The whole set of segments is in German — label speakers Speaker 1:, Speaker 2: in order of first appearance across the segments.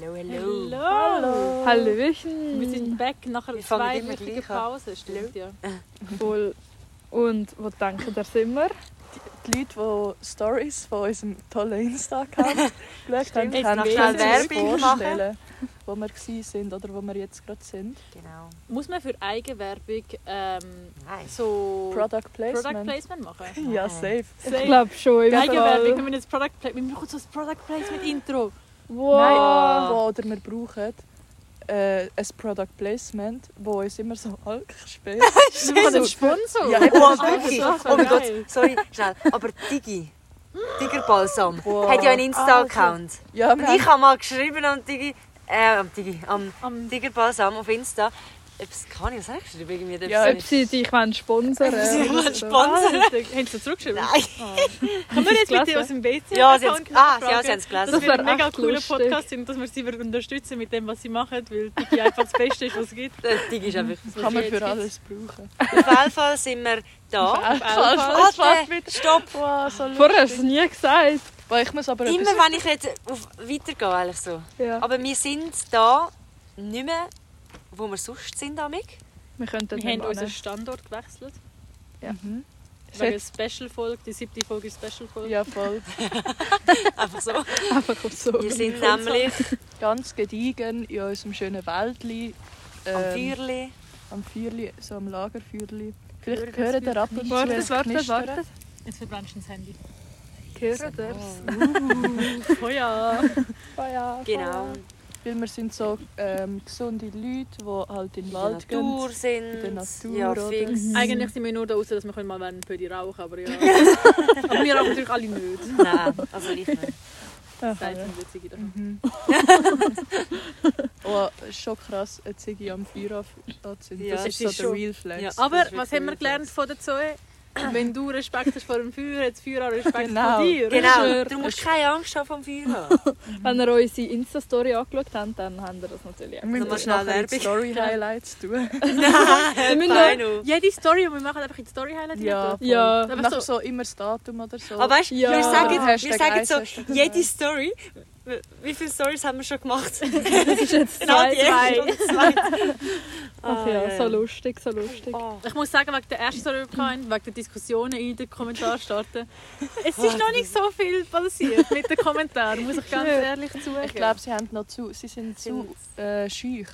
Speaker 1: Hallo, hallo.
Speaker 2: Hallo!
Speaker 3: Hallöchen.
Speaker 2: Wir sind back nach einer
Speaker 1: Wir fangen immer
Speaker 2: zweiwöchigen
Speaker 1: gleich an.
Speaker 2: Pause, stimmt ja.
Speaker 3: Voll. Und wo denken ihr, sind wir?
Speaker 4: Die Leute, die Stories von unserem tollen Insta-Account geschaut haben,
Speaker 2: Jetzt
Speaker 4: können
Speaker 2: noch
Speaker 4: sich
Speaker 2: schnell
Speaker 4: das
Speaker 1: Werbung
Speaker 4: vorstellen, wo wir waren oder wo wir jetzt gerade sind.
Speaker 1: Genau.
Speaker 2: Muss man für Eigenwerbung ähm,
Speaker 1: Nein.
Speaker 2: so
Speaker 4: Product Placement.
Speaker 2: Product Placement machen?
Speaker 4: Ja, safe.
Speaker 3: Ich glaube schon. im
Speaker 2: Eigenwerbung, wenn
Speaker 3: Fall.
Speaker 2: wir jetzt Product Placement... Wir brauchen so ein Product Placement Intro.
Speaker 3: Wow.
Speaker 4: Nein, wo oder wir brauchen äh, ein Product Placement, wo uns immer so Alk spielt.
Speaker 2: Wir brauchen einen Sponsor. Ah,
Speaker 4: Ja,
Speaker 1: Oh,
Speaker 4: eben.
Speaker 1: wirklich?
Speaker 2: das ist
Speaker 1: Oh mein
Speaker 2: geil.
Speaker 1: Gott, sorry, schnell. Aber Digi, Tigerbalsam,
Speaker 4: Wow. Ah,
Speaker 1: hat ja einen Insta-Account.
Speaker 4: ja,
Speaker 1: Und
Speaker 4: wir haben-
Speaker 1: ich habe mal geschrieben am Digi, äh, am Digi, am
Speaker 2: Am-
Speaker 1: Tigerbalsam auf Insta. Etwas kann ich, was habe ich geschrieben? Irgendwie,
Speaker 4: Ja,
Speaker 3: Ob sie äh, dich wollen sponsern
Speaker 1: Sie
Speaker 3: oder
Speaker 1: wollen
Speaker 3: so.
Speaker 1: sponsern.
Speaker 2: Haben sie zurückgeschrieben?
Speaker 1: Nein.
Speaker 2: Können wir jetzt
Speaker 3: gelesen?
Speaker 2: mit dir aus dem WC
Speaker 1: Ja, sie
Speaker 2: Account
Speaker 1: haben's- ah, sie- ja,
Speaker 2: fragen,
Speaker 1: sie haben's gelesen.
Speaker 2: Dass
Speaker 3: Das
Speaker 2: wir
Speaker 3: wär
Speaker 2: ein mega
Speaker 3: echt
Speaker 2: cooler
Speaker 3: lustig.
Speaker 2: Podcast sind, dass wir sie würden unterstützen mit dem, was sie machen, weil Digi einfach das Beste ist, was es gibt.
Speaker 1: Der Äh, Digi ist einfach...
Speaker 4: kann man für alles brauchen.
Speaker 1: Auf jeden Fall sind wir da.
Speaker 2: Auf jeden Fall.
Speaker 1: Warte, stopp.
Speaker 4: Wow, so lustig.
Speaker 3: Vorher hast du es nie gesagt.
Speaker 4: Boah, ich muss aber
Speaker 1: Immer
Speaker 4: etwas...
Speaker 1: wenn ich jetzt auf weitergehe, eigentlich so.
Speaker 3: Ja.
Speaker 1: Aber wir sind da nicht mehr, wo wir sonst sind, Amig.
Speaker 3: Wir könnten
Speaker 2: Wir haben
Speaker 3: nicht
Speaker 2: unseren
Speaker 3: machen.
Speaker 2: Standort gewechselt.
Speaker 4: Mhm.
Speaker 2: Wegen Special-Folge, die siebte Folge ist Special-Folge.
Speaker 4: Ja, voll.
Speaker 1: Einfach so.
Speaker 3: Einfach auf so.
Speaker 1: Wir sind nämlich
Speaker 4: Ganz gediegen in unserem schönen Wäldli.
Speaker 1: am
Speaker 4: ähm,
Speaker 1: Feuerli.
Speaker 4: am Feuerli, so am Lagerfeuerli. Vielleicht
Speaker 1: Hört
Speaker 4: hören
Speaker 1: das
Speaker 4: der ab und zu
Speaker 3: Wartet,
Speaker 4: ein
Speaker 3: wartet,
Speaker 4: Knistern.
Speaker 3: wartet.
Speaker 2: Jetzt verbrennst du das Handy.
Speaker 3: Gehört ihr's?
Speaker 2: Oh ja.
Speaker 1: Genau.
Speaker 4: Weil wir sind so ähm, gesunde Leute, die halt in den
Speaker 1: In der
Speaker 4: Wald
Speaker 1: Natur
Speaker 4: gehen.
Speaker 1: sind.
Speaker 4: In der Natur,
Speaker 1: ja,
Speaker 4: oder?
Speaker 1: fix.
Speaker 3: Mhm.
Speaker 2: Eigentlich sind wir nur da raus, dass wir mal einen Pödi rauchen aber ja. aber wir rauchen natürlich alle nicht.
Speaker 1: Nein, also ich nicht.
Speaker 4: Aha.
Speaker 2: Seid ihr witzig davon.
Speaker 4: Mhm. oh, es ist schon krass, eine Ziggy am Feuer anf- anzünden.
Speaker 1: Ja,
Speaker 4: das
Speaker 2: es
Speaker 4: ist so
Speaker 2: ist
Speaker 4: der
Speaker 2: schon-
Speaker 4: Real Flex.
Speaker 1: Ja,
Speaker 4: Das
Speaker 2: Aber
Speaker 4: ist
Speaker 2: was haben
Speaker 4: wirklich
Speaker 2: wir
Speaker 4: Real Flex.
Speaker 2: gelernt von der Zoe? Wenn du Respekt hast vor dem Feuer, hat das Feuer auch Respekt
Speaker 4: Genau.
Speaker 2: vor dir.
Speaker 1: Genau, du musst keine Angst haben vom Feuer haben.
Speaker 3: Wenn ihr unsere Insta-Story angeschaut habt, dann habt ihr das natürlich auch.
Speaker 4: Wir müssen
Speaker 1: Nochmal
Speaker 4: das
Speaker 1: schnell
Speaker 4: nachher in die
Speaker 1: Werbung.
Speaker 4: Story-Highlights tun.
Speaker 3: Wir müssen
Speaker 1: Fein
Speaker 3: noch-
Speaker 1: auf.
Speaker 2: Jede Story, die wir machen, einfach in die Story-Highlight
Speaker 4: Ja,
Speaker 2: reintun.
Speaker 3: Ja.
Speaker 4: voll.
Speaker 2: Einfach
Speaker 4: Nachher
Speaker 2: so-
Speaker 4: so immer das Datum oder so.
Speaker 1: Aber weißt du,
Speaker 3: Ja.
Speaker 1: wir sagen, wir
Speaker 4: Hashtag
Speaker 1: sagen
Speaker 4: eins,
Speaker 1: so,
Speaker 4: Hashtag
Speaker 1: jede
Speaker 4: zwei.
Speaker 1: Story. Wie viele Stories haben wir schon gemacht?
Speaker 3: Das ist jetzt
Speaker 1: Genau die erste
Speaker 3: zwei.
Speaker 1: und die zweite. Ah,
Speaker 3: Ach ja, so lustig, so lustig.
Speaker 1: Oh.
Speaker 2: Ich muss sagen, wegen der ersten Story, die wir hatten, wegen der Diskussionen in den Kommentaren starten, es ist noch nicht so viel passiert mit den Kommentaren, muss ich ganz ehrlich zugeben.
Speaker 4: ich glaube, sie haben noch zu, sie sind zu
Speaker 1: Sind's.
Speaker 4: äh, schüch.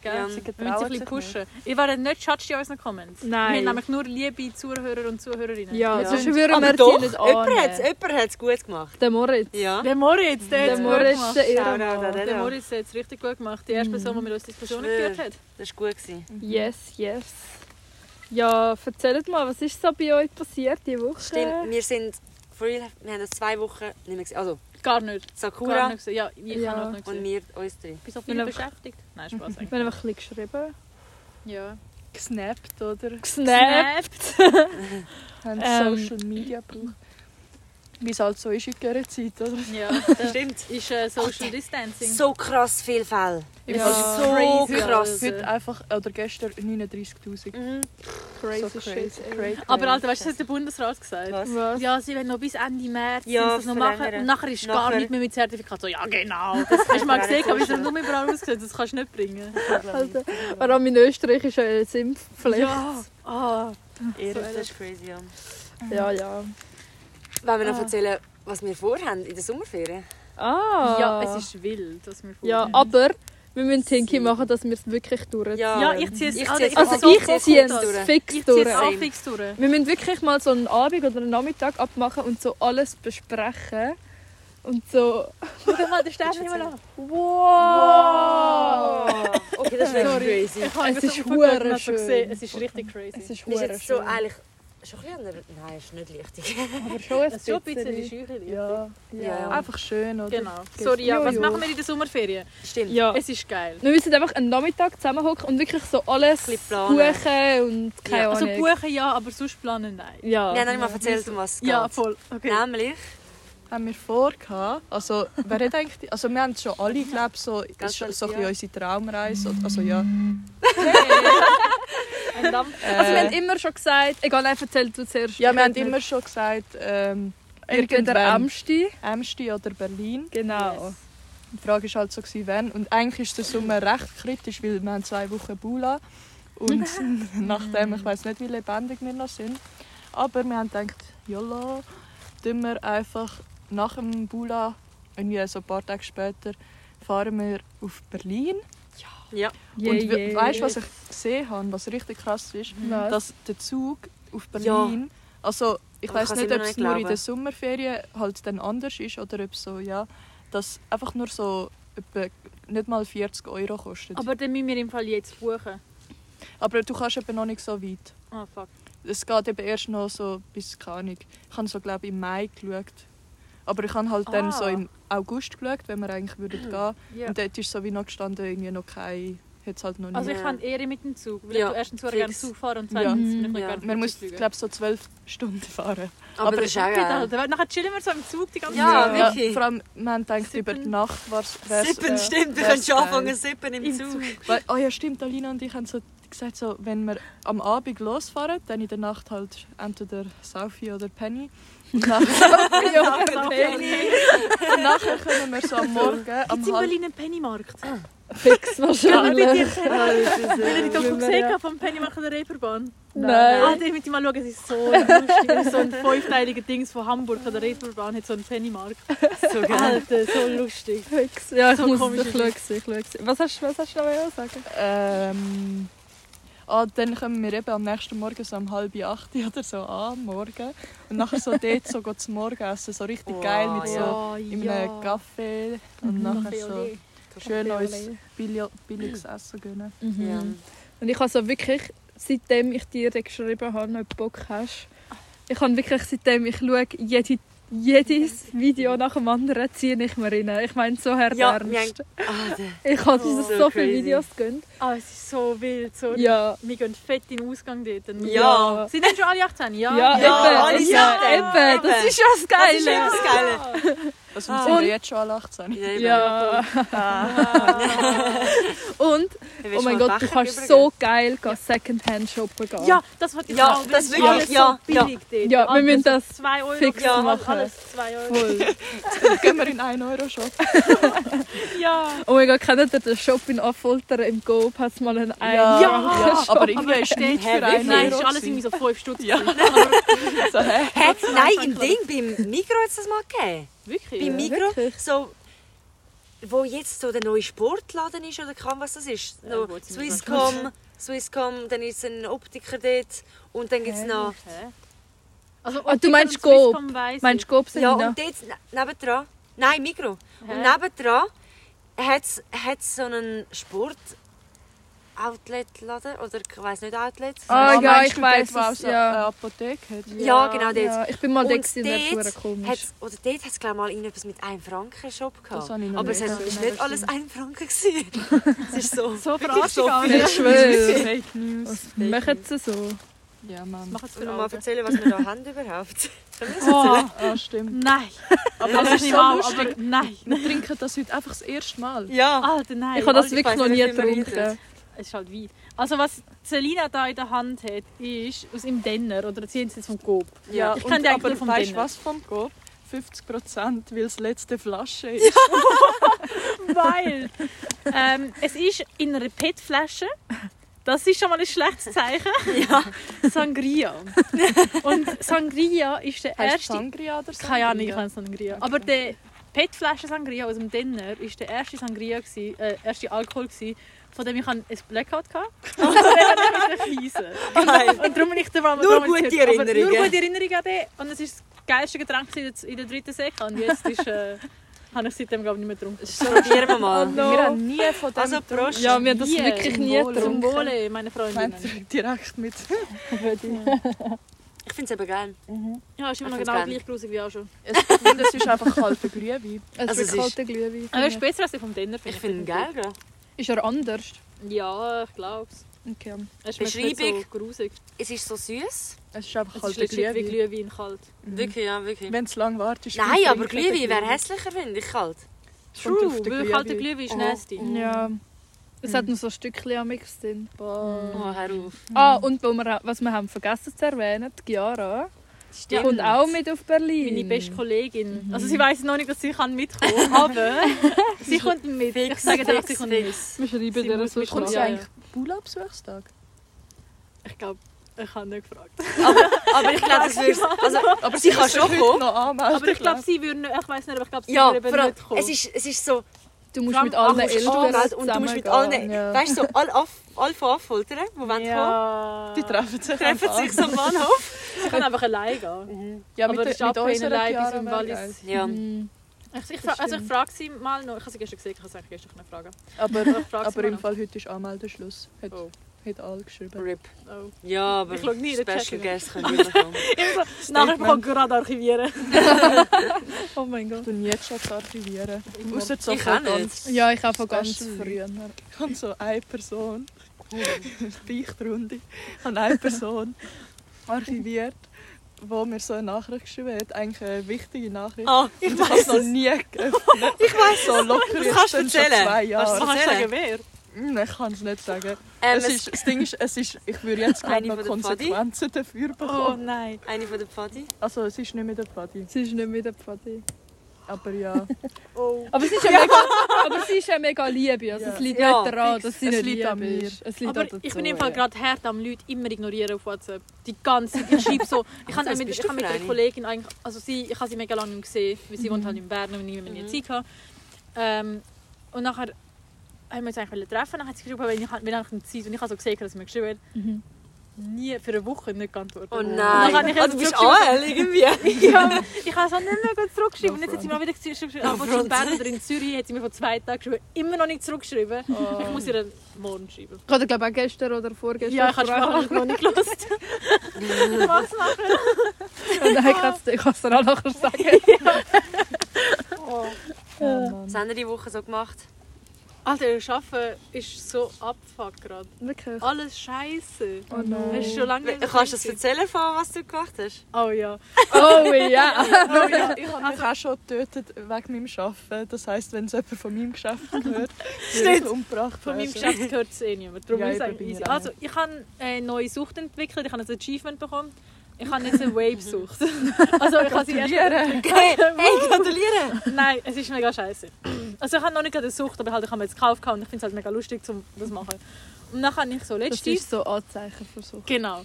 Speaker 2: Gell?
Speaker 1: Ja.
Speaker 4: Sie
Speaker 2: Wir müssen
Speaker 4: getrauen
Speaker 2: ein
Speaker 4: sich
Speaker 2: bisschen
Speaker 4: nicht.
Speaker 2: pushen. Ihr werdet nicht judged in unseren Comments.
Speaker 3: Nein.
Speaker 2: Wir haben nämlich nur liebe Zuhörer und Zuhörerinnen.
Speaker 3: Ja,
Speaker 4: Ja.
Speaker 3: sonst würden
Speaker 1: Aber
Speaker 3: wir
Speaker 1: doch,
Speaker 3: sie nicht
Speaker 1: jemand
Speaker 3: annehmen.
Speaker 1: hat es gut gemacht.
Speaker 3: Der Moritz.
Speaker 1: Ja.
Speaker 2: Der Moritz, der,
Speaker 3: Der
Speaker 2: hat's
Speaker 3: Moritz
Speaker 2: gut
Speaker 3: der
Speaker 2: gemacht.
Speaker 1: Shoutout an
Speaker 3: Ehrenmann.
Speaker 1: den.
Speaker 2: Der Moritz hat es richtig gut gemacht. Die erste Person, die mit uns Diskussionen
Speaker 1: Schwör.
Speaker 2: geführt hat.
Speaker 1: Das war gut. gewesen.
Speaker 4: Mhm.
Speaker 3: Yes, yes. Ja, erzählt mal, was ist so bei euch passiert diese Woche?
Speaker 1: Stimmt, wir sind for real, wir haben das zwei Wochen nicht mehr gesehen. Also
Speaker 2: Gar nicht. Gar
Speaker 1: Sakura
Speaker 2: nicht. gesehen. Ja, ich
Speaker 3: Ja.
Speaker 2: habe noch nicht
Speaker 1: und
Speaker 2: gesehen.
Speaker 1: wir uns drei.
Speaker 2: Ich bin so
Speaker 3: Wir
Speaker 2: viel
Speaker 3: haben-
Speaker 2: beschäftigt. Nein, Spaß eigentlich.
Speaker 3: Wir haben einfach ein bisschen geschrieben.
Speaker 2: Ja.
Speaker 4: Gesnappt, oder?
Speaker 3: Snap.
Speaker 4: Haben
Speaker 3: Ähm.
Speaker 4: Social Media gebraucht. Wie es halt so ist in dieser Zeit, oder?
Speaker 2: Ja, das
Speaker 1: Stimmt.
Speaker 2: ist äh, Social Distancing.
Speaker 1: So krass viel Fälle.
Speaker 3: Ja.
Speaker 1: So
Speaker 2: Crazy.
Speaker 1: krass.
Speaker 4: Heute einfach, oder gestern 39'000.
Speaker 1: Mhm.
Speaker 3: Crazy,
Speaker 4: so
Speaker 3: shit.
Speaker 4: crazy.
Speaker 3: ey.
Speaker 4: Crazy.
Speaker 2: Aber Alter, weißt du, das hat der Bundesrat gesagt.
Speaker 1: Was?
Speaker 3: Was?
Speaker 2: Ja, sie wollen noch bis Ende März
Speaker 1: Ja,
Speaker 2: müssen das noch machen.
Speaker 1: verlängern.
Speaker 2: Und nachher ist gar
Speaker 1: Nachher-
Speaker 2: nicht mehr mit Zertifikat. So, ja, genau. Das hast du mal
Speaker 1: mir auch
Speaker 2: gesehen,
Speaker 1: nicht
Speaker 2: aber es ist nur überall ausgesehen. Das kannst du nicht bringen.
Speaker 1: Also,
Speaker 3: Alter. Vor allem in Österreich ist ja eine Impfpflicht.
Speaker 2: Ja. Ah.
Speaker 1: Ehrlich,
Speaker 2: So
Speaker 1: das
Speaker 2: ehrlich.
Speaker 1: ist crazy. Ja.
Speaker 3: ja, ja.
Speaker 1: Wollen wir noch erzählen, was wir vorhaben in der Sommerferien?
Speaker 3: Ah.
Speaker 2: ja, es ist wild, was wir
Speaker 3: Ja,
Speaker 2: vorhaben.
Speaker 3: aber wir müssen Tinky machen, dass wir es wirklich durchziehen.
Speaker 2: Ja, ich ziehe es-
Speaker 1: ich
Speaker 2: Alter,
Speaker 1: ziehe es
Speaker 2: ich
Speaker 3: Also
Speaker 1: auch.
Speaker 3: ich ziehe
Speaker 1: es
Speaker 3: es
Speaker 1: durch.
Speaker 3: fix
Speaker 2: Ich ziehe
Speaker 3: durch.
Speaker 2: es
Speaker 1: Same.
Speaker 2: auch fix durch.
Speaker 3: Wir müssen wirklich mal so einen Abend oder einen Nachmittag abmachen und so alles besprechen. Und so...
Speaker 2: Guck mal, der Stern immer noch.
Speaker 3: Wow!
Speaker 1: Okay, das ist wirklich crazy.
Speaker 2: Ich habe
Speaker 3: Es
Speaker 2: mir so
Speaker 3: ist
Speaker 2: aufgehört und
Speaker 3: hure
Speaker 2: habe so gesehen,
Speaker 3: schön.
Speaker 2: Es ist richtig crazy.
Speaker 1: Das
Speaker 3: Es ist
Speaker 1: ist
Speaker 3: hure
Speaker 1: jetzt so
Speaker 3: schön.
Speaker 1: eigentlich schon ein bisschen... an der- Nein, ist nicht richtig.
Speaker 3: Aber schon ein
Speaker 2: Es ist schon ein bisschen die
Speaker 3: bisschen.
Speaker 2: Scheuche.
Speaker 4: Ja.
Speaker 1: Ja.
Speaker 4: Einfach schön, oder?
Speaker 2: Genau. Sorry, ja,
Speaker 3: Jo,
Speaker 2: was
Speaker 3: jo.
Speaker 2: machen wir in der Sommerferien?
Speaker 1: Stimmt.
Speaker 3: Ja.
Speaker 2: Es ist geil.
Speaker 3: Wir müssen einfach einen Nachmittag zusammenhocken und wirklich so alles
Speaker 1: Ein bisschen planen.
Speaker 3: buchen und keine
Speaker 1: Ja,
Speaker 3: Ahnung.
Speaker 2: Also buchen ja, aber sonst planen nein.
Speaker 3: Ja.
Speaker 1: Wir haben noch nicht mal erzählt, um was es geht.
Speaker 2: Ja, voll. Okay.
Speaker 1: Nämlich...
Speaker 4: Haben wir vor, gehabt, also wer hat eigentlich, die- also wir haben schon alle, glaube ich, so,
Speaker 1: Ganz
Speaker 4: ist schon so ein
Speaker 1: ehrlich,
Speaker 4: bisschen unsere Traumreise, oder- also ja.
Speaker 2: Und dann
Speaker 3: Also wir
Speaker 4: Äh,
Speaker 3: haben immer schon gesagt, egal, nein, erzähl du zuerst.
Speaker 4: ja,
Speaker 3: Ich
Speaker 4: wir haben
Speaker 3: rede
Speaker 4: immer
Speaker 3: nicht.
Speaker 4: schon gesagt, ähm,
Speaker 3: entweder
Speaker 4: irgendwann
Speaker 3: Amsti.
Speaker 4: Amsti oder Berlin.
Speaker 3: Genau.
Speaker 4: Die Frage war halt so, gewesen, wann. Und eigentlich ist der Sommer recht kritisch, weil wir haben zwei Wochen Bula. Und nachdem, ich weiß nicht, wie lebendig wir noch sind. Aber wir haben gedacht, jolla, tun wir einfach nach dem Bula, irgendwie so ein paar Tage später, fahren wir auf Berlin.
Speaker 1: Ja.
Speaker 4: Und we- weißt du, was ich gesehen habe, was richtig krass ist?
Speaker 3: Was?
Speaker 4: Dass der Zug auf
Speaker 1: Ja.
Speaker 4: Berlin, also ich
Speaker 1: Aber ich
Speaker 4: weiß
Speaker 1: kann's
Speaker 4: nicht,
Speaker 1: immer
Speaker 4: ob
Speaker 1: noch
Speaker 4: es
Speaker 1: nicht
Speaker 4: nur in
Speaker 1: glauben.
Speaker 4: den Sommerferien halt dann anders ist oder ob so, ja, dass einfach nur so etwa nicht mal 40 Euro kostet. Aber,
Speaker 2: Aber dann müssen wir im Fall jetzt buchen.
Speaker 4: du kannst eben noch nicht so weit.
Speaker 2: Ah, fuck.
Speaker 4: Es geht eben erst noch so bis, keine Ahnung, ich habe so glaube im Mai geschaut. Aber ich habe halt dann
Speaker 2: Ah.
Speaker 4: so im August geschaut, wenn wir eigentlich würden
Speaker 1: Mhm.
Speaker 4: gehen.
Speaker 2: Ja.
Speaker 4: Und dort ist so wie noch gestanden, irgendwie noch kein, hat halt noch nicht.
Speaker 2: Also ich
Speaker 1: Ja.
Speaker 2: habe Ehre mit dem Zug, weil
Speaker 1: Ja,
Speaker 2: ich erstens sehr
Speaker 1: fix.
Speaker 2: gerne Zug fahre und
Speaker 4: Ja.
Speaker 2: zweitens bin ich
Speaker 1: Ja.
Speaker 2: ja. gerne
Speaker 4: man muss,
Speaker 2: Flugzeug fliegen.
Speaker 4: glaube so 12 Stunden fahren.
Speaker 1: Aber, das ist auch
Speaker 2: Geht
Speaker 1: geil.
Speaker 2: halt. Weil Nachher chillen wir so im Zug die ganze
Speaker 1: Ja,
Speaker 2: Zeit.
Speaker 1: wirklich.
Speaker 4: vor allem, wir haben gedacht, über die
Speaker 2: Sippen.
Speaker 4: Nacht war es...
Speaker 1: Sippen, stimmt. Wir können schon anfangen, sippen im,
Speaker 2: Im
Speaker 1: Zug.
Speaker 4: Weil, oh ja, stimmt, Alina und ich haben so gesagt, so, wenn wir am Abend losfahren, dann in der Nacht halt entweder Saufi oder Penny. Und nachher,
Speaker 2: Ja,
Speaker 1: genau.
Speaker 4: und nachher können wir so am Morgen,
Speaker 2: Gibt
Speaker 4: am
Speaker 2: es in
Speaker 4: halb...
Speaker 2: Berlin einen Pennymarkt?
Speaker 3: Fix
Speaker 2: Alle
Speaker 3: wahrscheinlich.
Speaker 2: Weil ich doch
Speaker 3: Schlimmer,
Speaker 2: gesehen
Speaker 3: ja.
Speaker 2: habe vom Pennymarkt an der Reeperbahn.
Speaker 3: Nein.
Speaker 2: Ah, den mit mal schauen, es ist so lustig. So ein fünfteiliger Dings von Hamburg an der Reeperbahn hat so einen Pennymarkt.
Speaker 1: So geil.
Speaker 2: Alter, so lustig.
Speaker 3: Fix. Ja, ich
Speaker 2: So
Speaker 3: muss
Speaker 2: komisch
Speaker 3: ich
Speaker 2: ist
Speaker 3: schaue es, ich schaue es. Was hast, was hast du noch mehr sagen?
Speaker 4: Ähm, ah, dann kommen wir eben am nächsten Morgen so um halb acht oder so an, am morgen. Und nachher so dort so geht's Morgen essen, so richtig
Speaker 1: Oh,
Speaker 4: geil mit so...
Speaker 2: Ja,
Speaker 4: In
Speaker 2: ja.
Speaker 4: einem Café und nachher so...
Speaker 2: Olé.
Speaker 4: schön
Speaker 3: Kaffee,
Speaker 4: uns
Speaker 3: Olé.
Speaker 4: billi- billiges Essen gönnen.
Speaker 3: Mhm.
Speaker 1: Ja.
Speaker 3: Und ich habe so wirklich, seitdem ich dir geschrieben habe, ob du Bock hast, ich habe wirklich, seitdem ich schaue, jede, jedes Video nach dem anderen ziehe ich mir rein. Ich meine, so Herr
Speaker 1: Ja, wir
Speaker 3: Ernst.
Speaker 1: Ah, der-
Speaker 3: Ich habe
Speaker 2: Oh,
Speaker 3: so,
Speaker 1: so
Speaker 3: so viele
Speaker 1: crazy.
Speaker 3: Videos gegönnt.
Speaker 2: Ah, es ist so wild. So.
Speaker 3: Ja.
Speaker 2: Wir gehen fett in den Ausgang dort. Und-
Speaker 1: Ja.
Speaker 2: Sind denn schon alle 18? Ja.
Speaker 3: Ja,
Speaker 1: Ja,
Speaker 3: eben,
Speaker 1: alle
Speaker 3: ja,
Speaker 1: sagen.
Speaker 3: eben. Das ist ja das
Speaker 1: Das ist eben
Speaker 3: Geile.
Speaker 1: das Geile.
Speaker 4: Also
Speaker 1: Ah.
Speaker 4: wir sind
Speaker 3: Und-
Speaker 4: ja jetzt schon alle 18.
Speaker 1: Ja. eben.
Speaker 3: Ja. Und,
Speaker 1: Willst
Speaker 3: oh mein
Speaker 1: mal
Speaker 3: Gott, du
Speaker 1: Becher
Speaker 3: kannst
Speaker 1: übergeben?
Speaker 3: so geil gehen, Secondhand shoppen gehen.
Speaker 2: Ja, das wollte ich
Speaker 1: Ja,
Speaker 2: auch, weil
Speaker 1: das
Speaker 2: es
Speaker 1: wirklich,
Speaker 2: alles
Speaker 1: ja,
Speaker 2: so
Speaker 1: ja.
Speaker 2: billig dort.
Speaker 3: Ja, wir
Speaker 2: Alles
Speaker 3: müssen
Speaker 2: so
Speaker 3: das
Speaker 2: zwei Euro
Speaker 3: fix
Speaker 2: ja,
Speaker 3: machen.
Speaker 2: Alles 2 Euro.
Speaker 3: Voll.
Speaker 4: Dann gehen wir in einen Euro-Shop.
Speaker 2: Ja.
Speaker 3: Oh mein Gott, kennt ihr den Shop in Affolter im Gob? Hat es mal einen
Speaker 4: Ja.
Speaker 3: Franken Shop?
Speaker 4: aber irgendwie ist nicht
Speaker 1: Hä,
Speaker 4: für
Speaker 1: wirklich?
Speaker 4: einen
Speaker 2: Nein, es
Speaker 4: Euro.
Speaker 2: ist alles irgendwie
Speaker 4: gewesen.
Speaker 2: so 5 Stutz.
Speaker 4: Ja.
Speaker 2: gewesen.
Speaker 1: Also
Speaker 4: so, hä?
Speaker 1: Hä? Nein, im Ding, beim Migro hat es das mal gegeben.
Speaker 2: Wirklich?
Speaker 1: Beim Migro,
Speaker 3: wirklich?
Speaker 1: so, wo jetzt so der neue Sportladen ist oder kann, was das ist.
Speaker 2: Ja,
Speaker 1: Noch
Speaker 2: wo jetzt
Speaker 1: Swisscom, Swisscom, dann ist ein Optiker dort und dann gibt es noch...
Speaker 2: Hä? Also,
Speaker 3: Ah, du meinst Coop.
Speaker 2: Gob?
Speaker 3: Meinst du Gob,
Speaker 1: Ja,
Speaker 3: Selina?
Speaker 1: und dort ne- nebendran... Nein, Migro.
Speaker 2: Hä?
Speaker 1: Und nebendran hat es so einen Sport... Outlet-Laden oder ich weiss nicht, Outlet.
Speaker 3: Ah, ja,
Speaker 4: meinst
Speaker 3: ich
Speaker 4: du
Speaker 3: weiss
Speaker 4: dort, wo auch
Speaker 3: es,
Speaker 4: so
Speaker 3: ja.
Speaker 4: eine Apotheke hat?
Speaker 1: Ja, genau dort.
Speaker 3: Ja, ich bin mal
Speaker 1: Und
Speaker 3: dort gewesen, das war
Speaker 1: dort
Speaker 3: verdammt komisch.
Speaker 1: Hat's, oder dort hat es glaube mal irgendetwas mit 1 Franken Shop gehabt.
Speaker 4: Das habe ich noch
Speaker 1: Aber es
Speaker 4: nicht
Speaker 1: war
Speaker 4: gesehen.
Speaker 1: nicht alles 1 Franken. gewesen. Es ist so.
Speaker 2: So
Speaker 1: wirklich
Speaker 2: verarschig an.
Speaker 1: viel.
Speaker 3: Ich schwöre.
Speaker 4: Fake News.
Speaker 3: Was machen sie so?
Speaker 4: Ja, Mann.
Speaker 2: Mach es
Speaker 1: Ich will
Speaker 2: für
Speaker 1: mal
Speaker 2: Augen.
Speaker 1: erzählen, was wir da haben überhaupt.
Speaker 2: Oh,
Speaker 4: Ah, stimmt.
Speaker 2: nein.
Speaker 4: Aber
Speaker 2: Das ist nicht wahr,
Speaker 4: lustig.
Speaker 2: aber nein.
Speaker 4: Wir trinken das heute einfach das erste Mal.
Speaker 1: Ja.
Speaker 2: Alter, Ah, nein.
Speaker 3: Ich habe das
Speaker 1: also ich
Speaker 3: wirklich
Speaker 1: weiss
Speaker 3: noch
Speaker 1: nicht,
Speaker 3: nie
Speaker 1: wie man redet.
Speaker 3: getrunken.
Speaker 2: Es ist halt weit. Also was Selina da in der Hand hat, ist aus dem Denner, oder sie haben es jetzt vom Coop.
Speaker 1: Ja.
Speaker 2: Ich
Speaker 4: und-
Speaker 2: kann dir eigentlich
Speaker 4: aber
Speaker 2: nur vom
Speaker 4: weißt du
Speaker 2: Dinner.
Speaker 4: was vom Coop? 50 Prozent, weil es letzte Flasche ist.
Speaker 2: Weil ähm, es ist in einer PET-Flasche. Das ist schon mal ein schlechtes Zeichen. Sangria. Und Sangria ist der
Speaker 4: Heißt
Speaker 2: erste...
Speaker 4: Sangria oder Sangria?
Speaker 2: Keine Ahnung, ich kenne Sangria. Aber der PET-Flasche Sangria aus dem Dinner war der erste Sangria, gsi, äh, erste Alkohol, gsi, von dem ich ein Blackout hatte. Und dann habe ich mich verkiesen.
Speaker 1: Geil.
Speaker 2: Und darum bin ich der Mama
Speaker 1: Nur
Speaker 2: damals
Speaker 1: gute
Speaker 2: gehört, aber
Speaker 1: Erinnerungen.
Speaker 2: Nur gute Erinnerungen an den. Und es ist das geilste Getränk in der, in der dritten Säcke. Und jetzt ist, äh, habe ich seitdem glaube ich, nicht mehr getrunken.
Speaker 1: Probieren wir mal.
Speaker 3: no.
Speaker 4: Wir haben nie von dem
Speaker 1: Also Prost.
Speaker 3: Ja, wir haben das
Speaker 2: Nie.
Speaker 3: wirklich nie
Speaker 4: Zum Wohle.
Speaker 2: Zum
Speaker 3: getrunken.
Speaker 2: Wohle, meine Freundinnen.
Speaker 4: gemeint, direkt mit.
Speaker 1: Ich finde es eben geil.
Speaker 2: Ja,
Speaker 3: Also
Speaker 2: ist immer
Speaker 1: Ich
Speaker 2: noch
Speaker 1: find's
Speaker 2: genau
Speaker 1: geil.
Speaker 2: gleich grusig wie auch schon.
Speaker 4: Es, und es ist einfach kalter Glühwein.
Speaker 3: Es
Speaker 1: Also
Speaker 3: wird
Speaker 1: es ist-
Speaker 3: kalter Glühwein.
Speaker 2: Aber es ist besser als der vom Dinner,
Speaker 1: Ich finde ihn geil. gell?
Speaker 3: Ist er anders?
Speaker 2: Ja, ich glaube es.
Speaker 3: Okay.
Speaker 2: Es schmeckt nicht
Speaker 1: Beschreibung.
Speaker 2: so grusig.
Speaker 1: Es ist so süß.
Speaker 4: Es ist einfach
Speaker 2: Es ist
Speaker 4: kalter
Speaker 2: legit wie
Speaker 4: Glühwein.
Speaker 2: Glühwein kalt.
Speaker 1: Wirklich, ja, wirklich.
Speaker 4: Wenn es lang wartet, ist
Speaker 1: Nein, aber Mhm. Glühwein wäre hässlicher, finde ich halt.
Speaker 4: Kommt auf
Speaker 2: True,
Speaker 4: den
Speaker 2: weil
Speaker 4: Glühwein.
Speaker 2: kalter Glühwein Mhm. ist
Speaker 1: Oh.
Speaker 2: nasty.
Speaker 3: Ja. Es hat noch so ein Stückchen am Mix drin.
Speaker 2: Mhm.
Speaker 1: Oh, hör auf.
Speaker 3: Ah, und wo wir, was wir haben vergessen zu erwähnen, die Chiara
Speaker 2: Stimmt.
Speaker 3: Kommt auch mit auf Berlin.
Speaker 2: Meine beste Kollegin. Also sie weiß noch nicht, dass sie kann mitkommen kann, aber sie kommt mit. Ich
Speaker 1: Fix,
Speaker 2: sage dir,
Speaker 1: fix,
Speaker 2: sie kommt mit.
Speaker 1: fix.
Speaker 5: Wir schreiben
Speaker 2: Sie
Speaker 5: dir
Speaker 2: muss
Speaker 5: so
Speaker 2: mich
Speaker 5: schnell.
Speaker 4: Kommt
Speaker 2: Ja,
Speaker 4: sie
Speaker 2: ja.
Speaker 4: eigentlich Bula-Besuchstag?
Speaker 2: Ich glaube, ich habe nicht gefragt.
Speaker 1: Aber ich glaube, das würde... Also, aber sie kann schon
Speaker 4: Heute
Speaker 1: kommen.
Speaker 4: noch anmelden,
Speaker 2: Aber ich glaube, sie würde nicht, ich weiß nicht, aber ich glaube, sie
Speaker 1: Ja,
Speaker 2: würde
Speaker 1: vor
Speaker 2: eben
Speaker 1: allem,
Speaker 2: nicht kommen.
Speaker 1: es ist, es ist so...
Speaker 3: Du musst
Speaker 1: vor allem
Speaker 3: mit allen
Speaker 1: acht Stunden
Speaker 3: Eltern
Speaker 1: alt Und du musst mit allen...
Speaker 3: zusammengehen.
Speaker 4: Ja.
Speaker 1: Weißt du, so alle, Aff- alle von Affoltern, die wollen kommen,
Speaker 2: ja.
Speaker 4: die treffen sich
Speaker 1: treffen
Speaker 4: einfach.
Speaker 1: sich am Bahnhof.
Speaker 2: Sie können einfach alleine gehen.
Speaker 4: Ja,
Speaker 2: aber das ist ab
Speaker 4: unserer
Speaker 2: allein bis
Speaker 4: Chiara
Speaker 2: im
Speaker 4: wäre
Speaker 2: Wallis.
Speaker 4: geil.
Speaker 1: Mm, Ja.
Speaker 3: Mhm.
Speaker 2: Ich, ich,
Speaker 4: Das
Speaker 2: fra- also ich
Speaker 4: stimmt.
Speaker 2: frage sie mal noch. Ich habe sie gestern gesehen, ich habe sie eigentlich gestern können fragen.
Speaker 4: Aber,
Speaker 2: Aber ich frage sie
Speaker 4: aber
Speaker 2: mal
Speaker 4: im
Speaker 2: noch.
Speaker 4: Fall heute ist Anmeldeschluss. Hat,
Speaker 2: Oh.
Speaker 4: hat alle geschrieben.
Speaker 1: RIP.
Speaker 2: Oh.
Speaker 1: Ja, aber
Speaker 2: Ich schau nie in den Chat
Speaker 1: Special
Speaker 2: rein.
Speaker 1: Guests können nicht kommen.
Speaker 2: Nachher kann ich gerade archivieren.
Speaker 3: Oh mein Gott.
Speaker 4: Du jetzt schon zu archivieren. Außer so
Speaker 1: Ich
Speaker 4: von
Speaker 1: auch
Speaker 4: ganz,
Speaker 1: nicht.
Speaker 3: Ja, ich habe von
Speaker 4: ganz
Speaker 3: ganz
Speaker 4: früher. Ich habe so eine Person. Beichtrunde. Ich habe eine Person archiviert, wo mir so eine Nachricht geschrieben hat. Eigentlich eine wichtige Nachricht.
Speaker 1: Ah, ich
Speaker 4: ich habe
Speaker 1: weiß
Speaker 4: es noch
Speaker 1: es.
Speaker 4: nie geöffnet. ich weiß so locker
Speaker 1: Das kannst du
Speaker 4: jetzt schon
Speaker 1: erzählen.
Speaker 4: zwei
Speaker 1: Kannst
Speaker 2: Kannst du
Speaker 4: Jahre.
Speaker 1: erzählen?
Speaker 2: sagen, wer?
Speaker 4: Hm, Ich kann es nicht sagen.
Speaker 1: Ähm,
Speaker 4: es ist, das Ding ist, es ist, ich würde jetzt
Speaker 1: Eine
Speaker 4: gerade noch
Speaker 1: von Oh. der
Speaker 4: Konsequenzen dafür
Speaker 2: Oh
Speaker 4: bekommen.
Speaker 2: nein.
Speaker 1: Eine von der Pfadi.
Speaker 4: Also es ist nicht mehr der Pfadi.
Speaker 3: Sie ist nicht mit der Pfadi.
Speaker 4: Aber ja,
Speaker 2: Oh.
Speaker 3: Aber sie ist ja mega, aber sie ist ja mega lieb. Also
Speaker 4: Ja.
Speaker 3: es liegt
Speaker 1: Ja,
Speaker 3: nicht daran, dass sie
Speaker 4: Es
Speaker 3: nicht
Speaker 4: liegt
Speaker 3: lieb
Speaker 4: an mir.
Speaker 3: ist. Es liegt
Speaker 2: Aber
Speaker 3: auch
Speaker 2: ich
Speaker 3: dazu,
Speaker 2: bin im Fall
Speaker 3: ja.
Speaker 2: gerade hart am Leute immer ignorieren auf WhatsApp. Die ganze Zeit. Ich schreibe so. Ich habe
Speaker 1: Was
Speaker 2: mit,
Speaker 1: bist
Speaker 2: ich
Speaker 1: du
Speaker 2: habe mit
Speaker 1: für
Speaker 2: einer
Speaker 1: eine?
Speaker 2: Kollegin eigentlich, also sie, ich habe sie mega lange nicht gesehen, weil sie wohnt halt in Bern und ich nicht mehr
Speaker 1: Mhm.
Speaker 2: Zeit hatte. Ähm, und nachher haben wir uns eigentlich wollen treffen, dann hat sie geschrieben, weil ich, wir haben keine Zeit und ich habe so gesehen, dass sie mir geschrieben hat.
Speaker 3: Mhm.
Speaker 2: Nie für eine Woche nicht geantwortet.
Speaker 1: Oh
Speaker 2: dann habe
Speaker 1: nein.
Speaker 2: ich
Speaker 1: Oh,
Speaker 2: jetzt
Speaker 1: du bist
Speaker 2: zurückgeschrieben.
Speaker 1: AL irgendwie.
Speaker 2: Ja, ich habe es auch nicht mehr gut zurückgeschrieben.
Speaker 4: No
Speaker 2: Und jetzt hat sie mir auch wieder geschrieben,
Speaker 1: No
Speaker 2: aber schon in
Speaker 1: front.
Speaker 2: Bern oder in Zürich hat sie mir vor zwei Tagen geschrieben, immer noch nicht zurückgeschrieben.
Speaker 1: Oh.
Speaker 2: Ich muss ihr dann morgen schreiben.
Speaker 3: Ich habe glaube auch gestern oder vorgestern
Speaker 2: Ja, ich habe die Sprache noch nicht gelöst. Was machen?
Speaker 3: Und dann kannst du kannst du auch nachher sagen.
Speaker 4: ja,
Speaker 1: Was
Speaker 4: Mann.
Speaker 1: haben wir die Woche so gemacht?
Speaker 2: Alter, ihr Arbeiten ist so abfuck gerade.
Speaker 3: Wirklich.
Speaker 2: Alles scheiße.
Speaker 4: Oh no.
Speaker 2: Es ist schon lange nicht mehr
Speaker 1: Kannst du das
Speaker 2: so gewesen.
Speaker 1: erzählen, von was du gemacht hast?
Speaker 2: Oh ja. Oh
Speaker 3: Oh ja.
Speaker 2: ja, ich habe
Speaker 4: Ich habe schon getötet wegen meinem Arbeiten. Das heisst, wenn es jemand von meinem Geschäft hört, würde ich umgebracht Also,
Speaker 2: Von meinem
Speaker 4: werden.
Speaker 2: Geschäft gehört es eh niemand. Darum
Speaker 4: Ja,
Speaker 2: würde ich
Speaker 4: eben,
Speaker 2: sagen,
Speaker 4: bei mir
Speaker 2: easy.
Speaker 4: auch
Speaker 2: Also, ich habe eine neue Sucht entwickelt. Ich habe ein Achievement bekommen. Ich habe jetzt eine Vape-Sucht. Also, ich habe sie erst...
Speaker 1: Hey, hey gratuliere!
Speaker 2: Nein, es ist mega scheiße. Also, ich habe noch nicht gerade eine Sucht, aber halt, ich habe mir jetzt gekauft und ich finde es halt mega lustig, um das zu machen. Und dann habe ich so
Speaker 3: Das
Speaker 2: letztes...
Speaker 3: ist so Anzeichen versucht.
Speaker 2: Genau.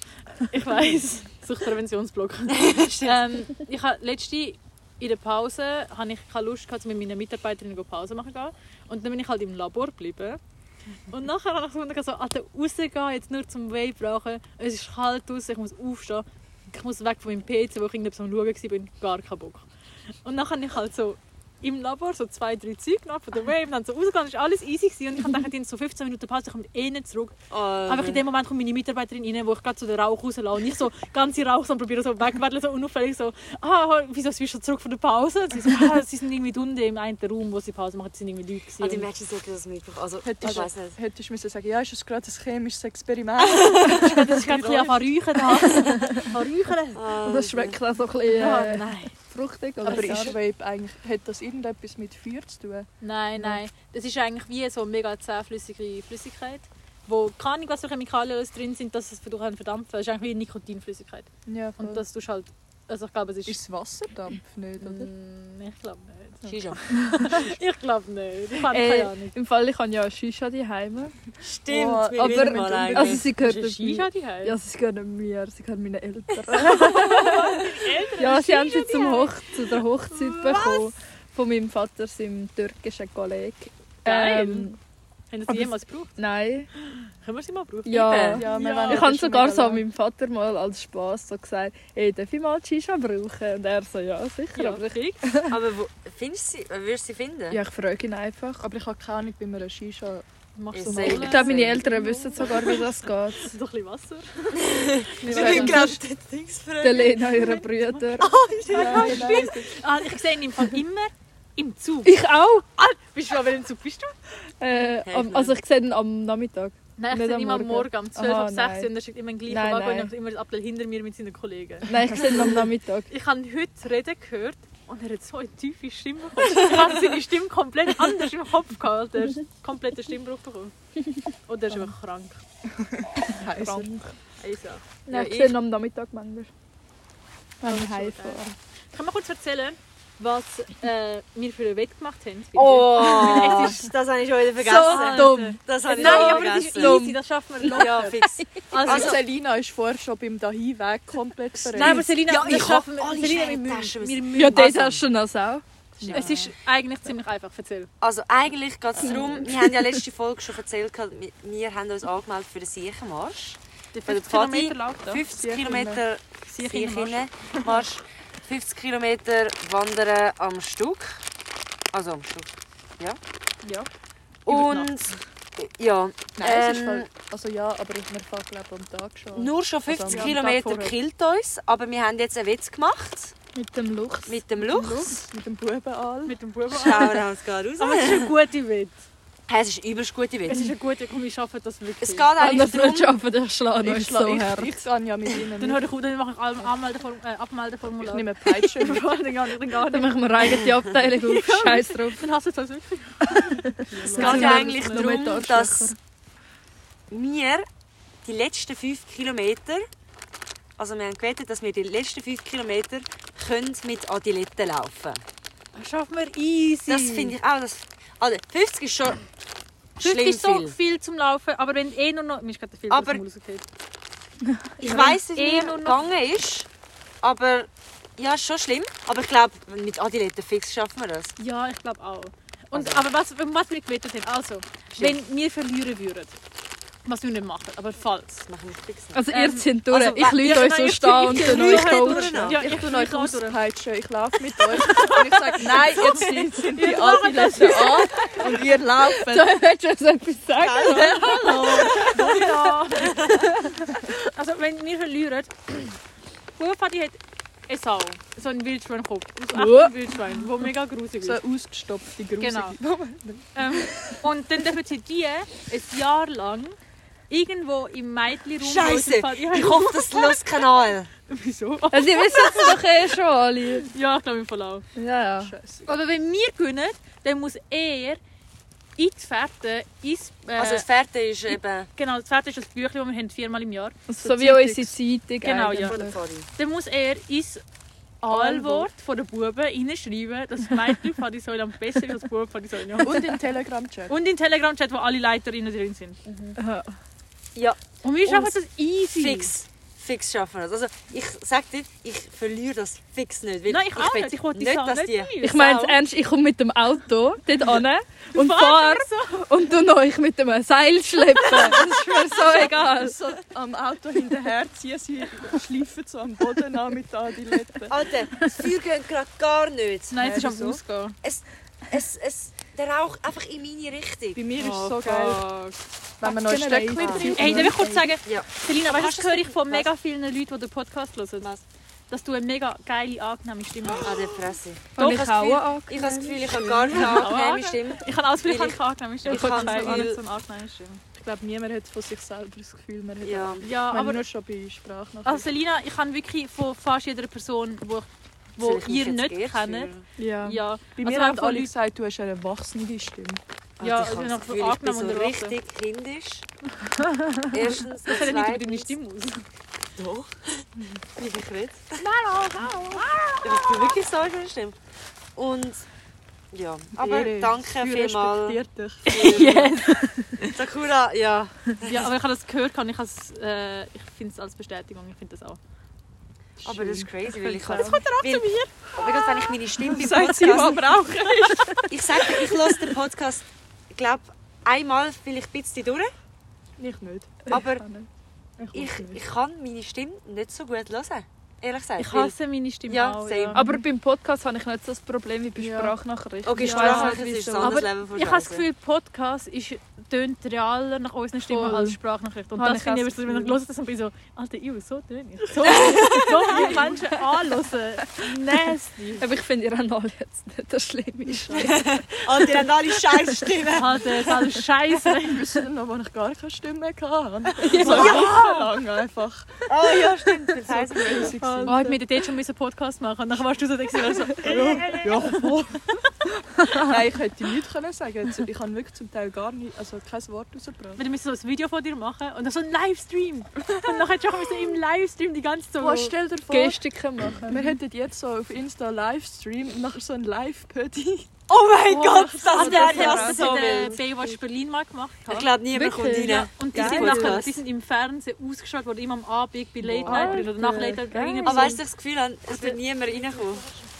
Speaker 2: Ich weiß. Suchtpräventionsblock. ähm, ich habe letzte in der Pause habe ich keine Lust gehabt, mit meinen Mitarbeiterinnen go Pause machen zu gehen. Und dann bin ich halt im Labor geblieben. Und nachher habe ich gefunden, so, Alter, rausgehen, jetzt nur zum Wave brauchen. Es ist kalt draußen, ich muss aufstehen. Ich muss weg von meinem PC, wo ich irgendwas am Schauen war, bin gar keinen Bock. Und dann habe ich halt so im Labor so zwei, drei Zeug genommen von der Wave, dann so rausgegangen, ist alles easy gewesen. Und ich habe gedacht, in so 15 Minuten Pause, ich komme eh nicht zurück.
Speaker 1: Oh,
Speaker 2: Einfach in dem Moment kommt meine Mitarbeiterin rein, wo ich gerade so den Rauch rauslasse und ich so ganze Rauch so probiere so wegzuwedeln, so unauffällig so «Ah, wieso bist du schon zurück von der Pause?» Und Sie, so, ah, sie sind irgendwie unten im einen Raum, wo sie Pause machen, sie sind irgendwie Leute
Speaker 1: Ah, die
Speaker 2: gewesen.
Speaker 1: Menschen sagen das mitbekommen. Also,
Speaker 4: Hättest
Speaker 1: ich
Speaker 4: du-
Speaker 1: weiß nicht.
Speaker 4: Hättest du müssen sagen, ja, ist das gerade ein chemisches Experiment? Also,
Speaker 2: Und das ist gerade ein bisschen an Räuchern da. An Räuchern?
Speaker 1: Ah,
Speaker 3: Das schmeckt auch so ein bisschen
Speaker 2: Ah, Ja,
Speaker 3: äh,
Speaker 2: nein.
Speaker 3: fruchtig. Oder
Speaker 4: Aber
Speaker 3: so.
Speaker 4: ist Vape eigentlich, hat das irgendetwas mit Feuer zu tun?
Speaker 2: Nein, nein. Das ist eigentlich wie so eine mega zähflüssige Flüssigkeit, wo keine Ahnung, was für Chemikalien alles drin sind, dass es verdammt verdampfen. Das ist eigentlich wie eine Nikotinflüssigkeit.
Speaker 4: Ja,
Speaker 2: Und das tust halt... Also ich glaube, es ist...
Speaker 4: ist Wasserdampf nicht, oder?
Speaker 2: Mm, ich glaube nicht.
Speaker 1: Shisha.
Speaker 2: Ich glaube nicht. Ich habe
Speaker 3: Äh,
Speaker 2: keine Ahnung.
Speaker 3: Im Fall, ich habe ja eine Shisha daheim.
Speaker 1: Stimmt,
Speaker 4: Oh,
Speaker 1: wir
Speaker 3: aber-
Speaker 1: wissen mal eigentlich.
Speaker 3: Also sie gehört
Speaker 2: Ist
Speaker 3: nicht
Speaker 2: eine Shisha
Speaker 3: mir.
Speaker 2: die
Speaker 3: Ja,
Speaker 2: Heim?
Speaker 3: sie gehört nicht mir, sie gehört meinen Eltern. ja, sie haben sie zum Hoch zu der Hochzeit bekommen. Von meinem Vater, seinem türkischen Kollegen.
Speaker 2: Geil.
Speaker 3: Ähm,
Speaker 2: Haben sie
Speaker 3: Aber-
Speaker 2: jemals gebraucht?
Speaker 3: nein.
Speaker 2: Können wir sie mal brauchen?
Speaker 3: Ja.
Speaker 4: Ja, wir
Speaker 2: Ja.
Speaker 4: wollen-
Speaker 2: Ich
Speaker 4: das
Speaker 3: Ich habe
Speaker 4: ist schon
Speaker 3: sogar
Speaker 4: mega
Speaker 3: so
Speaker 4: lang.
Speaker 3: meinem Vater mal als Spaß so gesagt, hey, darf ich mal die Shisha brauchen? Und er so, ja, sicher.
Speaker 2: Ja,
Speaker 3: aber ich,
Speaker 2: fix.
Speaker 1: Aber Ah, wo, findest du sie? Würdest du sie finden?
Speaker 3: ja, ich frage ihn einfach.
Speaker 4: Aber ich habe keine Ahnung, wie man eine Shisha...
Speaker 2: Machst
Speaker 1: Ich
Speaker 2: du mal.
Speaker 1: sehe-
Speaker 2: alles?
Speaker 3: Ich glaube, meine Eltern wissen sogar, wie das geht.
Speaker 2: So ein bisschen Wasser.
Speaker 3: Wir
Speaker 1: Ich bin,
Speaker 3: sagen
Speaker 1: glaube ich, den Dings
Speaker 3: der
Speaker 1: fragen.
Speaker 3: Lena, ihre Brüder.
Speaker 4: Ja, genau.
Speaker 2: Ah, ich sehe ihn im Fall immer im Zug.
Speaker 3: Ich auch!
Speaker 2: Bist du an welchem Zug bist du?
Speaker 3: Äh,
Speaker 1: Hey,
Speaker 3: am- also ich sehe ihn am Nachmittag.
Speaker 2: Nein, ich
Speaker 3: Nicht
Speaker 2: sehe
Speaker 3: am
Speaker 2: ihn immer am Morgen, um 12
Speaker 3: Aha,
Speaker 2: ab 6 Uhr.
Speaker 3: nein.
Speaker 2: Und er steht immer im gleichen
Speaker 3: Nein,
Speaker 2: Wagen
Speaker 3: nein.
Speaker 2: und immer ab hinter mir mit seinen Kollegen.
Speaker 3: Nein, ich sehe ihn am Nachmittag.
Speaker 2: Ich habe ihn heute reden gehört und er hat so eine tiefe Stimme bekommen. Ich habe seine Stimme komplett anders im Kopf gehabt. Er hat einen kompletten Stimmbruch bekommen. Und er ist einfach krank.
Speaker 4: Heiser.
Speaker 2: Also.
Speaker 3: Nein, ich
Speaker 1: ich-
Speaker 3: sehe ihn am Nachmittag manchmal. wenn wir
Speaker 2: so
Speaker 3: heimfahren.
Speaker 2: Ich kann mal kurz erzählen, was äh, wir für einen Wett gemacht haben. bitte?
Speaker 1: Oh, ist, das habe ich schon wieder vergessen.
Speaker 2: Alter.
Speaker 3: dumm.
Speaker 1: Das habe ich
Speaker 2: Nein,
Speaker 1: schon
Speaker 2: aber das ist
Speaker 1: vergessen.
Speaker 2: easy, das schaffen wir locker.
Speaker 1: Ja, fix.
Speaker 2: Also,
Speaker 4: Also, Selina ist vorher schon beim Dahin-Weg komplett verrückt.
Speaker 2: nein, aber Selina,
Speaker 1: Ja,
Speaker 2: das
Speaker 1: ich
Speaker 2: schaffen
Speaker 1: hab alle
Speaker 2: wir. Selina, wir
Speaker 1: schweren
Speaker 2: müssen.
Speaker 1: Taschen.
Speaker 2: Wir müssen.
Speaker 3: Ja, das
Speaker 1: Also-
Speaker 3: hast du noch auch.
Speaker 2: Es ist eigentlich ziemlich einfach, erzähl.
Speaker 1: Also eigentlich geht es darum, wir haben ja letzte Folge schon erzählt, wir- wir haben uns angemeldet für den Siechenmarsch.
Speaker 2: Der
Speaker 1: Weil der
Speaker 2: 50
Speaker 1: Pfadi
Speaker 2: Kilometer lang, da.
Speaker 1: 50
Speaker 4: Siechenmarsch.
Speaker 1: Kilometer
Speaker 2: Siechenmarsch.
Speaker 1: Siechenmarsch, 50 Kilometer Wandern am Stück. Also am Stück.
Speaker 2: Ja. Über die
Speaker 1: Und ja,
Speaker 4: Nein, es ist
Speaker 1: ähm,
Speaker 4: voll... Also ja, aber ich mir fahre glaube ich am Tag schon.
Speaker 1: nur schon 50
Speaker 4: Also am Tag
Speaker 1: Kilometer
Speaker 4: vorher.
Speaker 1: killt uns, aber wir haben jetzt einen Witz gemacht
Speaker 3: Mit dem Luchs.
Speaker 1: mit dem Luchs.
Speaker 4: Mit dem Buben all.
Speaker 2: Mit dem Buben.
Speaker 1: Schauen wir uns gerade
Speaker 2: Aber es
Speaker 1: raus.
Speaker 2: ist ein guter Wett.
Speaker 1: Hey, Es ist übelst gute
Speaker 2: Es
Speaker 1: Witz.
Speaker 2: ist ein guter, komm, wir schaffen das wirklich.
Speaker 1: Es geht
Speaker 3: Wenn ihr es
Speaker 1: eigentlich
Speaker 3: nicht
Speaker 1: darum,
Speaker 3: schafft, ich schlage euch
Speaker 4: Ich, schla-
Speaker 3: Ah, so
Speaker 4: ich,
Speaker 3: hart.
Speaker 4: ich gehe ja mit ihnen
Speaker 2: Dann,
Speaker 4: mit.
Speaker 2: hör ich, dann mache ich alle Anmeldeform, äh,
Speaker 4: Ich
Speaker 2: Abmeldeformular.
Speaker 4: nehme Peitsche mit.
Speaker 2: dann gar nicht, dann gar nicht.
Speaker 3: Dann machen wir eine eigene Abteilung auf. Scheiß drauf.
Speaker 2: Dann hast du das wirklich.
Speaker 1: es
Speaker 3: Dann
Speaker 1: geht
Speaker 3: sind
Speaker 1: ja
Speaker 3: wir
Speaker 1: eigentlich
Speaker 3: nur mit
Speaker 1: darum,
Speaker 3: Arschlöcher.
Speaker 1: dass wir die letzten fünf Kilometer, also wir haben gewettet, dass wir die letzten fünf Kilometer können mit Adiletten laufen
Speaker 2: Das schaffen wir easy.
Speaker 1: Das finde ich auch. Das, also 50 ist schon schlimm
Speaker 2: ist so
Speaker 1: viel.
Speaker 2: viel zum Laufen, aber wenn eh nur noch... Mir ist gerade der Filter
Speaker 1: Aber-
Speaker 2: aus dem Mund rausgefallen.
Speaker 1: Ich weiss, wie
Speaker 2: Eh
Speaker 1: viel
Speaker 2: nur
Speaker 1: mir
Speaker 2: noch-
Speaker 1: gegangen ist, aber ja, ist schon schlimm. Aber ich glaube, mit Adiletten fix schaffen wir das.
Speaker 2: Ja, ich glaube auch. Und,
Speaker 1: Also-
Speaker 2: Aber was, um was wir gewettet haben, also,
Speaker 1: Stimmt.
Speaker 2: wenn wir verlieren würden, was wir nicht machen, aber falls.
Speaker 1: Das machen wir fix. nicht.
Speaker 3: Also ihr
Speaker 2: Ähm,
Speaker 3: zieht durch.
Speaker 1: also,
Speaker 3: ich lüte
Speaker 2: Ja,
Speaker 3: euch
Speaker 2: nein,
Speaker 3: so
Speaker 2: ich-
Speaker 3: stehen und
Speaker 2: ich-
Speaker 3: dann
Speaker 2: ich-
Speaker 3: euch
Speaker 2: ich-
Speaker 3: coachen.
Speaker 2: Ja, ich
Speaker 4: tue
Speaker 2: tue
Speaker 4: euch
Speaker 2: euch auch durch.
Speaker 4: auspeitschen, ich laufe mit euch. Und ich sage, nein, jetzt sind- sind die Adiletten an
Speaker 2: Also
Speaker 4: und wir laufen.
Speaker 3: Da willst du uns etwas sagen?
Speaker 2: Ja. also, wenn wir verlieren, Bubenvati hat eine Sau, so ein Wildschweinkopf, so ein
Speaker 4: Oh.
Speaker 2: echtes Wildschwein, wo mega grusig ist.
Speaker 4: So ausgestopfte Grusel.
Speaker 2: Genau. Ähm, und dann dürfen sie die ein Jahr lang irgendwo im Mädchenraum...
Speaker 1: Scheiße!
Speaker 2: Ja,
Speaker 1: Ich hoffe, das los Kanal.
Speaker 2: wieso?
Speaker 3: Also ihr wisst es doch eh schon alle.
Speaker 2: Ja, ich glaube im Verlauf.
Speaker 3: Ja, ja.
Speaker 4: Scheiße.
Speaker 2: Aber wenn wir gewinnen, dann muss er in die Fährte, ins, äh,
Speaker 1: Also das Pferd ist eben
Speaker 2: genau, die Fährte ist das Büchlein, das wir haben viermal im Jahr.
Speaker 3: Also, So wie unsere Zeitung
Speaker 2: Genau, ja.
Speaker 1: von der
Speaker 3: eigentlich.
Speaker 1: Pfadi.
Speaker 2: Dann muss er ins
Speaker 4: Aalwort.
Speaker 2: Aalwort von den Buben reinschreiben, dass Mädchen Fadi soll am besten als Buben Fadi soll ja.
Speaker 4: Und im Telegram-Chat.
Speaker 2: Und in den Telegram-Chat, wo alle Leiterinnen drin sind.
Speaker 3: Ja.
Speaker 1: Ja,
Speaker 2: Und wir schaffen
Speaker 1: Und
Speaker 2: das easy.
Speaker 1: fix. Fix schaffen wir das. Also ich sag dir, ich verliere das fix nicht. weil
Speaker 2: Nein, ich, auch
Speaker 1: will
Speaker 2: nicht. Ich wollte die
Speaker 1: nicht,
Speaker 2: Sache
Speaker 1: dass die...
Speaker 2: nicht
Speaker 3: Ich meine es ernst, ich komme mit dem Auto dort an und
Speaker 2: Fahr
Speaker 3: fahre und du noch euch mit dem Seil schleppen. Das ist mir so egal.
Speaker 4: So am Auto hinterherziehen, sie schleifen so am Boden an mit den Adiletten.
Speaker 1: Alter, das Feuer geht gerade gar nicht.
Speaker 2: Nein, es ist
Speaker 4: Ja,
Speaker 2: am
Speaker 4: wieso?
Speaker 2: Ausgehen.
Speaker 1: Es, es, der Rauch einfach in meine Richtung.
Speaker 4: Bei mir ist es
Speaker 2: Oh,
Speaker 4: so geil,
Speaker 2: fuck.
Speaker 4: wenn man noch ein
Speaker 3: Generell.
Speaker 4: Stöckchen
Speaker 1: Ah.
Speaker 4: drin
Speaker 2: Hey, darf ich kurz sagen,
Speaker 1: Ja.
Speaker 2: Selina, weißt du,
Speaker 1: Kannst
Speaker 2: das höre ich
Speaker 1: du-
Speaker 2: von
Speaker 1: was?
Speaker 2: mega vielen Leuten, die den Podcast hören. Dass du eine mega geile, angenehme Stimme hast.
Speaker 1: Ah, der Fresse.
Speaker 3: Habe
Speaker 1: ich
Speaker 3: ich
Speaker 1: das Gefühl-
Speaker 3: auch
Speaker 1: Ich habe das Gefühl, ich habe gar keine angenehme Stimme.
Speaker 2: Ich kann alles vielleicht
Speaker 1: Weil ich-
Speaker 2: ich keine angenehme Stimme.
Speaker 1: ich kann so viel-
Speaker 2: keine so eine angenehme Stimme.
Speaker 4: Ich glaube, niemand hat von sich selber das Gefühl, man hat
Speaker 1: Ja.
Speaker 2: Ja,
Speaker 4: Ich meine,
Speaker 2: aber
Speaker 4: nur schon bei Sprachnachrichten.
Speaker 2: also Selina, ich kann wirklich von fast jeder Person, wo, wo
Speaker 1: Soll ich mich
Speaker 2: ihr
Speaker 1: jetzt
Speaker 2: nicht
Speaker 1: geirrt
Speaker 2: kennt,
Speaker 1: fühlen?
Speaker 4: ja.
Speaker 2: ja,
Speaker 4: Bei mir
Speaker 2: Also
Speaker 4: haben
Speaker 2: auch
Speaker 4: alle
Speaker 2: Leute-
Speaker 4: gesagt, du hast eine erwachsene Stimme.
Speaker 2: Ja,
Speaker 1: Alter, ich
Speaker 2: ich
Speaker 1: habe
Speaker 2: bin
Speaker 1: das
Speaker 2: auch
Speaker 1: Gefühl, ich bin also so
Speaker 2: angenehm unterbrochen.
Speaker 1: richtig kindisch. Erstens,
Speaker 2: das hat nicht über deine
Speaker 1: zweitens...
Speaker 2: Stimme aus.
Speaker 1: Doch. Wie ich will. Ich bin wirklich so schön Stimme. Und... Ja, aber
Speaker 4: Ehre.
Speaker 1: danke
Speaker 4: Du
Speaker 1: vielmals.
Speaker 4: respektiert dich.
Speaker 1: Sakura, ja.
Speaker 2: Ja, aber ich habe das gehört und ich, habe es, äh, ich finde es als Bestätigung. Ich finde das auch.
Speaker 1: Aber das ist crazy, weil ich...
Speaker 4: find's auch.
Speaker 1: Jetzt kommt er auch zu mir. Aber gerade wenn ich meine Stimme beim
Speaker 4: Sagt sie,
Speaker 1: Podcast
Speaker 4: was brauchen.
Speaker 1: Ich sage, ich höre den Podcast, ich glaube, einmal vielleicht ein bisschen durch.
Speaker 4: Ich nicht.
Speaker 1: Aber
Speaker 4: Ich,
Speaker 1: ich,
Speaker 4: kann nicht.
Speaker 1: ich kann meine Stimme nicht so gut hören. Ehrlich gesagt.
Speaker 2: Ich
Speaker 1: weil-
Speaker 2: hasse meine Stimme
Speaker 1: Ja,
Speaker 2: auch.
Speaker 1: same.
Speaker 2: Ja.
Speaker 3: Aber beim Podcast habe ich nicht so das Problem wie bei
Speaker 4: Ja.
Speaker 3: Sprachnachrichten.
Speaker 1: Okay,
Speaker 3: Ich
Speaker 1: Sprache
Speaker 3: weiss nicht,
Speaker 1: ist ein
Speaker 3: wieso.
Speaker 1: anderes
Speaker 2: Aber
Speaker 1: Level von
Speaker 2: ich habe das
Speaker 1: Sprache.
Speaker 2: Gefühl, Podcast ist, tönt realer nach unseren Stimmen
Speaker 3: Voll.
Speaker 2: als Sprachnachricht. Und
Speaker 3: Habe
Speaker 2: das
Speaker 3: ich
Speaker 2: finde
Speaker 3: auch
Speaker 2: ich,
Speaker 3: das
Speaker 2: immer so, wenn ich höre, das
Speaker 3: Gefühl.
Speaker 2: und bin so, Alter, ew, so töne ich. So, so viele Menschen anhören. Nasty.
Speaker 3: Aber ich finde, ihr habt alle jetzt nicht das Schlimme.
Speaker 1: Alter, die haben alle scheiß Stimmen.
Speaker 2: Alter, das ist alles scheiße.
Speaker 4: Ich wüsste noch, wo ich gar keine Stimme hatte. So wochenlang einfach.
Speaker 1: Oh ja, stimmt. Das heisst,
Speaker 4: Crazy gewesen.
Speaker 2: Oh, wir hätten dort schon einen Podcast machen müssen. Und dann warst du so, denkst du, so,
Speaker 4: Ja, voll. Nein, ich hätte nichts können sagen können. Ich habe wirklich zum Teil gar nicht, also kein Wort rausgebracht.
Speaker 2: Wir müssen so ein Video von dir machen und dann so einen Livestream. Und dann hättest du auch müssen im Livestream die ganze Zeit so...
Speaker 4: Boah, stell dir vor,
Speaker 3: Gestiken machen.
Speaker 4: wir hätten jetzt so auf Insta Livestream und nachher so ein Live-Pödi.
Speaker 1: Oh mein Gott, das
Speaker 2: also, das
Speaker 1: wäre
Speaker 2: ja
Speaker 1: ja
Speaker 2: das
Speaker 1: so
Speaker 2: in der
Speaker 1: wild.
Speaker 2: Baywatch Berlin mal gemacht.
Speaker 1: Ich glaube, niemand kommt
Speaker 3: Wirklich?
Speaker 1: rein.
Speaker 2: Ja, und die
Speaker 1: Geil.
Speaker 2: sind, nachher,
Speaker 1: Podcast.
Speaker 2: die sind im Fernsehen ausgestrahlt worden, immer am Abend bei Late
Speaker 4: Wow.
Speaker 2: Night Berlin oder nach Late Night
Speaker 3: Geil.
Speaker 2: Berlin.
Speaker 1: Aber weißt du, ich das Gefühl habe, es wird niemand reinkommen.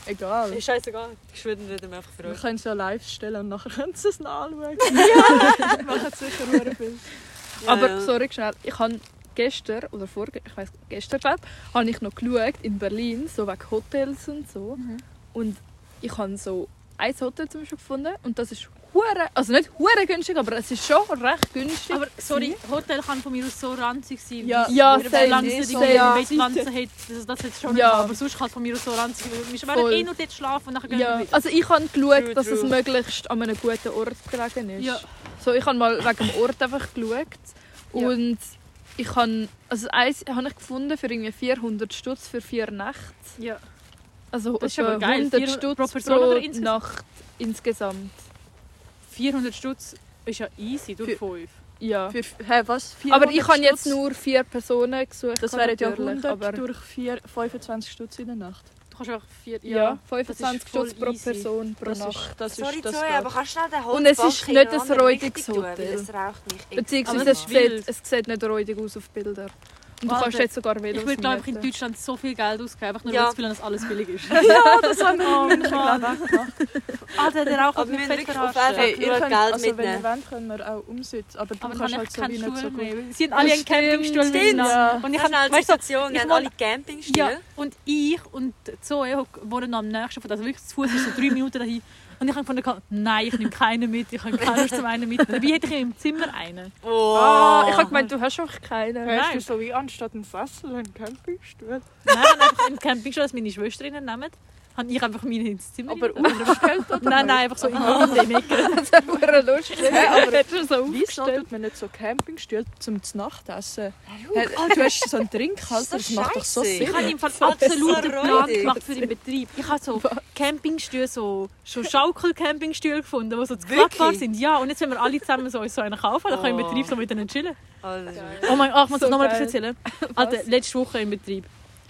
Speaker 4: Egal.
Speaker 1: Ist scheißegal. Die Geschwinden reden einfach für
Speaker 4: Wir
Speaker 1: euch.
Speaker 4: können es ja live stellen und nachher können sie es nachschauen. Ja! Machen sicher sehr viel.
Speaker 3: Aber
Speaker 1: ja.
Speaker 3: sorry, schnell. Ich habe gestern oder vorgestern, ich weiß gestern glaub, habe ich noch geschaut in Berlin, so wegen Hotels und so.
Speaker 1: Mhm.
Speaker 3: Und ich habe so ein Hotel zum Beispiel gefunden und das ist hure, also nicht hure günstig, aber es ist schon recht günstig.
Speaker 2: Aber sorry, Hotel kann von mir aus so ranzig sein.
Speaker 4: Ja,
Speaker 3: ja,
Speaker 2: Oder
Speaker 3: safe,
Speaker 2: solange sie die
Speaker 3: safe.
Speaker 2: ja. Bettpflanzen hat, Also das, das jetzt schon
Speaker 3: Ja.
Speaker 2: nicht, aber sonst kann es von mir aus so ranzig sein. Wir werden
Speaker 3: Voll.
Speaker 2: eh noch dort schlafen und dann gehen
Speaker 3: ja,
Speaker 2: wir wieder.
Speaker 3: also ich habe geschaut,
Speaker 1: True,
Speaker 3: dass es
Speaker 1: true.
Speaker 3: möglichst an einem guten Ort gelegen ist.
Speaker 2: Ja.
Speaker 3: So, ich habe mal wegen dem Ort einfach geschaut
Speaker 4: Ja.
Speaker 3: und ich habe, also eins habe ich gefunden für irgendwie 400 Stutz für vier Nächte.
Speaker 2: Ja.
Speaker 3: Also
Speaker 2: Das ist
Speaker 3: etwa
Speaker 2: aber geil.
Speaker 3: 100
Speaker 2: 400
Speaker 3: Stutz
Speaker 2: pro
Speaker 3: pro,
Speaker 2: Person oder insgesamt?
Speaker 3: Nacht insgesamt.
Speaker 2: 400 Stutz ist ja easy durch
Speaker 4: Für-
Speaker 2: 5.
Speaker 3: Ja.
Speaker 4: Für, hä, was?
Speaker 3: Aber ich habe
Speaker 4: 400
Speaker 3: jetzt
Speaker 4: Stutz?
Speaker 3: nur vier Personen gesucht.
Speaker 4: Das wären ja
Speaker 3: natürlich,
Speaker 4: 100
Speaker 3: aber
Speaker 4: durch 4, 25 Stutz in der Nacht.
Speaker 2: Du kannst einfach 4...
Speaker 3: ja, 25
Speaker 2: voll
Speaker 3: Stutz pro
Speaker 2: easy.
Speaker 3: Person pro
Speaker 4: Das
Speaker 3: Nacht.
Speaker 4: ist, das
Speaker 1: Sorry,
Speaker 4: ist das
Speaker 1: Zoe,
Speaker 4: geht.
Speaker 1: aber kannst du schnell den
Speaker 3: Und es ist
Speaker 1: Holzbalken in den
Speaker 3: nicht ein
Speaker 1: anderen
Speaker 3: räudiges
Speaker 1: richtig tun, weil
Speaker 3: Hotel.
Speaker 1: Es raucht nicht.
Speaker 3: Beziehungsweise
Speaker 2: Aber
Speaker 3: es
Speaker 2: das ist wild.
Speaker 3: sieht, es sieht nicht räudig aus auf Bildern. Und du
Speaker 2: Warte,
Speaker 3: kannst jetzt sogar
Speaker 2: Ich
Speaker 3: wieder
Speaker 2: würde, glaube ich, in Deutschland so viel Geld ausgeben, einfach nur,
Speaker 1: Ja.
Speaker 2: weil es viel dass alles billig ist.
Speaker 4: Ja, das haben wir
Speaker 2: Oh
Speaker 4: in München,
Speaker 2: Mann.
Speaker 4: glaube ich, auch gemacht.
Speaker 2: Alter, der auch
Speaker 1: Aber wir müssen
Speaker 2: fett
Speaker 1: wirklich auf
Speaker 2: verarschen.
Speaker 1: jeden
Speaker 4: Hey,
Speaker 1: Einfach nur
Speaker 4: ihr könnt,
Speaker 1: Geld
Speaker 4: also wenn ihr
Speaker 1: mitnehmen.
Speaker 4: wollt, können wir auch umsitzen. Aber du
Speaker 2: Aber
Speaker 4: kannst
Speaker 2: kann
Speaker 4: halt
Speaker 2: ich
Speaker 4: so
Speaker 2: keine
Speaker 4: wie nicht
Speaker 2: Schuhe
Speaker 4: so gut.
Speaker 2: mehr. Sie haben alle einen
Speaker 3: Stimmt.
Speaker 2: Campingstuhl
Speaker 1: Stimmt. halt-
Speaker 2: miteinander.
Speaker 4: Ja.
Speaker 2: Und
Speaker 1: Ich
Speaker 2: ich
Speaker 1: habe
Speaker 2: habe,
Speaker 1: eine
Speaker 2: weißt du,
Speaker 1: Situation,
Speaker 2: ich
Speaker 1: wir haben
Speaker 2: hab-
Speaker 1: alle Campingstühle.
Speaker 2: Ja, und ich und die Zoe hock- wohnen noch am nächsten von also wirklich zu Fuß ist so drei Minuten dahin. Und ich habe gefunden, nein, ich nehme keinen mit, ich habe keinen zum einen mit. Dabei hätte ich im Zimmer einen.
Speaker 1: Oh.
Speaker 3: Ah, ich habe gemeint, du hast auch keinen.
Speaker 2: Nein.
Speaker 4: Hast du so wie anstatt einen Sessel einen Campingstuhl?
Speaker 2: Nein, ich habe einfach im Campingstuhl, dass meine Schwesterinnen nehmen, habe ich einfach meine ins Zimmer.
Speaker 4: Aber
Speaker 2: rein.
Speaker 4: unterstellt oder
Speaker 2: nein, nein, einfach so in der Ecke.
Speaker 3: Das wäre hure lustig.
Speaker 4: aber
Speaker 3: Hättest du so
Speaker 4: wieso
Speaker 3: aufgestellt.
Speaker 4: tut man nicht so Campingstühle zum Nachtessen? Du hast so einen Trinkhalter,
Speaker 1: Das
Speaker 4: das
Speaker 1: ist
Speaker 4: macht doch so
Speaker 1: scheisse.
Speaker 4: Sinn.
Speaker 2: Ich habe im Fall absolut
Speaker 1: so
Speaker 2: einen Plan
Speaker 1: räudig.
Speaker 2: gemacht für den Betrieb. Ich habe so Campingstühle, so, so Schaukel-Campingstühle gefunden, die so zu
Speaker 1: Wirklich?
Speaker 2: klappbar sind. Ja, und jetzt wenn wir alle zusammen so, uns so einen kaufen, dann können wir im
Speaker 1: Oh.
Speaker 2: Betrieb so mit denen chillen.
Speaker 1: Also,
Speaker 2: Oh mein Gott, ich muss
Speaker 3: So
Speaker 2: so nochmal etwas
Speaker 3: geil.
Speaker 2: erzählen. Alter, letzte Woche im Betrieb.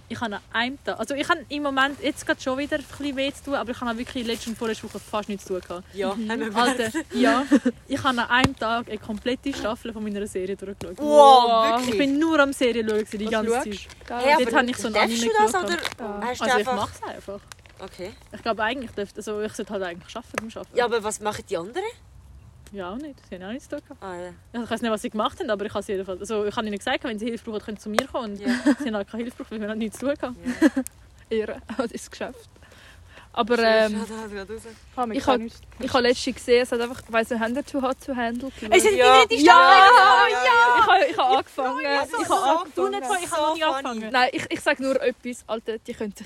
Speaker 2: Ich habe an einem Tag, also ich habe im Moment jetzt gerade schon wieder ein bisschen mehr zu tun, aber ich habe auch wirklich letzte und vorletzte Woche fast nichts zu tun gehabt.
Speaker 1: ja, haben wir gemerkt.
Speaker 2: Alter, ja, ich habe an einem Tag eine komplette Staffel von meiner Serie durchgeschaut.
Speaker 1: Wow, wirklich?
Speaker 2: Ich bin nur am Serien schauen, gewesen, die
Speaker 4: Was
Speaker 2: ganze
Speaker 4: schaust?
Speaker 2: Zeit.
Speaker 1: Hey,
Speaker 2: Dort
Speaker 1: aber
Speaker 2: habe ich so einen
Speaker 1: darfst
Speaker 2: Anime
Speaker 1: du das
Speaker 2: geschaut.
Speaker 1: oder
Speaker 3: Ja.
Speaker 1: hast du
Speaker 2: Also ich
Speaker 1: einfach...
Speaker 2: mache es einfach.
Speaker 1: Okay.
Speaker 2: Ich glaube eigentlich dürfte, also ich sollte halt eigentlich arbeiten beim Arbeiten.
Speaker 1: Ja, aber was machen die anderen?
Speaker 2: ja auch nicht, sie haben auch nichts zu tun gehabt. Also
Speaker 1: Ah, ja.
Speaker 2: Ich weiß nicht, was sie gemacht haben, aber ich habe es jedenfalls, also ich habe ihnen gesagt, wenn sie Hilfe brauchen, können sie zu mir kommen. Und
Speaker 1: Ja.
Speaker 2: sie haben halt keine Hilfe gebraucht, weil wir halt nichts zu tun hatten.
Speaker 3: Irre, das ist Geschäft. Aber ähm,
Speaker 4: Komm,
Speaker 3: Ich
Speaker 4: kann
Speaker 3: hab-
Speaker 4: nicht.
Speaker 3: ich habe letztens gesehen, es hat einfach, ich weiss nicht, haben ihr Too Hot to Handle geschaut?
Speaker 2: Es sind
Speaker 1: Ja.
Speaker 2: immer die Staffel!
Speaker 1: Ja,
Speaker 3: Ich habe ich habe angefangen.
Speaker 1: so
Speaker 3: Ich habe
Speaker 1: sorry.
Speaker 2: Du nicht, weil ich habe noch nie
Speaker 1: So funny.
Speaker 2: angefangen.
Speaker 3: Nein, ich, ich sage nur etwas. Alter, die können sich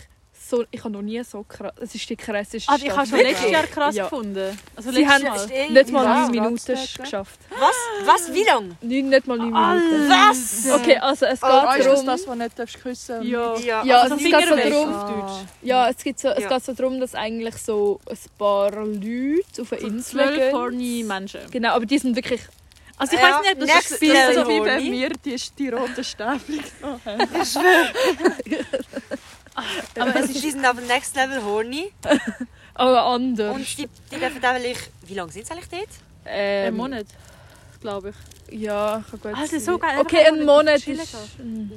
Speaker 3: so... Ich habe noch nie so krass... Es ist die krasseste
Speaker 2: Also ich habe schon
Speaker 3: Staffel.
Speaker 2: letztes Jahr krass
Speaker 3: Ja.
Speaker 2: gefunden. Also
Speaker 3: Sie
Speaker 2: letztes
Speaker 3: haben
Speaker 2: Mal.
Speaker 3: nicht mal
Speaker 4: Ja.
Speaker 3: 9 Minuten
Speaker 4: Krass,
Speaker 3: geschafft.
Speaker 1: Was? Was? Wie lang?
Speaker 3: Nein, nicht mal 9 Minuten.
Speaker 1: Was?
Speaker 3: Okay, also
Speaker 4: Weißt
Speaker 3: es geht
Speaker 4: du, Ah, das,
Speaker 3: darum...
Speaker 4: das, was nicht darfst küssen
Speaker 2: Ja.
Speaker 1: Ja.
Speaker 3: Ja,
Speaker 2: Also
Speaker 3: es geht so
Speaker 2: Fingerwäsche.
Speaker 3: darum...
Speaker 2: Auf
Speaker 4: Ah.
Speaker 2: Deutsch.
Speaker 3: Ja, es, geht so, es
Speaker 1: Ja.
Speaker 3: geht so darum, dass eigentlich so ein paar Leute auf eine Insel
Speaker 2: Zwölf
Speaker 3: gehen.
Speaker 2: horny Menschen.
Speaker 3: Genau, aber die sind wirklich...
Speaker 2: Also ich
Speaker 1: Ja,
Speaker 2: weiß nicht, ob das
Speaker 1: next
Speaker 2: ist
Speaker 1: level.
Speaker 2: das ist
Speaker 4: Also
Speaker 2: so
Speaker 4: wie
Speaker 1: Horny.
Speaker 4: wenn wir die, die roten Stäbchen genommen haben.
Speaker 1: Aber es ist, die sind auf dem Next Level horny.
Speaker 3: Aber anders.
Speaker 1: Und die, die dürfen eigentlich... Wie lange sind sie eigentlich dort?
Speaker 3: ähm,
Speaker 2: ein Monat, glaube ich.
Speaker 3: Ja, kann gut
Speaker 2: Also,
Speaker 3: sein.
Speaker 2: so geil, einfach
Speaker 3: Okay,
Speaker 2: einen
Speaker 3: ein
Speaker 2: Monat
Speaker 3: Monat
Speaker 2: chillen
Speaker 3: ist...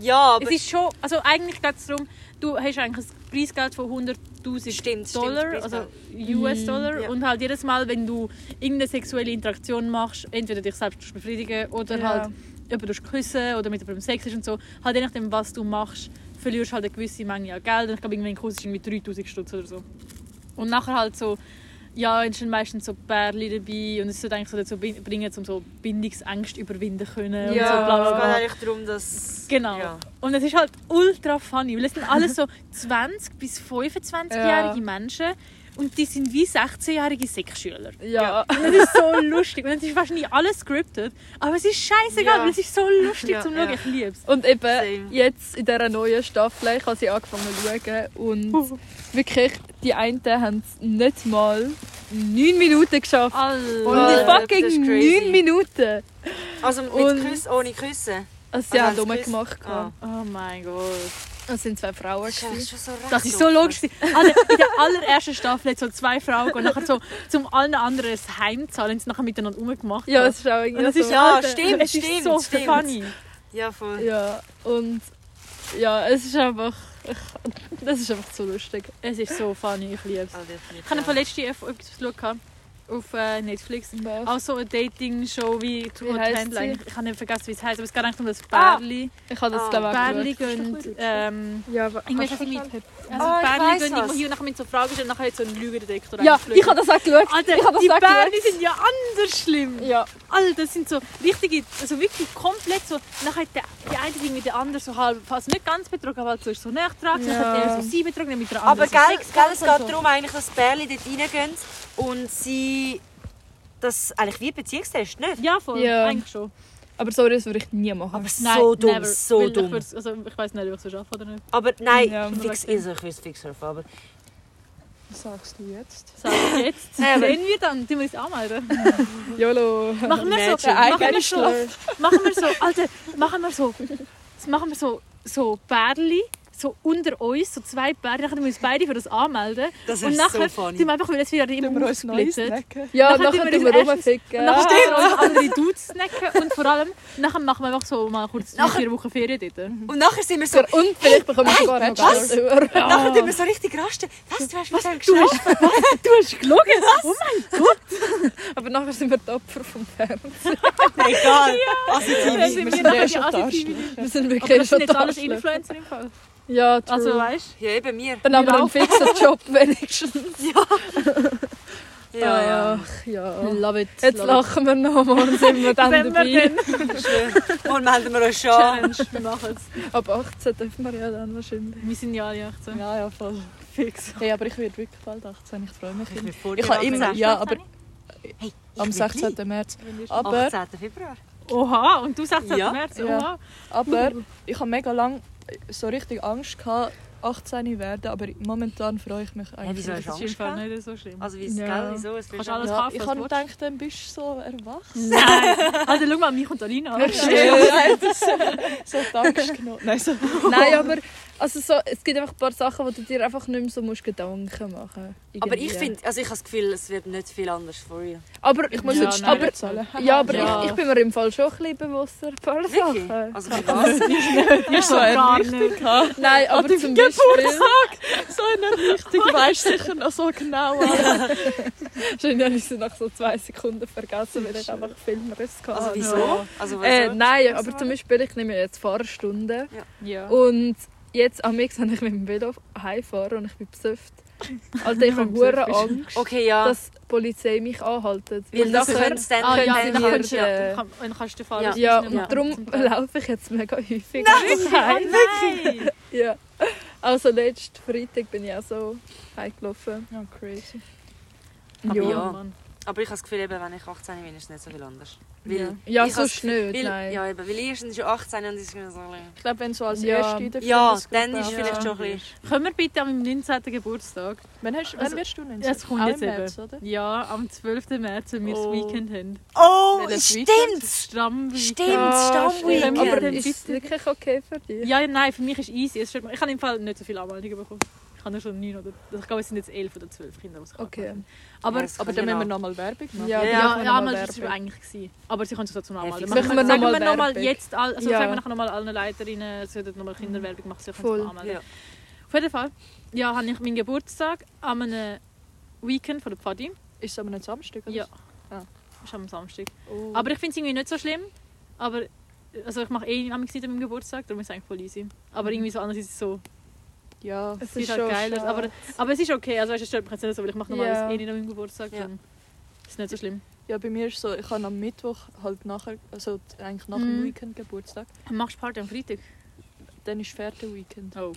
Speaker 1: Ja, aber...
Speaker 2: Mhm. Es ist schon, also eigentlich geht es darum, du hast eigentlich ein Preisgeld von 100'000
Speaker 1: Stimmt,
Speaker 2: Dollar,
Speaker 1: stimmt, Mhm.
Speaker 2: also US-Dollar
Speaker 1: Ja.
Speaker 2: und halt jedes Mal, wenn du irgendeine sexuelle Interaktion machst, entweder dich selbst befriedigen oder
Speaker 3: Ja.
Speaker 2: halt jemanden durch küssen oder mit jemandem Sex hast und so, halt je nachdem, was du machst, verlierst halt eine gewisse Menge an Geld und ich glaube, irgendwann kostet es irgendwie 3'000 Stutz oder so. Und nachher halt so, ja, es sind meistens so Pärchen dabei und es sollte eigentlich so dazu bin- bringen, um so Bindungsängste überwinden können und so bla bla
Speaker 1: es
Speaker 2: bla.
Speaker 1: geht eigentlich darum, dass...
Speaker 2: Ah. Genau.
Speaker 1: Ja.
Speaker 2: Und es ist halt ultra funny, weil es sind alles so 20 bis 25-jährige
Speaker 3: Ja.
Speaker 2: Menschen und die sind wie 16-jährige Sexschüler.
Speaker 3: Ja.
Speaker 2: Und das ist so lustig. Und es ist wahrscheinlich alles scripted, aber es ist scheißegal,
Speaker 1: Ja.
Speaker 2: weil es ist so lustig
Speaker 1: Ja,
Speaker 2: zum Schauen.
Speaker 1: ja.
Speaker 2: Ich liebe es.
Speaker 3: Und eben
Speaker 1: Same.
Speaker 3: jetzt in dieser neuen Staffel, ich habe sie angefangen zu schauen und wirklich, die einen haben es nicht mal neun Minuten geschafft.
Speaker 1: Alter,
Speaker 2: Alter.
Speaker 1: das ist
Speaker 3: fucking
Speaker 1: crazy.
Speaker 3: neun Minuten.
Speaker 1: Also mit
Speaker 3: Und-
Speaker 1: Küssen, ohne Küssen. Also
Speaker 3: Also, sie
Speaker 1: haben
Speaker 3: haben
Speaker 1: sie
Speaker 3: dumme
Speaker 1: gewusst?
Speaker 3: gemacht.
Speaker 1: Ah.
Speaker 2: Oh mein Gott.
Speaker 3: Das sind zwei Frauen.
Speaker 1: Das
Speaker 3: gewesen.
Speaker 1: ist schon so recht
Speaker 2: Das ist so
Speaker 1: dumm.
Speaker 2: logisch. gewesen. Alle, in der allerersten Staffel hat so zwei Frauen und nachher so zum allen anderen das Heimzahlen und sie nachher miteinander rumgemacht.
Speaker 3: Ja,
Speaker 2: haben.
Speaker 3: es ist auch
Speaker 2: und
Speaker 3: irgendwie
Speaker 2: das ist,
Speaker 3: so. Ah,
Speaker 1: Ja,
Speaker 2: Alter,
Speaker 1: stimmt,
Speaker 2: es ist
Speaker 1: stimmt,
Speaker 2: so
Speaker 1: stimmt.
Speaker 2: funny.
Speaker 1: Ja, voll.
Speaker 3: Ja, und ja, es ist einfach. Ich, das ist einfach so lustig.
Speaker 2: Es ist so funny, ich liebe es.
Speaker 1: Ah, definitiv,
Speaker 2: Ich habe
Speaker 1: ja.
Speaker 2: von letzte etwas geschaut auf äh, Netflix.
Speaker 3: Was?
Speaker 2: Auch so eine Dating-Show wie True
Speaker 3: heisst
Speaker 2: Handling.
Speaker 3: sie?
Speaker 2: Ich habe nicht vergessen, wie es heißt, aber es geht eigentlich um das
Speaker 1: Ah!
Speaker 2: Bärli.
Speaker 3: Ich habe das,
Speaker 1: Ah,
Speaker 3: glaube ich, auch
Speaker 2: Bärli
Speaker 3: geschaut.
Speaker 2: gönnt. Ähm,
Speaker 3: Ja, aber
Speaker 2: Irgendwie
Speaker 3: hast du
Speaker 2: hat sie
Speaker 3: schon-
Speaker 2: also
Speaker 1: Ah, ich
Speaker 2: Bärli
Speaker 1: weiss
Speaker 2: gönnt
Speaker 1: was.
Speaker 2: immer hier und nachher mit so Fragen stellen und nachher hat so einen Lügendetektor
Speaker 3: Ja,
Speaker 2: eingeflogen.
Speaker 3: ich habe das auch geschaut. Ah,
Speaker 2: Alter,
Speaker 3: ich habe das
Speaker 2: die
Speaker 3: auch
Speaker 2: Bärli
Speaker 3: geschaut.
Speaker 2: sind ja anders schlimm.
Speaker 3: Ja,
Speaker 2: Alter, das sind so richtige, also wirklich komplett so. Nachher hat der, die eine irgendwie den anderen so halb, fast nicht ganz betrogen, aber halt so ist so näher dran. Dann
Speaker 3: Ja.
Speaker 2: hat er so sie betrogen, dann mit der
Speaker 1: Aber
Speaker 2: anderen.
Speaker 1: gell,
Speaker 2: so Sex
Speaker 1: gell, es geht
Speaker 2: gehabt Also, und so.
Speaker 1: darum, eigentlich, dass die Bärli dort reingehen und sie. Das eigentlich wie ein Beziehungstest, nicht?
Speaker 2: Ja, voll,
Speaker 3: Ja.
Speaker 2: eigentlich schon.
Speaker 3: aber sorry, das würde ich nie machen.
Speaker 1: Aber so dumm, so
Speaker 2: Weil Ich,
Speaker 1: dumm.
Speaker 2: würd's- also, ich weiß nicht, ob ich es schaffe oder nicht.
Speaker 1: Aber nein,
Speaker 3: Ja,
Speaker 1: fix,
Speaker 2: wirklich.
Speaker 1: also ich will es fix schaffen. Aber
Speaker 4: Was sagst du jetzt?
Speaker 2: Sag ich jetzt.
Speaker 1: Nein, aber-
Speaker 2: Sehen wir dann, tun wir uns anmelden.
Speaker 3: YOLO.
Speaker 2: Machen wir so,
Speaker 1: Imagine.
Speaker 4: Äh,
Speaker 2: machen wir so, machen wir so, Alter, machen wir so, machen wir so, so Bärli, so unter uns, so zwei Bärli, nachher müssen wir uns beide für das anmelden.
Speaker 1: das
Speaker 2: Und
Speaker 1: ist
Speaker 2: nachher
Speaker 1: so funny.
Speaker 2: tun wir einfach, weil das wieder
Speaker 4: Können
Speaker 2: immer
Speaker 4: wir uns neu
Speaker 2: aufsplittet.
Speaker 4: snacken?
Speaker 3: Ja,
Speaker 2: Nachher
Speaker 3: nachher
Speaker 2: tun wir
Speaker 3: tun wir
Speaker 2: uns
Speaker 3: rumficken.
Speaker 2: Und nachher stehen wir uns andere Dudes snacken und vor allem, nachher machen wir einfach so mal kurz drei, vier Wochen Ferien dort.
Speaker 1: Und nachher sind wir so.
Speaker 3: Ja, Und vielleicht bekommen wir sogar noch
Speaker 1: was?
Speaker 3: Geld. Ja.
Speaker 1: Nachher tun wir so richtig rasten. Was, du hast mich dann
Speaker 2: Du
Speaker 1: geschafft?
Speaker 2: hast, was? du hast gelogen? Oh
Speaker 3: Aber nachher sind wir tapfer vom Fernsehen.
Speaker 1: Egal. Also,
Speaker 2: mein Gott, sind wir nachher die Assi-Typen.
Speaker 3: Wir sind
Speaker 2: Also, Aber
Speaker 3: wirklich
Speaker 2: das sind
Speaker 3: schon
Speaker 2: jetzt alles
Speaker 3: tapfer.
Speaker 2: Influencer im Fall.
Speaker 3: Ja, true.
Speaker 2: Also weißt
Speaker 1: ja, eben mir.
Speaker 3: dann haben wir
Speaker 2: Ja.
Speaker 3: einen fixen Job wenigstens.
Speaker 1: Ja, ja.
Speaker 3: Ach ja.
Speaker 2: Love it.
Speaker 3: Jetzt lachen wir nochmal und sind wir dann
Speaker 2: Wenn wir
Speaker 3: dabei.
Speaker 2: dann
Speaker 1: Schön. Und melden wir uns schon. an.
Speaker 2: Challenge, wir machen es.
Speaker 3: Ab 18 dürfen wir ja dann wahrscheinlich.
Speaker 2: Wir sind ja alle 18.
Speaker 4: Ja, ja, voll.
Speaker 2: Fix.
Speaker 4: Hey, aber ich werde wirklich bald 18, ich freue mich.
Speaker 1: Ich bin genau vor
Speaker 4: Ich
Speaker 1: dir
Speaker 4: habe immer,
Speaker 1: abgesagt.
Speaker 4: ja, aber
Speaker 1: Hey, ich
Speaker 4: am
Speaker 1: bin
Speaker 4: 16. März.
Speaker 1: gleich.
Speaker 4: Aber,
Speaker 1: 18. Februar.
Speaker 2: Oha, und du 16.
Speaker 1: Ja.
Speaker 2: März,
Speaker 4: Ja.
Speaker 2: oha.
Speaker 4: aber ich habe mega lange so richtig Angst gehabt, 18 werden, aber momentan freue ich mich eigentlich.
Speaker 1: wieso
Speaker 2: Das ist im Fall nicht so schlimm.
Speaker 1: Also, wie es
Speaker 3: Ja.
Speaker 1: gell, wieso? Es wird
Speaker 2: Kannst
Speaker 1: schon-
Speaker 2: alles
Speaker 4: ja,
Speaker 2: kaufen,
Speaker 4: ich
Speaker 2: was
Speaker 4: habe
Speaker 2: du
Speaker 4: gedacht, dann bist du so erwachsen.
Speaker 2: Nein. Also schau mal, mich und Alina.
Speaker 4: Nein, das ist so, so die Angst genommen. Nein, so.
Speaker 3: Nein, aber also so, es gibt einfach ein paar Sachen, wo du dir einfach nicht mehr so musst Gedanken machen musst.
Speaker 1: Aber ich finde, also ich habe das Gefühl, es wird nicht viel anders for real.
Speaker 3: Aber ich muss
Speaker 2: Ja,
Speaker 3: jetzt.
Speaker 2: nein.
Speaker 3: Aber,
Speaker 4: zahlen.
Speaker 3: ja, aber
Speaker 2: Ja.
Speaker 3: Ich, ich bin mir im Fall schon ein bisschen bewusster ein paar
Speaker 1: Wirklich?
Speaker 3: Sachen.
Speaker 1: Also für was?
Speaker 2: Ich so gar nicht.
Speaker 3: Nein, aber zum Beispiel.
Speaker 4: So eine Richtung weisst du sicher noch so genau an.
Speaker 3: Wahrscheinlich habe ich sie nach so zwei Sekunden vergessen, weil ich einfach Filmriss hatte.
Speaker 1: Also wieso?
Speaker 2: ja.
Speaker 1: Also
Speaker 3: Äh,
Speaker 1: wieso?
Speaker 3: nein, aber zum Beispiel, ich nehme ja jetzt Fahrstunden.
Speaker 2: Ja.
Speaker 3: Und jetzt am Mix habe ich mit dem Velo heimfahren und ich bin besüfft. Alter, ich habe hure Angst,
Speaker 1: Okay, ja.
Speaker 3: dass die Polizei mich anhaltet.
Speaker 1: weil das könnte es dann
Speaker 2: Ah ja,
Speaker 1: dann- halt-
Speaker 2: dann
Speaker 3: wir-
Speaker 2: kannst du
Speaker 3: ja.
Speaker 2: dann kann- dann kannst du den Fall
Speaker 1: Ja.
Speaker 3: ja,
Speaker 2: nicht
Speaker 3: und
Speaker 2: mehr
Speaker 3: darum
Speaker 2: machen.
Speaker 3: laufe ich jetzt mega häufig.
Speaker 2: Nein.
Speaker 3: Nein!
Speaker 2: Oh, Nein.
Speaker 3: Ja. Also letzten Freitag bin ich auch so heimgelaufen.
Speaker 4: Ja, crazy.
Speaker 1: Aber
Speaker 3: Ja.
Speaker 1: ja.
Speaker 2: Mann.
Speaker 1: Aber ich habe das Gefühl, eben, wenn ich 18 bin, ist es nicht so viel anders.
Speaker 3: Ja,
Speaker 1: Weil,
Speaker 3: ja
Speaker 1: ich has-
Speaker 3: sonst nicht,
Speaker 1: weil,
Speaker 3: nein.
Speaker 1: ja, eben, weil ich bin schon 18 und ich bin so ein bisschen-
Speaker 4: Ich glaube, wenn du so als
Speaker 3: Ja.
Speaker 4: Erste in der
Speaker 1: Ja,
Speaker 4: Freundesgruppe
Speaker 1: dann ist es
Speaker 4: auch-
Speaker 1: vielleicht schon ein bisschen...
Speaker 2: Können wir bitte an meinem 19. Geburtstag?
Speaker 4: Wann, hast, wann
Speaker 2: Also,
Speaker 4: wirst du denn?
Speaker 2: es kommt
Speaker 4: Auch
Speaker 2: jetzt
Speaker 4: im
Speaker 2: eben.
Speaker 4: März, oder?
Speaker 2: Ja, am 12. März, wenn wir
Speaker 1: Oh.
Speaker 2: das Weekend haben.
Speaker 1: Oh,
Speaker 4: Welches
Speaker 1: stimmt!
Speaker 2: Stamm
Speaker 1: Stimmt,
Speaker 2: stimmt.
Speaker 1: Stammweekend!
Speaker 3: Aber
Speaker 2: Dann
Speaker 3: ist es
Speaker 2: bitte.
Speaker 3: wirklich okay für dich?
Speaker 2: Ja, nein, für mich ist easy. Es stört mich- Ich habe im Fall nicht so viele Anmeldungen bekommen. Ich habe nur schon neun oder... Ich glaube, es sind jetzt elf oder zwölf Kinder, die es
Speaker 3: Okay.
Speaker 2: gehabt haben. Aber...
Speaker 1: Ja, es
Speaker 4: Aber
Speaker 1: kann
Speaker 4: dann
Speaker 1: ja
Speaker 4: müssen wir
Speaker 1: noch-
Speaker 4: nochmal Werbung machen.
Speaker 3: Ja,
Speaker 1: Ja,
Speaker 3: die
Speaker 1: ja,
Speaker 3: machen
Speaker 2: Ja,
Speaker 3: wir
Speaker 2: ja,
Speaker 3: mal
Speaker 2: mal, das war
Speaker 3: Werbung.
Speaker 2: eigentlich gewesen. Aber sie können es dazu noch
Speaker 1: Ja,
Speaker 2: anmelden.
Speaker 1: fix.
Speaker 3: Machen wir noch mal
Speaker 2: noch mal
Speaker 3: Werbung.
Speaker 2: jetzt... all- Also
Speaker 3: Ja. Mhm.
Speaker 2: sagen wir nachher noch mal allen Leiterinnen, sie sollten noch mal Kinderwerbung machen, sie können
Speaker 3: Voll.
Speaker 2: sich noch anmelden.
Speaker 1: Ja.
Speaker 2: Auf jeden Fall, ja, habe ich meinen Geburtstag an einem Weekend von der Pfadi.
Speaker 4: Ist es aber nicht Samstag? oder?
Speaker 2: Ja.
Speaker 4: Ah.
Speaker 2: Ist am Samstag.
Speaker 4: Oh.
Speaker 2: Aber ich finde es irgendwie nicht so schlimm. Aber also ich mache eh am nicht an meinem Geburtstag, darum ist es eigentlich voll easy.
Speaker 3: Mhm.
Speaker 2: Aber irgendwie so anders ist es so.
Speaker 4: ja.
Speaker 2: Es
Speaker 3: Es
Speaker 2: ist halt geil.
Speaker 3: schade.
Speaker 2: Aber, aber es ist okay. Also weißt, du, es stört mich jetzt nicht so, weil ich mache normal
Speaker 3: Ja.
Speaker 2: eh nicht an meinem Geburtstag.
Speaker 1: Ja.
Speaker 2: Dann ist nicht so schlimm.
Speaker 4: ja, bei mir ist so, ich habe am Mittwoch halt nachher, also eigentlich nach dem
Speaker 2: Mhm.
Speaker 4: Weekend Geburtstag.
Speaker 2: Machst du Party am Freitag?
Speaker 4: Dann ist fertig Weekend.
Speaker 2: Oh.
Speaker 1: Oh, oh,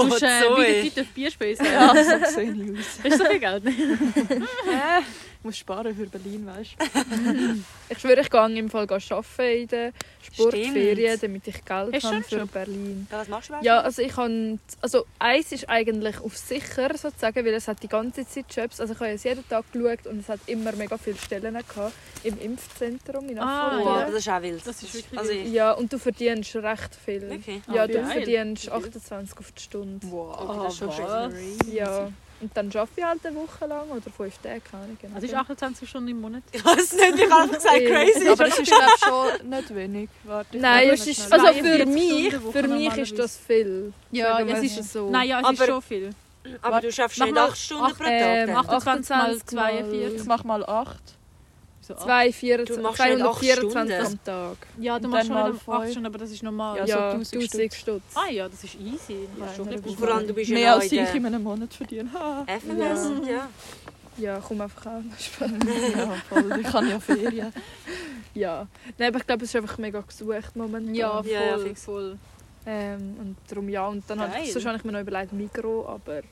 Speaker 2: Du hast äh,
Speaker 1: Zoe.
Speaker 2: wieder Zeit auf Bier speisen.
Speaker 4: Ja, so sehe ich aus.
Speaker 2: Ist so viel Geld.
Speaker 4: Ich muss sparen für Berlin, weißt du?
Speaker 3: Ich schwöre, ich gehe im Fall arbeiten in den Sportferien, damit ich Geld
Speaker 2: Hast du
Speaker 3: habe
Speaker 2: einen
Speaker 3: für
Speaker 2: Job?
Speaker 3: Berlin.
Speaker 1: Ja, was machst du überhaupt?
Speaker 3: Ja, also ich habe, also eins ist eigentlich auf sicher sozusagen, weil es hat die ganze Zeit Jobs, also ich habe jetzt jeden Tag geschaut und es hat immer mega viele Stellen gehabt im Impfzentrum in
Speaker 2: Ah,
Speaker 1: Wow,
Speaker 3: Affolter.
Speaker 1: Oh, das ist auch wild.
Speaker 2: Das ist wirklich
Speaker 1: Also
Speaker 2: wild.
Speaker 1: ich,
Speaker 3: Ja, und du verdienst recht viel.
Speaker 1: wirklich.
Speaker 3: Ja,
Speaker 2: Ah,
Speaker 3: du
Speaker 2: geil.
Speaker 3: verdienst 28 auf die Stunde.
Speaker 4: Wow.
Speaker 1: Okay, das ist schon
Speaker 2: was?
Speaker 3: Ja, und dann arbeite ich halt eine Woche lang oder fünf Tage, keine Ahnung. genau.
Speaker 2: Also ist 28 Stunden im Monat.
Speaker 1: Ich habe es nicht, ich habe einfach gesagt,
Speaker 3: Ja.
Speaker 1: crazy.
Speaker 4: Aber es ist glaub, schon nicht wenig. Warte, ich
Speaker 3: Nein,
Speaker 4: schaue
Speaker 3: es
Speaker 4: noch
Speaker 3: ist,
Speaker 4: schnell.
Speaker 3: also für
Speaker 2: 42
Speaker 3: mich,
Speaker 2: Stunden Woche
Speaker 3: für mich
Speaker 2: normalerweise.
Speaker 3: ist das viel.
Speaker 2: Ja,
Speaker 3: Sagen wir
Speaker 2: es ist-
Speaker 3: mal so.
Speaker 2: Nein, ja, es ist
Speaker 1: Aber-
Speaker 2: schon viel.
Speaker 1: Aber du schaffst
Speaker 2: Mach
Speaker 1: nicht
Speaker 2: mal
Speaker 1: 8 Stunden
Speaker 2: acht-
Speaker 1: pro Tag.
Speaker 3: ähm,
Speaker 1: dann.
Speaker 3: acht-
Speaker 2: 28 mal
Speaker 3: 28 mal
Speaker 2: 42.
Speaker 4: Ich mache mal 8.
Speaker 2: So acht.
Speaker 3: Zwei, vier,
Speaker 1: Du machst nicht acht
Speaker 3: 224
Speaker 1: Stunden.
Speaker 3: am Tag.
Speaker 2: Ja, du
Speaker 4: Und
Speaker 2: machst
Speaker 4: dann
Speaker 2: schon
Speaker 4: mal
Speaker 2: wieder
Speaker 4: fünf.
Speaker 2: 8 Stunden, aber das ist normal.
Speaker 4: Ja,
Speaker 3: Ja,
Speaker 4: so
Speaker 3: so
Speaker 4: 1000
Speaker 3: 1000 Stutz.
Speaker 2: Ah ja, das ist easy. Das
Speaker 3: Ja,
Speaker 2: ist schon ein
Speaker 3: nein, das
Speaker 2: bisschen
Speaker 3: ist
Speaker 1: Vor allem, du bist ja
Speaker 4: Mehr
Speaker 1: noch
Speaker 4: als
Speaker 1: in
Speaker 4: ich
Speaker 1: der
Speaker 4: in einem Monat verdiene. Ha.
Speaker 1: FMS. Ja.
Speaker 3: Ja, komm einfach auch.
Speaker 4: ja, voll. Ich kann ja Ferien.
Speaker 3: Ja. Nein, aber ich glaube, es ist einfach mega gesucht momentan.
Speaker 2: Ja, voll,
Speaker 1: Ja, ja,
Speaker 2: ja,
Speaker 1: fix.
Speaker 2: voll.
Speaker 3: Ähm, und darum ja. Und dann habe
Speaker 2: Geil.
Speaker 3: ich, sonst habe ich mir noch überlegt, Mikro, aber... äh,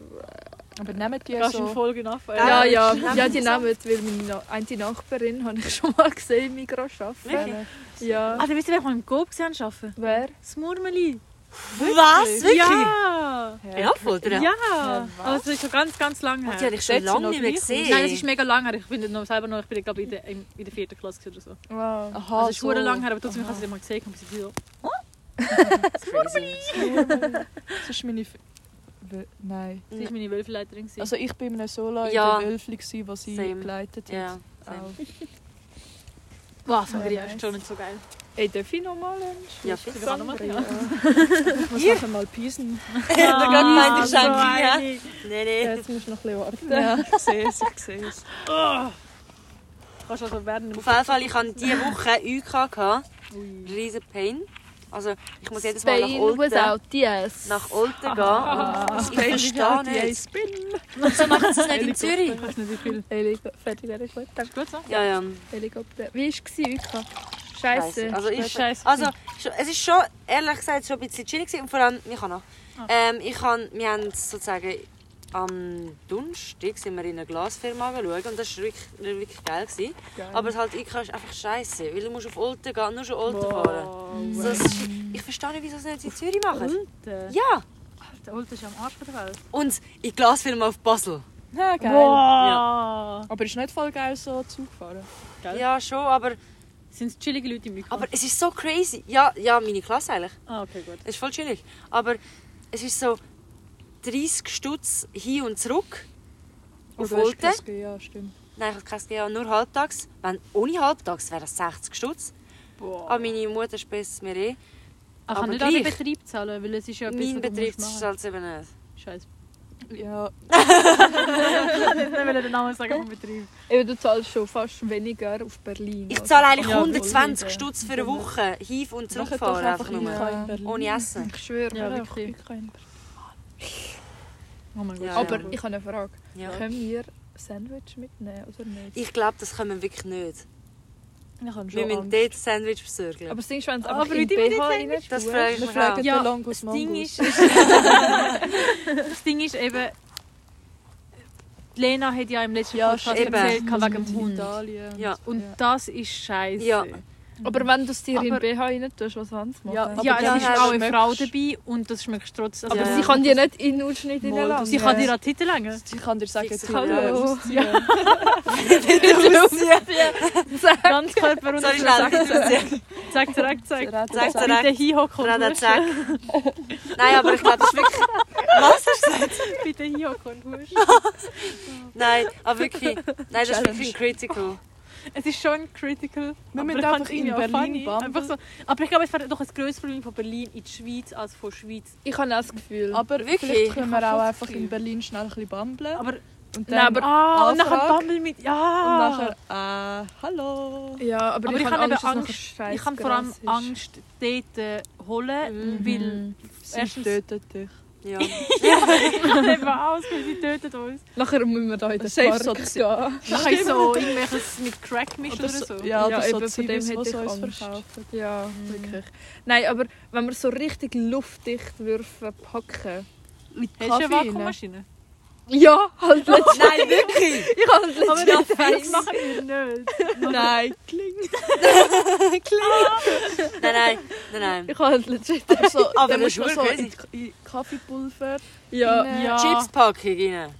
Speaker 4: Aber nehmt ihr
Speaker 2: Kannst du in
Speaker 4: so...
Speaker 2: Folge nachfragen?
Speaker 1: Ja,
Speaker 3: Ja,
Speaker 1: das
Speaker 3: ja,
Speaker 1: ist
Speaker 3: ja,
Speaker 1: einfach so.
Speaker 3: die nehmen, weil meine Na- eine Nachbarin habe ich schon mal gesehen im Mikro arbeiten.
Speaker 1: Wirklich?
Speaker 3: Ja.
Speaker 2: Ah, dann wisst ihr, wer ich im Coop gesehen arbeiten?
Speaker 3: Wer?
Speaker 2: Das Murmeli.
Speaker 1: Was? Wirklich?
Speaker 2: Ja!
Speaker 1: In Affolter?
Speaker 2: Ja!
Speaker 1: Ja.
Speaker 4: was?
Speaker 2: Also, schon ganz, ganz lange
Speaker 1: Oh,
Speaker 2: her.
Speaker 1: die habe ich schon
Speaker 2: Dort sind
Speaker 1: lange
Speaker 2: noch
Speaker 1: nicht mehr
Speaker 2: gleich aus.
Speaker 1: gesehen.
Speaker 2: Nein, das ist mega lange her. Ich bin noch selber noch, ich bin, glaube ich, in der, im- in der vierten Klasse oder
Speaker 3: Ah,
Speaker 2: so.
Speaker 3: Wow.
Speaker 4: Aha,
Speaker 2: Also, es ist
Speaker 4: so.
Speaker 2: verdammt lange her, aber trotzdem habe ich sie mal gesehen. Und ich so,
Speaker 1: Crazy.
Speaker 4: Das ist meine... F W- Nein.
Speaker 2: sie war meine Wölfeleiterin. gewesen.
Speaker 4: Also ich war in einem Solo in
Speaker 1: Ja.
Speaker 4: der Wölfli, gewesen, was sie
Speaker 1: Same.
Speaker 4: geleitet hat.
Speaker 1: Ja.
Speaker 4: Auch.
Speaker 2: wow, Sangria
Speaker 3: nice.
Speaker 2: ist schon nicht so geil.
Speaker 3: Ey, darf ich nochmal einen
Speaker 1: Ja,
Speaker 3: Schluck
Speaker 1: fix.
Speaker 3: Sangria?
Speaker 2: Ja.
Speaker 4: Ich muss nachher mal piesen.
Speaker 1: Der Gott meint, ich
Speaker 2: so
Speaker 1: schenke ja.
Speaker 2: einig.
Speaker 1: Nein,
Speaker 3: Ja,
Speaker 1: nein.
Speaker 3: Jetzt musst du noch ein bisschen warten.
Speaker 4: Ja, ich sehe es, ich sehe es.
Speaker 2: Oh. Kannst also werden.
Speaker 1: Auf jeden Fall, ich hatte diese Woche UK. gehabt.
Speaker 2: Ui.
Speaker 1: Riesen Pain. Also ich muss jedes Mal nach
Speaker 3: Spain
Speaker 1: Olten,
Speaker 3: without yes.
Speaker 1: nach Olten gehen. Und ich verstehe nicht.
Speaker 4: Spin.
Speaker 1: Wieso machen sie es nicht in Zürich?
Speaker 2: Ich weiß nicht, wie viel.
Speaker 3: Eliko, fertig, wäre gut. Danke.
Speaker 2: Ist gut so?
Speaker 1: Ja, ja.
Speaker 3: Helikopter. Wie war es heute? Scheiße.
Speaker 1: Also ich
Speaker 2: Scheiße.
Speaker 1: Also, schon- es ist schon, ehrlich gesagt, schon ein bisschen chillig gewesen. und vor allem, ich kann auch.
Speaker 2: Ah.
Speaker 1: Ähm, ich kann, wir haben sozusagen am Donnerstag sind wir in eine Glasfirma schauen und das war wirklich, wirklich geil. Gewesen. Aber es halt, ich ist einfach scheiße, weil du musst auf Olten gehen, nur schon Olten fahren. So, es ist, ich verstehe nicht, wieso sie es nicht in Zürich machen.
Speaker 2: Alter.
Speaker 1: Ja,
Speaker 2: Der Alte ist am Arsch von der Welt.
Speaker 1: und in die Glasfirma auf Basel.
Speaker 4: Ja, geil.
Speaker 2: Wow!
Speaker 4: Aber ist nicht voll geil so Zug fahren?
Speaker 2: Geil.
Speaker 1: Ja, schon, aber,
Speaker 2: Sind es chillige Leute im Mikro?
Speaker 1: aber es ist so crazy. Ja, ja, meine Klasse eigentlich.
Speaker 2: ah, okay, gut.
Speaker 1: Es ist voll chillig. Aber es ist so 30 Stutz hin und zurück. Auf
Speaker 4: Oder hast du
Speaker 1: Olten.
Speaker 4: kein G? Ja, stimmt.
Speaker 1: Nein, ich habe kein nur halbtags. Wenn ohne halbtags wäre es 60 Stutz.
Speaker 2: Boah.
Speaker 1: Aber meine Mutter spesst mir eh.
Speaker 2: Ich kann
Speaker 1: aber
Speaker 2: nicht an den
Speaker 1: gleich.
Speaker 2: Betrieb zahlen, weil es ist ja etwas,
Speaker 1: mein
Speaker 2: was du
Speaker 1: Betrieb
Speaker 2: musst
Speaker 1: ist
Speaker 2: machen.
Speaker 1: halt eben nicht.
Speaker 2: Scheiße.
Speaker 4: Ja,
Speaker 2: Ich wollte jetzt nicht den Namen sagen vom Betrieb.
Speaker 3: Eben, du zahlst schon fast weniger auf Berlin.
Speaker 1: Ich
Speaker 3: Also,
Speaker 1: zahle eigentlich
Speaker 2: Ja,
Speaker 1: 120
Speaker 3: voll.
Speaker 1: Stutz für eine Woche. Hief und
Speaker 4: nachher doch
Speaker 1: zurückfahren
Speaker 4: einfach äh,
Speaker 1: einfach
Speaker 4: in
Speaker 1: nur.
Speaker 4: Berlin.
Speaker 1: Ohne Essen.
Speaker 3: Ich schwöre.
Speaker 2: Ja,
Speaker 4: Ja,
Speaker 2: wirklich.
Speaker 4: wirklich. Kein
Speaker 2: Oh mein Gott.
Speaker 1: Ja,
Speaker 3: Aber
Speaker 1: ja.
Speaker 3: ich habe eine Frage.
Speaker 1: Ja.
Speaker 3: Können wir Sandwich mitnehmen oder nicht?
Speaker 1: Ich glaube, das können wir wirklich nicht.
Speaker 3: Ich habe
Speaker 1: Wir müssen dort Sandwich besorgen.
Speaker 3: Aber das Ding ist, wenn es
Speaker 2: Ah, Aber
Speaker 3: einfach in
Speaker 2: wie die
Speaker 3: BH
Speaker 2: mit den
Speaker 3: rein
Speaker 1: Das frage ich
Speaker 4: Wir
Speaker 1: mich auch.
Speaker 4: fragen
Speaker 2: Ja,
Speaker 4: den Longus
Speaker 2: Das Ding,
Speaker 4: Mongus.
Speaker 2: ist, das Ding ist eben, die Lena hat ja im letzten
Speaker 4: Ja,
Speaker 2: Podcast
Speaker 1: eben.
Speaker 2: erzählt, wegen dem Hund.
Speaker 4: Mhm. Italien.
Speaker 1: Ja.
Speaker 2: Und
Speaker 4: Ja.
Speaker 2: das ist scheiße.
Speaker 1: Ja.
Speaker 3: Aber wenn du es dir in
Speaker 2: Aber-
Speaker 3: BH rein tust, was sonst machen?
Speaker 4: Ja,
Speaker 3: aber
Speaker 2: Ja,
Speaker 1: dann
Speaker 2: es ist
Speaker 1: hast
Speaker 2: auch
Speaker 4: du
Speaker 2: eine Frau
Speaker 4: schmeckst-
Speaker 2: dabei und das schmeckt trotz. Also
Speaker 1: Aber
Speaker 3: sie
Speaker 1: Ja.
Speaker 3: kann dir nicht in den Ausschnitt
Speaker 4: Mal,
Speaker 3: reinlassen.
Speaker 2: sie kann dir an die Titel längen.
Speaker 4: Ich kann dir sagen,
Speaker 1: Fix-
Speaker 4: die-
Speaker 3: Hallo.
Speaker 4: Ja.
Speaker 2: Ganz Körper und
Speaker 1: Sorry, schnell.
Speaker 2: Zeig, zeig, zeig.
Speaker 4: Reden-
Speaker 1: Zeig
Speaker 4: sagen-
Speaker 1: direkt.
Speaker 2: Bitte hinhocken. und
Speaker 1: Gerade
Speaker 2: husten.
Speaker 1: zack. Nein, aber ich glaube, das ist wirklich.
Speaker 2: Bitte hinhocken und husten.
Speaker 1: Nein, aber wirklich. Nein, das ist
Speaker 4: Challenge.
Speaker 1: wirklich ein Critical.
Speaker 2: Es ist schon critical.
Speaker 4: Wir
Speaker 2: aber
Speaker 4: müssen
Speaker 2: ich fand's
Speaker 4: einfach in
Speaker 2: irgendwie auch
Speaker 4: Berlin
Speaker 2: funny.
Speaker 4: bumpen.
Speaker 2: Einfach so. Aber ich glaube, es wäre doch ein grösseres Problem von Berlin in die Schweiz als von Schweiz.
Speaker 3: Ich habe auch das Gefühl.
Speaker 4: Aber
Speaker 1: Wirklich?
Speaker 4: vielleicht können
Speaker 2: Ich
Speaker 4: wir
Speaker 2: hab
Speaker 4: auch
Speaker 2: schon
Speaker 4: einfach
Speaker 2: das Gefühl.
Speaker 4: in Berlin schnell ein bisschen bambeln.
Speaker 2: Aber-
Speaker 4: und
Speaker 3: Nein, aber-
Speaker 2: Ah, und nachher
Speaker 4: Anfrage.
Speaker 2: Bammel mit. Ja.
Speaker 4: Und nachher, äh, hallo.
Speaker 3: ja, aber,
Speaker 2: Aber
Speaker 3: ich,
Speaker 2: ich
Speaker 3: habe
Speaker 2: habe eben
Speaker 3: Angst, dass es nachher
Speaker 2: Angst-
Speaker 3: scheiss
Speaker 2: Ich habe vor allem
Speaker 3: Gras ist.
Speaker 2: Angst, dort äh, holen,
Speaker 1: Mhm.
Speaker 2: weil
Speaker 3: Mhm.
Speaker 4: Sie
Speaker 2: erstens-
Speaker 4: töten dich.
Speaker 1: Ja.
Speaker 2: eben aus, weil sie töten uns.
Speaker 3: Nachher müssen wir da in den
Speaker 4: Safe
Speaker 3: Park
Speaker 4: so
Speaker 3: gehen.
Speaker 2: Nachher so irgendwelches mit Crack mischen oder, so.
Speaker 4: Ja, oder
Speaker 3: Ja,
Speaker 4: so
Speaker 3: eben, von dem
Speaker 4: Zivis, die
Speaker 3: hätte
Speaker 4: sie
Speaker 3: ich
Speaker 4: uns
Speaker 3: Angst.
Speaker 4: verkaufen.
Speaker 3: Ja, wirklich. Nein, aber wenn wir so richtig luftdicht würfen, packen.
Speaker 2: Hast du eine
Speaker 4: Kaffee rein.
Speaker 2: Vakuummaschine?
Speaker 3: Ja, halt letztes
Speaker 1: Nein, wirklich!
Speaker 3: Ich habe letztes
Speaker 2: Aber
Speaker 3: Mal
Speaker 2: das Sex machen wir nicht.
Speaker 4: Nein, klingt.
Speaker 1: Nein, nein, nein, nein.
Speaker 3: Ich habe letztes Mal
Speaker 4: So,
Speaker 2: Ah,
Speaker 1: Aber
Speaker 4: dann
Speaker 1: das
Speaker 4: musst du
Speaker 1: ist
Speaker 4: so
Speaker 1: crazy.
Speaker 4: in, in Kaffeepulver.
Speaker 3: Ja.
Speaker 4: rein.
Speaker 2: Ja.
Speaker 1: Chipspackung rein.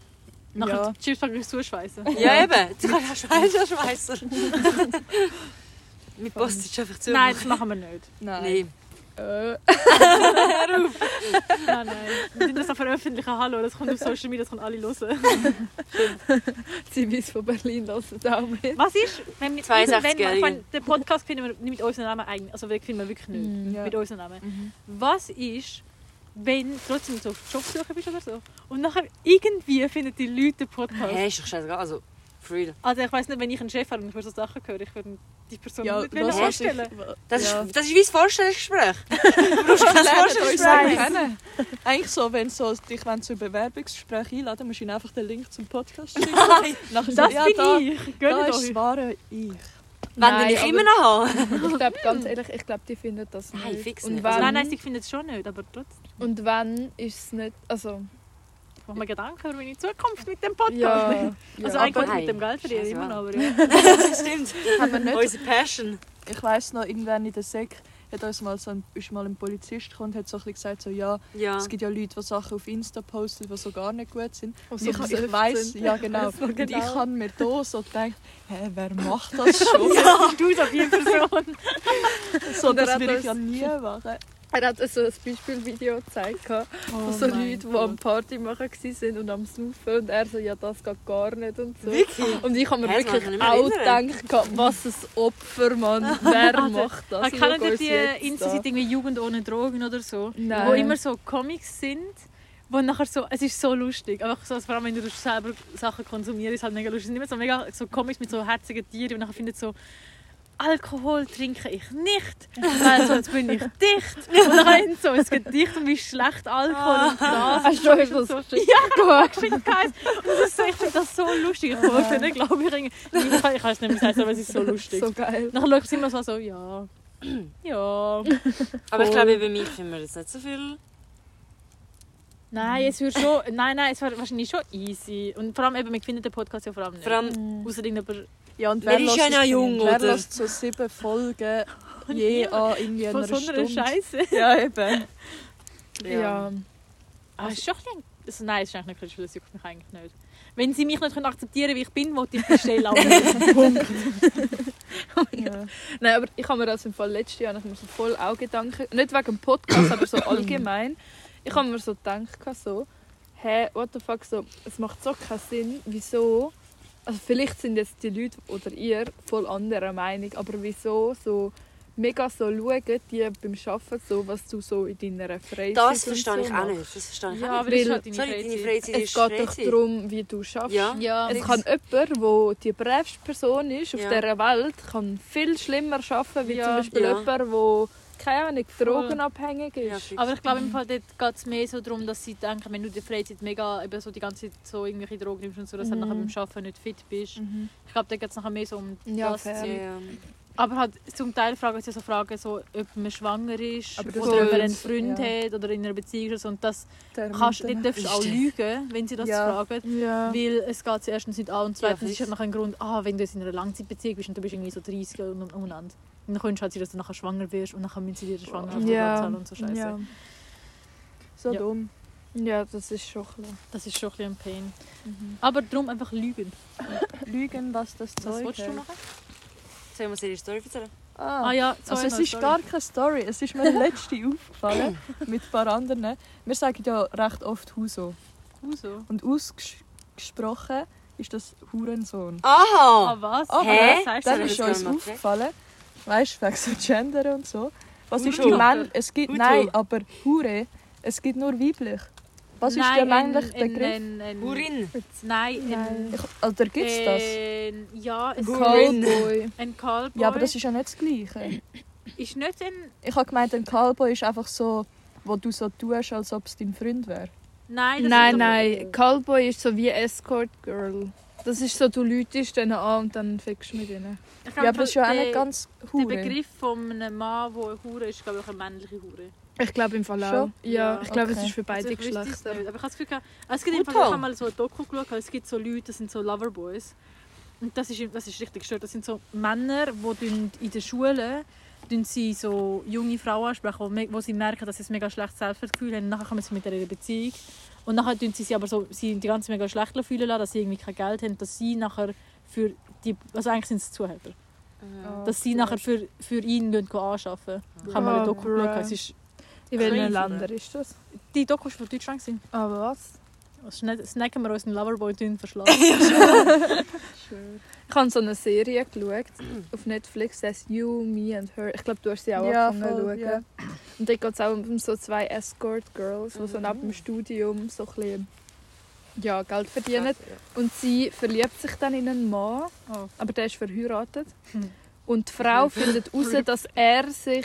Speaker 2: Nachher
Speaker 4: Ja.
Speaker 2: ja. die Chips packen zuschweissen.
Speaker 1: Ja, eben. Du kannst auch Schweizer, Schweizer. Mit Postage einfach zu.
Speaker 2: Nein, das machen wir nicht.
Speaker 4: Nein.
Speaker 1: Nein.
Speaker 3: Äh,
Speaker 2: Nein, nein. Wir sind das auch veröffentlichen. Hallo, das kommt auf Social Media, das können alle hören.
Speaker 3: sie wissen von Berlin, lassen es auch mit.
Speaker 2: Was ist, wenn wir,
Speaker 1: 62
Speaker 2: wenn wir ich meine,
Speaker 1: Jahre.
Speaker 2: den Podcast finden wir nicht mit unserem Namen eigentlich, also wirklich, finden wir wirklich nicht.
Speaker 4: Ja.
Speaker 2: Mit unserem Namen. Was ist, wenn du trotzdem so auf Jobsuche bist oder so und nachher irgendwie finden die Leute den Podcast?
Speaker 1: Hey, ist doch scheißegal. Also, for real.
Speaker 2: Also ich weiß nicht, wenn ich einen Chef habe und ich würde so Sachen hören, ich würde die Person
Speaker 4: Ja,
Speaker 2: nicht
Speaker 4: das was ich,
Speaker 2: vorstellen.
Speaker 1: Das,
Speaker 4: Ja.
Speaker 1: ist, das ist wie das Vorstellungsgespräch. Du brauchst kein
Speaker 4: Nein.
Speaker 1: Vorstellungsgespräch.
Speaker 4: kennen. Eigentlich so, wenn so, dich wollen zu Bewerbungsgespräch einladen, musst du ihnen einfach den Link zum Podcast schicken. Nachher
Speaker 2: Das
Speaker 4: so, ja,
Speaker 2: bin
Speaker 4: da,
Speaker 2: ich.
Speaker 4: da
Speaker 2: Gönnt
Speaker 4: ist das
Speaker 2: euch.
Speaker 4: wahre Ich.
Speaker 1: Wenn du
Speaker 3: Nein,
Speaker 1: dich
Speaker 3: aber-
Speaker 1: immer noch haben.
Speaker 3: Ich glaube, ganz ehrlich, ich glaube, die finden das nicht.
Speaker 1: Nein, fix
Speaker 3: und
Speaker 1: nicht.
Speaker 3: wenn,
Speaker 2: Also Nein, nein, sie finden es schon nicht, aber trotzdem.
Speaker 3: und wenn ist es nicht, also,
Speaker 2: Ich mache mir Gedanken über meine Zukunft mit dem Podcast.
Speaker 3: ja. ja.
Speaker 2: Also
Speaker 1: aber
Speaker 2: eigentlich
Speaker 1: nein.
Speaker 2: mit dem Geld verdienen
Speaker 1: Scheiss,
Speaker 2: immer noch,
Speaker 1: ja.
Speaker 2: aber ja.
Speaker 1: Stimmt.
Speaker 4: Haben wir nicht
Speaker 1: Unsere Passion.
Speaker 4: ich weiß noch, irgendwann in der Sek hat uns mal so ein, ist mal ein Polizist gekommen und hat so ein bisschen gesagt, so, ja,
Speaker 1: Ja.
Speaker 4: es gibt ja Leute, die Sachen auf Insta posten, die so gar nicht gut sind.
Speaker 3: Und
Speaker 4: Und
Speaker 3: so
Speaker 4: ich, ich
Speaker 3: besoffen
Speaker 4: weiss,
Speaker 3: sind.
Speaker 4: ja genau.
Speaker 3: weiss noch
Speaker 4: Und ich
Speaker 3: genau.
Speaker 4: habe mir da so gedacht, hä, wer macht das schon?
Speaker 2: Du so die Person.
Speaker 4: so,
Speaker 3: Und er
Speaker 4: das
Speaker 3: hat
Speaker 4: würde ich
Speaker 3: uns-
Speaker 4: ja nie machen.
Speaker 3: Er hat so ein Beispielvideo gezeigt, von
Speaker 4: Oh Also
Speaker 3: so Leuten, die am Party machen waren und am Saufen. Und er so, ja, das geht gar nicht und so.
Speaker 1: Wirklich?
Speaker 3: Und ich habe mir
Speaker 1: Hä, das
Speaker 3: wirklich
Speaker 1: kann ich
Speaker 3: auch
Speaker 1: mich nicht erinnern.
Speaker 3: gedacht, was ein Opfer, Mann. Wer
Speaker 2: Also,
Speaker 3: macht das?
Speaker 2: Man kennt
Speaker 3: Schau
Speaker 2: ja
Speaker 3: uns
Speaker 2: die
Speaker 3: jetzt
Speaker 2: Insta-Seite irgendwie Jugend ohne Drogen oder so,
Speaker 3: Nein.
Speaker 2: wo immer so Comics sind, wo nachher so, es ist so lustig, einfach so, also vor allem wenn du selber Sachen konsumierst, ist halt mega lustig. Es sind immer so mega so Comics mit so herzigen Tieren und nachher findet so Alkohol trinke ich nicht, weil sonst bin ich dicht. Und dann haben sie so ein Gedicht und wie schlecht Alkohol und
Speaker 3: an.
Speaker 2: das.
Speaker 3: Hast du etwas
Speaker 2: so-
Speaker 3: geschickt?
Speaker 2: Geschwind Geist. Und das ist so, ich finde das so lustig. Ich wollte nicht glauben, ich, irgendwie- ich, kann- ich kann es nicht mehr sagen, aber es ist so lustig.
Speaker 3: So geil.
Speaker 2: Nachher schaut sie immer so, so ja. Ja.
Speaker 1: Aber ich glaube, bei mir finden wir jetzt nicht so viel.
Speaker 2: Nein, es wäre schon. Nein, nein, es wäre wahrscheinlich schon easy. Und vor allem eben, wir finden den Podcast ja vor allem nicht.
Speaker 1: Vor allem,
Speaker 2: Außer irgendjemand.
Speaker 4: Ja, und
Speaker 1: Wir
Speaker 4: wer
Speaker 1: ist
Speaker 4: lässt
Speaker 1: ja
Speaker 4: es
Speaker 1: noch
Speaker 4: denn?
Speaker 1: jung,
Speaker 4: wer
Speaker 1: oder?
Speaker 4: lässt so sieben Folgen je an irgendwie
Speaker 2: Von
Speaker 4: einer
Speaker 2: so einer
Speaker 4: Stunde?
Speaker 2: Scheiße.
Speaker 4: Ja, eben.
Speaker 3: Ja.
Speaker 2: Aber Ah, es ist schon ein bisschen- also, Nein, es ist eigentlich nicht kritisch, weil es juckt mich eigentlich nicht. Wenn sie mich nicht können akzeptieren wie ich bin, wollte ich die Stelle auch nicht.
Speaker 4: Ja.
Speaker 3: Nein, aber ich habe mir das im Fall letztes Jahr ich mir so voll auch Gedanken, nicht wegen dem Podcast, aber so allgemein. Ich habe mir so gedacht, so, hä, what the fuck, so, es macht so keinen Sinn, wieso, also vielleicht sind jetzt die Leute oder ihr voll anderer Meinung, aber wieso so mega so schauen, die beim Arbeiten so, was du so in deiner Freizeit
Speaker 1: Das
Speaker 3: und
Speaker 1: verstehe
Speaker 3: so
Speaker 1: ich auch
Speaker 3: machst.
Speaker 1: nicht. Das verstehe ich
Speaker 2: Ja,
Speaker 1: auch
Speaker 2: aber
Speaker 1: nicht.
Speaker 2: das ist halt
Speaker 3: Weil-
Speaker 2: deine
Speaker 1: Sorry, deine
Speaker 2: Freizeit.
Speaker 1: Freizeit
Speaker 3: Es
Speaker 1: ist
Speaker 3: geht doch
Speaker 1: Freizeit.
Speaker 3: darum, wie du schaffst.
Speaker 1: Ja.
Speaker 2: Ja,
Speaker 3: Es
Speaker 2: es
Speaker 3: kann jemand, wo die bravste Person ist auf
Speaker 1: Ja.
Speaker 3: dieser Welt, kann viel schlimmer arbeiten, wie
Speaker 2: Ja.
Speaker 3: zum Beispiel
Speaker 1: Ja.
Speaker 3: jemand, wo keine Ahnung,
Speaker 2: Voll.
Speaker 3: drogenabhängig
Speaker 1: Ja,
Speaker 3: ist.
Speaker 1: fix.
Speaker 2: Aber ich glaube, im Fall dort geht es mehr so darum, dass sie denken, wenn du die Freizeit mega eben so die ganze Zeit so irgendwelche Drogen nimmst und so, dass du
Speaker 3: Mhm.
Speaker 2: nachher beim Arbeiten nicht fit bist.
Speaker 4: Mhm.
Speaker 2: Ich glaube, da geht es nachher mehr so um
Speaker 3: Ja,
Speaker 2: das.
Speaker 3: fair.
Speaker 1: Ja, ja.
Speaker 2: Aber halt zum Teil fragen sie so Fragen, so, ob man schwanger ist
Speaker 4: Aber das
Speaker 2: oder ob man einen
Speaker 4: soll's,
Speaker 2: Freund
Speaker 4: ja.
Speaker 2: hat oder in einer Beziehung ist. oder so. Und das
Speaker 4: Der
Speaker 2: kannst,
Speaker 4: Mutter.
Speaker 2: dort darfst du auch lügen, wenn sie das
Speaker 4: Ja.
Speaker 2: fragen.
Speaker 3: Ja.
Speaker 2: Weil es geht sie erstens nicht an und zweitens
Speaker 1: fix.
Speaker 2: ist halt nachher ein Grund, ah, wenn du jetzt in einer Langzeitbeziehung bist und du bist irgendwie so 30 und und- und und. dann könntest du halt sein, dass du nachher schwanger wirst und dann müssen sie dir den Schwangerschaft
Speaker 3: Ja.
Speaker 2: zahlen und so Scheiße.
Speaker 3: Ja.
Speaker 4: So
Speaker 2: Ja.
Speaker 4: dumm.
Speaker 3: ja, das ist schon klar.
Speaker 2: Das ist schon ein bisschen ein Pain.
Speaker 4: Mhm.
Speaker 2: Aber darum einfach lügen.
Speaker 4: Lügen, was das
Speaker 2: Was
Speaker 4: Zeug
Speaker 2: willst du
Speaker 4: hält.
Speaker 2: machen?
Speaker 1: Sollen wir uns ihre Story erzählen?
Speaker 4: Ah.
Speaker 2: Ah ja,
Speaker 4: Also es
Speaker 2: sorry,
Speaker 4: ist
Speaker 2: sorry.
Speaker 4: gar keine Story. Es ist mir letzte aufgefallen mit ein paar anderen. Wir sagen ja recht oft Huso.
Speaker 2: Wieso?
Speaker 4: Und ausgesprochen ist das Hurensohn.
Speaker 1: Aha!
Speaker 2: Ah, was?
Speaker 4: Aber
Speaker 1: Hä?
Speaker 2: Was sagst du
Speaker 1: Das
Speaker 4: Dann
Speaker 1: hab ich
Speaker 4: ist
Speaker 2: denn?
Speaker 1: gar
Speaker 4: uns
Speaker 1: nicht
Speaker 4: aufgefallen, weißt du, wegen so Gender und so. Was ist
Speaker 1: Hurensohn.
Speaker 4: der Mann? Es gibt,
Speaker 1: Hurensohn.
Speaker 4: nein, aber Hure, es gibt nur weiblich. Was ist
Speaker 2: Nein,
Speaker 4: der
Speaker 2: ein-
Speaker 4: männliche
Speaker 2: ein-
Speaker 4: Begriff?
Speaker 2: ein- ein-
Speaker 1: Urin!
Speaker 2: Nein, ein-
Speaker 4: Ich, oder gibt
Speaker 2: Äh,
Speaker 4: es das?
Speaker 2: ein- Ähm, Ja, es
Speaker 1: Cowboy.
Speaker 3: Cowboy.
Speaker 2: Ein Callboy
Speaker 4: Ja, aber das ist ja nicht das Gleiche.
Speaker 2: ist nicht ein.
Speaker 4: Ich habe gemeint, ein Callboy ist einfach so, wo du so tust, als ob es dein Freund wäre.
Speaker 2: Nein, das
Speaker 3: Nein,
Speaker 2: ist
Speaker 3: nein, Callboy ist so wie Escort Girl. Das ist so, du läutest denen an und dann fickst du mit ihnen.
Speaker 2: Ich glaub,
Speaker 4: Ja, aber das ist ja auch
Speaker 2: halt der-
Speaker 4: nicht ganz
Speaker 2: Der
Speaker 4: Hure.
Speaker 2: Begriff von einem Mann, der eine Hure ist, glaube ich, eine männliche Hure.
Speaker 3: Ich glaube im Fall auch.
Speaker 4: Schon?
Speaker 3: Ja,
Speaker 2: Ja,
Speaker 3: ich glaube, es
Speaker 4: okay.
Speaker 3: ist für beide
Speaker 2: Also ich wüsste es
Speaker 3: Geschlechter.
Speaker 2: nicht. Aber ich habe das Gefühl, gehabt, es gibt
Speaker 1: Gut,
Speaker 2: einfach, ich
Speaker 1: Paul.
Speaker 2: habe mal so ein Doku geschaut, es gibt so Leute, das sind so Loverboys. Und das ist, das ist richtig gestört. Das sind so Männer, die tun in der Schule tun sie so junge Frauen ansprechen, wo me- wo sie merken, dass sie ein mega schlechtes Selbstwertgefühl haben. Und nachher kommen sie mit einer Beziehung. Und nachher tun sie sich aber so, sie die ganze mega schlecht fühlen lassen, dass sie irgendwie kein Geld haben, dass sie nachher für die, also eigentlich sind es Zuhälter, dass sie nachher für, für ihn gehen anschaffen. Ich habe mal eine
Speaker 3: Oh,
Speaker 2: Doku
Speaker 3: bruh.
Speaker 2: geschaut, es ist,
Speaker 3: In welchen
Speaker 2: Crazy.
Speaker 3: Ländern ist das?
Speaker 2: die Doku ist von Deutschland. Gewesen.
Speaker 3: Ah, was?
Speaker 2: Das schne- snacken wir unseren Loverboy dünn verschlagen.
Speaker 3: Ich habe so eine Serie geschaut auf Netflix, das heißt You, Me and Her. Ich glaube, du hast sie auch
Speaker 4: Ja,
Speaker 3: angefangen
Speaker 4: voll,
Speaker 3: zu schauen.
Speaker 4: ja.
Speaker 3: Und dort geht es auch um so zwei Escort Girls, die so
Speaker 1: Mhm.
Speaker 3: neben dem Studium so ein bisschen, ja, Geld verdienen. Und sie verliebt sich dann in einen Mann,
Speaker 2: Oh.
Speaker 3: aber der ist verheiratet.
Speaker 2: Hm.
Speaker 3: Und die Frau findet heraus, dass er sich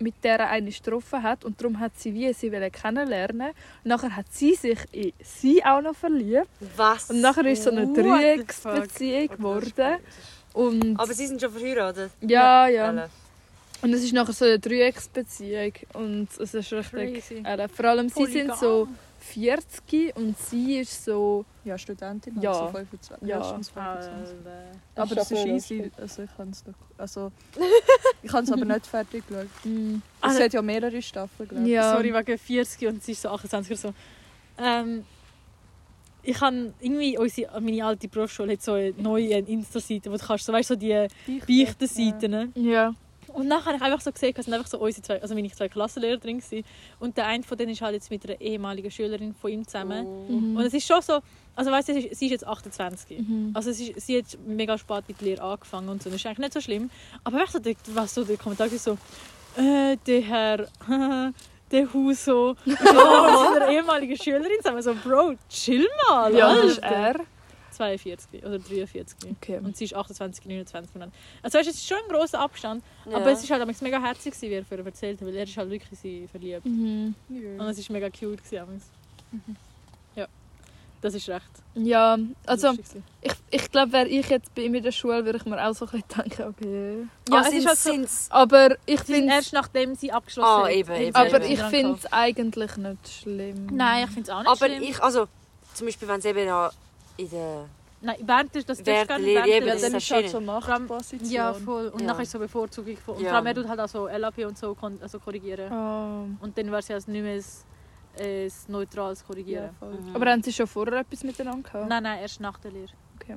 Speaker 3: mit der eine getroffen hat und darum hat sie wie sie wollte kennenlernen. Und nachher hat sie sich in sie auch noch verliebt
Speaker 1: Was?
Speaker 3: und nachher ist so eine
Speaker 2: Oh, What the fuck?
Speaker 3: Dreiecksbeziehung geworden. Und
Speaker 2: Ah,
Speaker 1: Aber sie sind schon verheiratet.
Speaker 3: ja, ja.
Speaker 1: Alle.
Speaker 3: Und es ist nachher so eine Dreiecksbeziehung und es ist richtig.
Speaker 2: Crazy.
Speaker 3: Äh, vor allem sie sind so 40 und sie ist so
Speaker 4: Ja, Studentin,
Speaker 3: Ja.
Speaker 4: also 25.
Speaker 3: Ja.
Speaker 4: erstens
Speaker 2: Ah,
Speaker 4: 25.
Speaker 2: Alter.
Speaker 4: Aber das ist
Speaker 3: voll
Speaker 4: easy. Also ich kann es noch. Also, ich habe es aber nicht fertig geschaut.
Speaker 3: mm,
Speaker 4: Es
Speaker 2: Also-
Speaker 4: hat ja mehrere Staffeln, glaube ich.
Speaker 3: ja.
Speaker 2: Sorry, wegen 40 und sie ist so 28 oder so. Ähm, ich habe irgendwie unsere, meine alte Berufsschule hat so eine neue Insta-Seite, wo du kannst, so, weißt, so die Beichten-Seiten.
Speaker 3: ja
Speaker 2: Und nachher habe ich einfach so gesehen, es sind einfach so unsere zwei, also meine zwei Klassenlehrer drin gewesen. Und der eine von denen ist halt jetzt mit einer ehemaligen Schülerin von ihm zusammen.
Speaker 3: Mhm.
Speaker 2: Und es ist schon so, also weißt du, sie ist sie ist jetzt 28.
Speaker 3: Mhm.
Speaker 2: Also es ist, sie hat mega spät mit der Lehre angefangen und so, das ist eigentlich nicht so schlimm. Aber weißt du, der- was so der Kommentar ist so, äh, der Herr, der Huso, ist auch mit seiner ehemaligen Schülerin zusammen. So, Bro, chill mal,
Speaker 3: ja, das
Speaker 2: Alter.
Speaker 3: ist er.
Speaker 2: 42 oder 43.
Speaker 3: Okay.
Speaker 2: Und sie ist 28, 29 Monate. Also weißt, du, es ist schon ein grosser Abstand,
Speaker 1: Ja.
Speaker 2: aber es ist halt manchmal mega herzig, gewesen, wie er vorher erzählt hat, weil er ist halt wirklich sie verliebt.
Speaker 3: Mhm.
Speaker 2: Und es ist mega cute gewesen, manchmal. Ja, das ist recht.
Speaker 3: Ja, also
Speaker 2: lustig gewesen.
Speaker 3: ich, ich glaube, wäre ich jetzt bei ihm in der Schule, würde ich mir auch so ein bisschen denken, okay.
Speaker 2: Ja,
Speaker 1: Ah,
Speaker 2: es
Speaker 1: sind,
Speaker 2: ist halt so,
Speaker 1: sind's-
Speaker 3: Aber ich
Speaker 2: Sie sind
Speaker 3: finde
Speaker 2: erst nachdem sie abgeschlossen
Speaker 1: Ah,
Speaker 2: hat.
Speaker 1: eben,
Speaker 2: hat
Speaker 1: eben,
Speaker 2: sie
Speaker 3: aber
Speaker 1: eben.
Speaker 3: ich
Speaker 2: dran
Speaker 3: finde
Speaker 2: gehabt.
Speaker 3: es eigentlich nicht schlimm.
Speaker 2: Nein, ich finde es auch nicht
Speaker 1: aber
Speaker 2: schlimm.
Speaker 1: ich, also, zum Beispiel, wenn es eben auch in der...
Speaker 2: Nein, während das, das
Speaker 1: Während
Speaker 2: darfst du
Speaker 1: Lehre,
Speaker 2: gar nicht
Speaker 1: eben,
Speaker 2: während der
Speaker 4: Ja,
Speaker 1: das
Speaker 2: Lehre.
Speaker 4: dann
Speaker 1: ist
Speaker 4: ist halt
Speaker 1: schön.
Speaker 4: so Machtposition.
Speaker 2: Ja, voll. Und
Speaker 1: Ja.
Speaker 2: nachher ist so Bevorzugung von... Und
Speaker 1: Ja.
Speaker 2: vor allem, er tut halt auch so LAP und so kon- also korrigieren.
Speaker 3: Ah.
Speaker 2: Und dann wäre es ja als nicht mehr ein, ein neutrales
Speaker 3: Ja,
Speaker 2: Korrigieren.
Speaker 3: voll.
Speaker 1: Mhm.
Speaker 3: Aber haben sie schon vorher etwas miteinander gehabt?
Speaker 2: Nein, nein, erst nach der Lehre.
Speaker 3: Okay.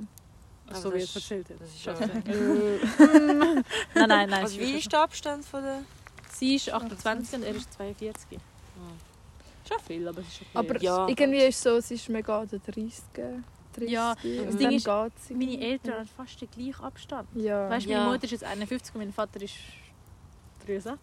Speaker 1: Aber
Speaker 2: so wie
Speaker 1: Also das
Speaker 2: er
Speaker 1: ist-
Speaker 2: es erzählt hat.
Speaker 1: Das ist
Speaker 2: Scheiße.
Speaker 1: schade.
Speaker 2: Nein, nein, nein.
Speaker 1: Also,
Speaker 2: es ist
Speaker 1: wie
Speaker 2: wirklich-
Speaker 1: ist der Abstand von der...
Speaker 2: Sie ist 28 und er ist 42. Schon viel, aber es ist okay.
Speaker 3: Aber
Speaker 1: Hm. Ja.
Speaker 3: irgendwie ist es so, es ist mega an den 30 30
Speaker 2: Ja,
Speaker 3: und
Speaker 1: das
Speaker 3: dann
Speaker 2: Ding ist,
Speaker 3: geht's irgendwie.
Speaker 2: meine Eltern haben fast den gleichen Abstand.
Speaker 3: Ja.
Speaker 2: Weißt du,
Speaker 1: Ja.
Speaker 2: meine Mutter ist jetzt 51 und mein Vater ist 63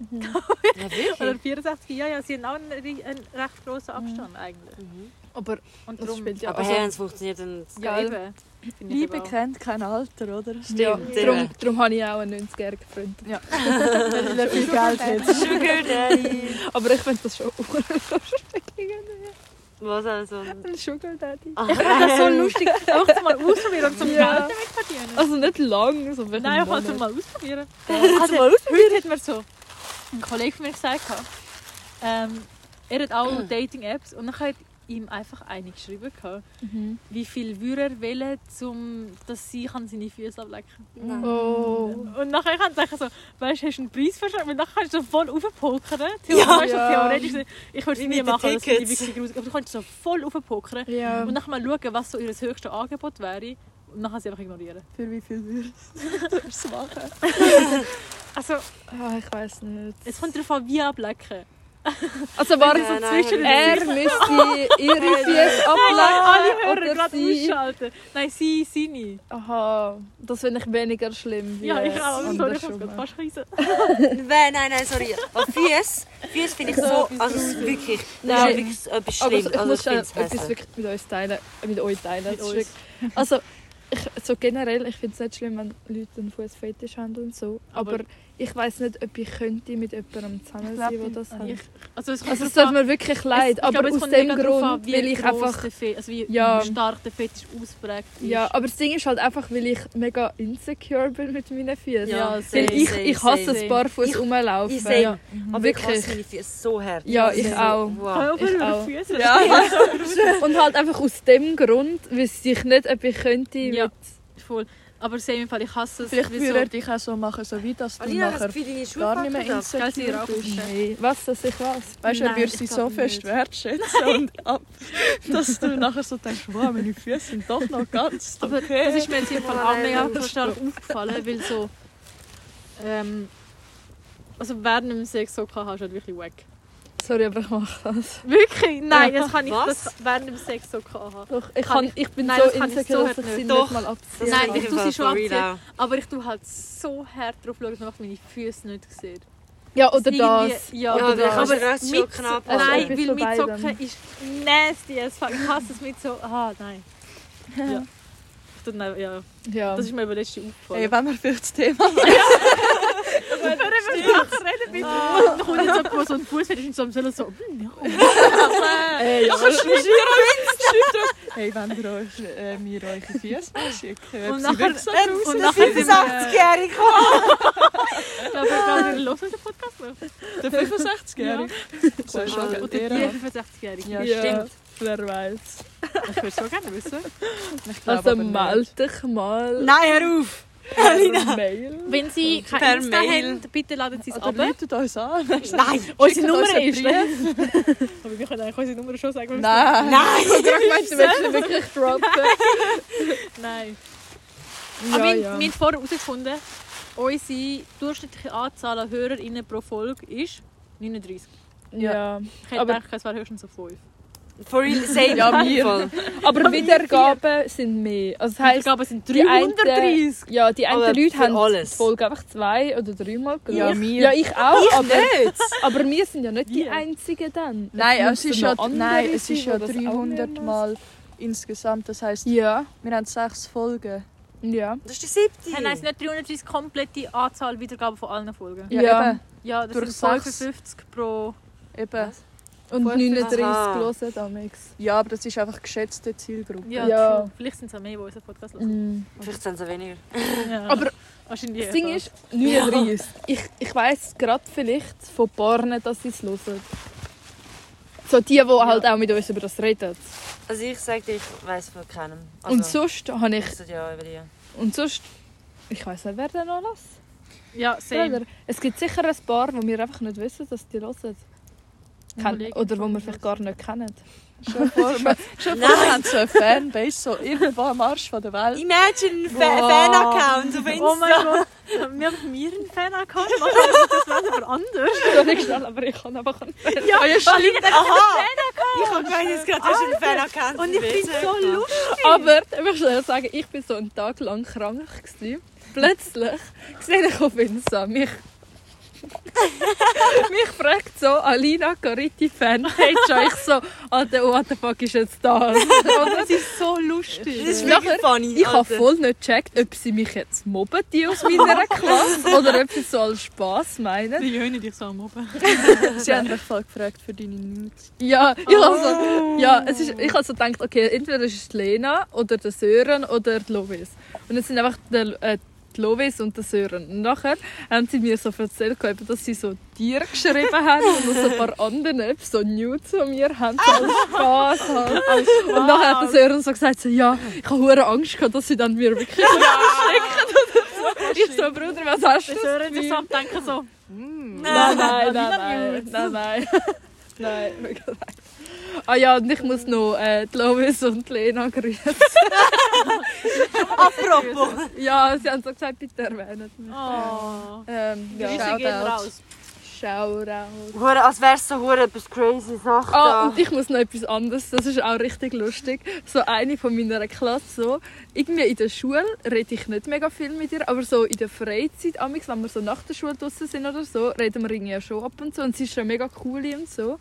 Speaker 3: Mhm.
Speaker 1: Ja, wirklich?
Speaker 2: oder 64. Ja, ja, sie haben auch einen, ri- einen recht grossen Abstand eigentlich.
Speaker 1: Mhm.
Speaker 3: Aber
Speaker 2: Und
Speaker 3: das
Speaker 2: darum,
Speaker 3: spielt ja
Speaker 1: Aber
Speaker 3: also-
Speaker 1: hey, wenn es funktioniert, dann...
Speaker 2: ja,
Speaker 3: geil.
Speaker 2: eben. Finde ich
Speaker 4: Liebe
Speaker 2: aber auch.
Speaker 4: kennt kein Alter, oder?
Speaker 3: Ja,
Speaker 1: Stimmt,
Speaker 3: darum,
Speaker 1: eben.
Speaker 3: darum habe ich auch einen 90-jährigen Freund.
Speaker 2: Weil er viel Geld hat.
Speaker 1: Sugar Daddy!
Speaker 3: Aber ich finde das schon urschrecklich.
Speaker 1: Was also?
Speaker 3: Ein Sugar Daddy.
Speaker 2: Ich finde das so lustig. Einfach zum mal ausprobieren und zum
Speaker 3: Ja.
Speaker 2: Geld damit verdienen.
Speaker 3: Also nicht lang, so vielleicht
Speaker 2: Nein,
Speaker 3: einen
Speaker 2: ich wollte
Speaker 3: Monat.
Speaker 2: mal ausprobieren. Also, heute hat mir so ein Kollege von mir gesagt, ähm, er hat auch Dating-Apps und dann hat ihm einfach eine geschrieben, gehabt,
Speaker 3: Mhm.
Speaker 2: wie viel würde er wählen, um, dass sie kann seine Füße ablecken kann.
Speaker 1: Nein.
Speaker 3: Oh.
Speaker 2: Und nachher kann ich denken, so, weißt du, hast du einen Preis verstanden? Weil nachher kannst du so voll aufpokern.
Speaker 1: Ja.
Speaker 2: Theoretisch,
Speaker 3: Ja.
Speaker 2: theoretisch gesehen, ich würde
Speaker 1: Wie
Speaker 2: es nie
Speaker 1: mit den
Speaker 2: machen, das finde ich
Speaker 1: Tickets.
Speaker 2: wichtig raus. Aber du kannst so voll aufpokern
Speaker 3: Ja.
Speaker 2: und nachher mal schauen, was so ihr höchstes Angebot wäre. Und nachher sie einfach ignorieren.
Speaker 4: Für wie viel würdest du es machen?
Speaker 2: Also,
Speaker 3: Ah, ich weiß nicht.
Speaker 2: es kommt darauf an, wie ablecken.
Speaker 3: Also war
Speaker 1: Nein,
Speaker 3: so
Speaker 1: nein,
Speaker 3: zwischen
Speaker 1: nein.
Speaker 3: er müsste ihre Füße
Speaker 2: Alle Ah, Hörer
Speaker 3: ablecken oder
Speaker 2: gerade
Speaker 3: sie.
Speaker 2: ausschalten. Nein, sie, sie nicht.
Speaker 3: Aha, das finde ich weniger schlimm. wie
Speaker 2: Ja, ich auch.
Speaker 3: es
Speaker 2: Sorry, ich hab's
Speaker 3: andersrum.
Speaker 2: gerade fast reisen.
Speaker 1: Nein, nein, nein, sorry. Aber Füße, Füße finde ich so, also es ist wirklich, das
Speaker 3: Nein.
Speaker 1: ist wirklich etwas
Speaker 3: Aber
Speaker 1: schlimm.
Speaker 3: ich
Speaker 1: Also ich
Speaker 3: muss
Speaker 1: finde
Speaker 3: schnell
Speaker 1: es
Speaker 3: etwas
Speaker 1: hässlich.
Speaker 3: wirklich mit euch teilen. Mit euch teilen.
Speaker 2: Mit
Speaker 3: das ist
Speaker 2: uns.
Speaker 3: wirklich- Also, ich, so generell, ich finde es nicht schlimm, wenn Leute einen Fußfetisch haben und so. Aber,
Speaker 2: Aber-
Speaker 3: ich weiß nicht, ob ich könnte mit jemandem zusammen
Speaker 4: Ich
Speaker 3: sein,
Speaker 4: glaub,
Speaker 3: der das hat.
Speaker 2: ich- Also es, kommt
Speaker 3: Also es
Speaker 2: drauf
Speaker 3: tut
Speaker 2: an-
Speaker 3: mir wirklich leid,
Speaker 2: es- ich
Speaker 3: aber
Speaker 2: glaube, es
Speaker 3: aus
Speaker 2: kommt
Speaker 3: dem
Speaker 2: mega
Speaker 3: Grund,
Speaker 2: drauf an, wie
Speaker 3: weil ich
Speaker 2: gross
Speaker 3: einfach...
Speaker 2: der Fe also wie
Speaker 3: Ja.
Speaker 2: stark der Fetisch ausprägt ist.
Speaker 3: Ja, aber das Ding ist halt einfach, weil ich mega insecure bin mit meinen Füßen.
Speaker 1: Ja,
Speaker 2: Ja,
Speaker 1: sehr,
Speaker 3: Weil ich,
Speaker 1: sehr,
Speaker 3: ich hasse
Speaker 1: sehr.
Speaker 3: es, barfuß
Speaker 1: Ich-
Speaker 3: rumlaufen.
Speaker 1: ich sehe-
Speaker 3: Ja.
Speaker 1: Aber
Speaker 3: Wirklich.
Speaker 1: ich hasse meine Füße so hart.
Speaker 3: Ja,
Speaker 1: Also
Speaker 3: ich
Speaker 1: so,
Speaker 3: auch.
Speaker 1: Wow.
Speaker 3: Ich auch.
Speaker 2: Füße.
Speaker 3: Ja. Und halt einfach aus dem Grund, weiß ich nicht, ob ich könnte
Speaker 2: Ja.
Speaker 3: mit...
Speaker 2: Voll. Aber same im Fall, ich hasse es.
Speaker 4: Vielleicht
Speaker 2: wieso-
Speaker 4: würde er dich auch so machen, so wie das du
Speaker 1: Alina, hast du
Speaker 4: nachher
Speaker 1: das Gefühl, deine Schuhe
Speaker 4: gar nicht mehr
Speaker 1: packen darfst?
Speaker 2: Gell, sie
Speaker 4: insecure bist.
Speaker 2: rauschen.
Speaker 3: Hey, was, dass ich was?
Speaker 4: Weißt du, er
Speaker 2: Nein,
Speaker 4: würde
Speaker 2: ich
Speaker 4: sie so
Speaker 2: glaube
Speaker 4: fest
Speaker 2: nicht.
Speaker 4: wertschätzen und ab, dass du nachher so denkst, wow, meine Füße sind doch noch ganz
Speaker 2: Aber
Speaker 4: okay.
Speaker 2: das ist mir jetzt im Fall auch
Speaker 1: Nein,
Speaker 2: mega
Speaker 1: nein.
Speaker 2: stark aufgefallen, weil so. Ähm, also während dem Sex so kann, hast du halt wirklich weg.
Speaker 3: Sorry, aber ich mache das.
Speaker 2: Wirklich? Nein, das kann ich
Speaker 1: Was?
Speaker 2: das während dem Sex so haben.
Speaker 3: Doch, ich,
Speaker 2: Kann
Speaker 3: kann,
Speaker 2: ich-
Speaker 3: ich bin
Speaker 2: Nein,
Speaker 3: so
Speaker 2: das kann ich so
Speaker 3: insecure, dass ich
Speaker 2: nicht.
Speaker 3: sie nicht
Speaker 1: Doch.
Speaker 3: mal
Speaker 1: Das
Speaker 3: abziehe.
Speaker 2: Nein,
Speaker 1: kann
Speaker 2: ich tue
Speaker 1: im
Speaker 2: sie
Speaker 1: Fall
Speaker 2: schon
Speaker 1: for real auch.
Speaker 2: Aber ich tue halt so hart drauf schauen, dass man einfach meine Füße nicht sieht.
Speaker 3: Ja, oder
Speaker 2: Irgendwie-
Speaker 3: das.
Speaker 2: Ja,
Speaker 1: Ja,
Speaker 3: Oder
Speaker 1: aber
Speaker 3: das.
Speaker 1: kannst du
Speaker 2: aber
Speaker 1: den Rest schon
Speaker 2: mit-
Speaker 1: knapp
Speaker 3: Also,
Speaker 2: nein,
Speaker 3: etwas
Speaker 2: weil
Speaker 3: von
Speaker 2: mit
Speaker 3: beidem.
Speaker 2: Socken ist nasty as fuck. Ich hasse es mit so... Ah, nein. Ja. Ich tue dann- äh, ja.
Speaker 3: Ja.
Speaker 2: Das ist mir über letzte aufgefallen.
Speaker 4: Hey, wenn wir für das Thema
Speaker 2: Hör einfach nachher reden, bitte. Und dann kommt jetzt jemand, so ein Fußfetisch und so am Sellen so... hm, ja.
Speaker 4: Hey, ja, kannst du mir schreiben? Hey, wenn ihr euch, äh, mir eure Füße schickt, ob
Speaker 2: Und
Speaker 4: sie
Speaker 2: nachher-
Speaker 4: wirklich so
Speaker 2: und
Speaker 4: draussen
Speaker 2: nachher
Speaker 4: sind.
Speaker 2: sind wir...
Speaker 1: 80-jährig.
Speaker 2: Ich glaube, ich glaube, wir hören den Podcast noch.
Speaker 4: Der 65-Jährige. So ist schon
Speaker 2: Und
Speaker 4: eine
Speaker 2: der
Speaker 4: Ehre.
Speaker 2: 65-Jährige.
Speaker 4: Ja,
Speaker 3: Ja.
Speaker 4: stimmt. Wer weiß.
Speaker 2: Ich würde so gerne wissen.
Speaker 4: Ich glaub
Speaker 3: Also
Speaker 4: aber nicht.
Speaker 3: melde dich mal
Speaker 1: Nein, hör auf!
Speaker 3: per Mail.
Speaker 2: Wenn Sie
Speaker 1: Per
Speaker 2: kein Insta
Speaker 1: Mail.
Speaker 2: haben, bitte laden Sie es
Speaker 4: Oder
Speaker 2: ab.
Speaker 4: läutet uns an.
Speaker 1: Nein!
Speaker 2: Unsere
Speaker 4: uns
Speaker 2: Nummer
Speaker 4: einen
Speaker 2: ist... Aber wir können eigentlich unsere Nummer schon sagen. wenn wir es
Speaker 3: Nein.
Speaker 1: Nein!
Speaker 3: Ich habe gerade gemeint, du willst ihn wirklich droppen.
Speaker 2: Nein.
Speaker 3: Ja,
Speaker 2: Aber wir,
Speaker 3: ja.
Speaker 2: wir haben vorher herausgefunden, unsere durchschnittliche Anzahl an HörerInnen pro Folge ist 39.
Speaker 3: Ja.
Speaker 2: Ich hätte
Speaker 3: Aber-
Speaker 2: gedacht, es wären höchstens so 5.
Speaker 1: For real, same.
Speaker 3: Ja,
Speaker 1: im
Speaker 3: mir.
Speaker 1: Fall.
Speaker 3: Aber Wiedergaben sind mehr. Also das
Speaker 2: Ich
Speaker 3: heisst,
Speaker 2: glaube, es sind
Speaker 3: die einen-
Speaker 2: 330.
Speaker 3: ja, die
Speaker 1: Aber
Speaker 3: einen Leute
Speaker 1: für
Speaker 3: haben
Speaker 1: alles.
Speaker 3: die Folge einfach zwei oder dreimal gehört.
Speaker 4: Ja, mir.
Speaker 3: Oh, Ja, ich auch, aber,
Speaker 1: Nicht!
Speaker 3: aber wir sind ja nicht die
Speaker 2: Wir.
Speaker 3: Einzigen dann.
Speaker 4: Nein,
Speaker 3: müssen
Speaker 4: es ist ja,
Speaker 3: noch
Speaker 4: nein,
Speaker 3: andere
Speaker 4: es ist
Speaker 3: sein,
Speaker 4: ja
Speaker 3: die das auch
Speaker 4: 300
Speaker 3: mehrmals-
Speaker 4: Mal insgesamt. Das heisst,
Speaker 3: Ja,
Speaker 4: wir haben sechs Folgen.
Speaker 3: ja.
Speaker 1: Das ist die siebte.
Speaker 2: Hey, nein, es sind nicht 330 komplette Anzahl Wiedergaben von allen Folgen.
Speaker 3: Ja.
Speaker 2: Ja, das
Speaker 4: Durch
Speaker 2: sind
Speaker 4: sechs.
Speaker 2: 55 pro.
Speaker 4: Eben. eben.
Speaker 1: Was?
Speaker 3: Und
Speaker 2: Voll
Speaker 3: 39
Speaker 1: Aha.
Speaker 3: hören damals.
Speaker 4: Ja, aber das ist einfach geschätzte Zielgruppe.
Speaker 2: Ja,
Speaker 3: Ja. Mhm.
Speaker 2: true. Vielleicht sind es auch mehr, die unseren Podcast hören.
Speaker 3: Mm.
Speaker 1: Vielleicht sind es weniger.
Speaker 2: Ja.
Speaker 3: Aber
Speaker 2: wahrscheinlich. eh
Speaker 3: Das Ding ist, 39. Ich, ich weiss gerade vielleicht von Paaren, dass sie es hören. So die, die halt auch mit uns über das reden.
Speaker 1: Also ich sage dir, ich weiss von keinem. Also,
Speaker 3: Und sonst habe ich...
Speaker 1: das sind Ja, über die.
Speaker 3: Und sonst... Ich weiss nicht, wer denn noch lässt.
Speaker 2: Ja, same.
Speaker 3: Oder? Es gibt sicher ein paar, wo wir einfach nicht wissen, dass die hören. Ken
Speaker 2: Kollegen
Speaker 3: oder wo
Speaker 2: von
Speaker 3: wir
Speaker 2: mir
Speaker 3: vielleicht gar nicht kennen.
Speaker 4: Schon vor, schon vor wir haben so eine Fanbase, so irgendwo am Arsch von der Welt.
Speaker 1: Imagine Fa
Speaker 2: Wow.
Speaker 1: Fan-Account auf
Speaker 2: Oh mein
Speaker 1: Insta.
Speaker 2: Gott, wir haben mir einen Fan-Account gemacht, aber das wäre aber anders.
Speaker 3: Sorry, schnell, aber ich kann einfach...
Speaker 2: Ja, ja stimmt.
Speaker 1: Aha! Ich habe gemeint, jetzt gerade hast du einen Fan-Account.
Speaker 2: Und ich bin so lustig.
Speaker 3: Aber ich muss schnell sagen, ich bin so einen Tag lang krank. Gewesen. Plötzlich sehe ich auf Insta mich. mich fragt so Alina Caritti Fanpage. Und ich so, Alter, what the fuck ist jetzt das?
Speaker 2: Das ist so lustig.
Speaker 1: Das ist
Speaker 3: Nachher-
Speaker 1: wirklich funny.
Speaker 3: Ich habe
Speaker 1: Alter.
Speaker 3: voll nicht gecheckt, ob sie mich jetzt mobben, die aus meiner Klasse, oder ob sie es so als Spass meinen.
Speaker 2: Die hören dich so am Oben.
Speaker 4: Sie haben mich voll gefragt für deine Nudes.
Speaker 3: Ja, ich habe so, ja, es ist, ich habe so gedacht, okay, entweder ist es die Lena oder der Sören oder die Lovis. Und es sind einfach der, äh, die Lovis und der Sören. Und nachher haben sie mir so erzählt, gehabt, dass sie so Tiere geschrieben haben und noch so ein paar andere so Nudes von mir haben, so als Spaß halt. Und nachher hat der Sören so gesagt, so, ja, ich habe hure Angst gehabt, dass sie dann mir wirklich so schicken oder so. Ich so, Bruder, was hast du?
Speaker 2: Das hören sich so am Denken so.
Speaker 3: Nein, nein, nein, nein, nein, nein, nein, wirklich nein. Ah ja, und ich muss noch äh, die Lovis und die Lena grüßen.
Speaker 1: Apropos.
Speaker 3: Ja, sie haben so gesagt, bitte erwähnen. mich.
Speaker 2: Oh.
Speaker 3: Ähm,
Speaker 2: Die
Speaker 3: ja.
Speaker 2: Grüße gehen raus.
Speaker 3: Shoutout.
Speaker 1: Hure, als wär's so hure etwas crazy Sache
Speaker 3: Ah,
Speaker 1: da.
Speaker 3: und ich muss noch etwas anderes, das ist auch richtig lustig. So eine von meiner Klasse, so, irgendwie in der Schule rede ich nicht mega viel mit ihr, aber so in der Freizeit, amigs, wenn wir so nach der Schule draußen sind oder so, reden wir irgendwie schon ab und zu und sie ist schon mega cool und so.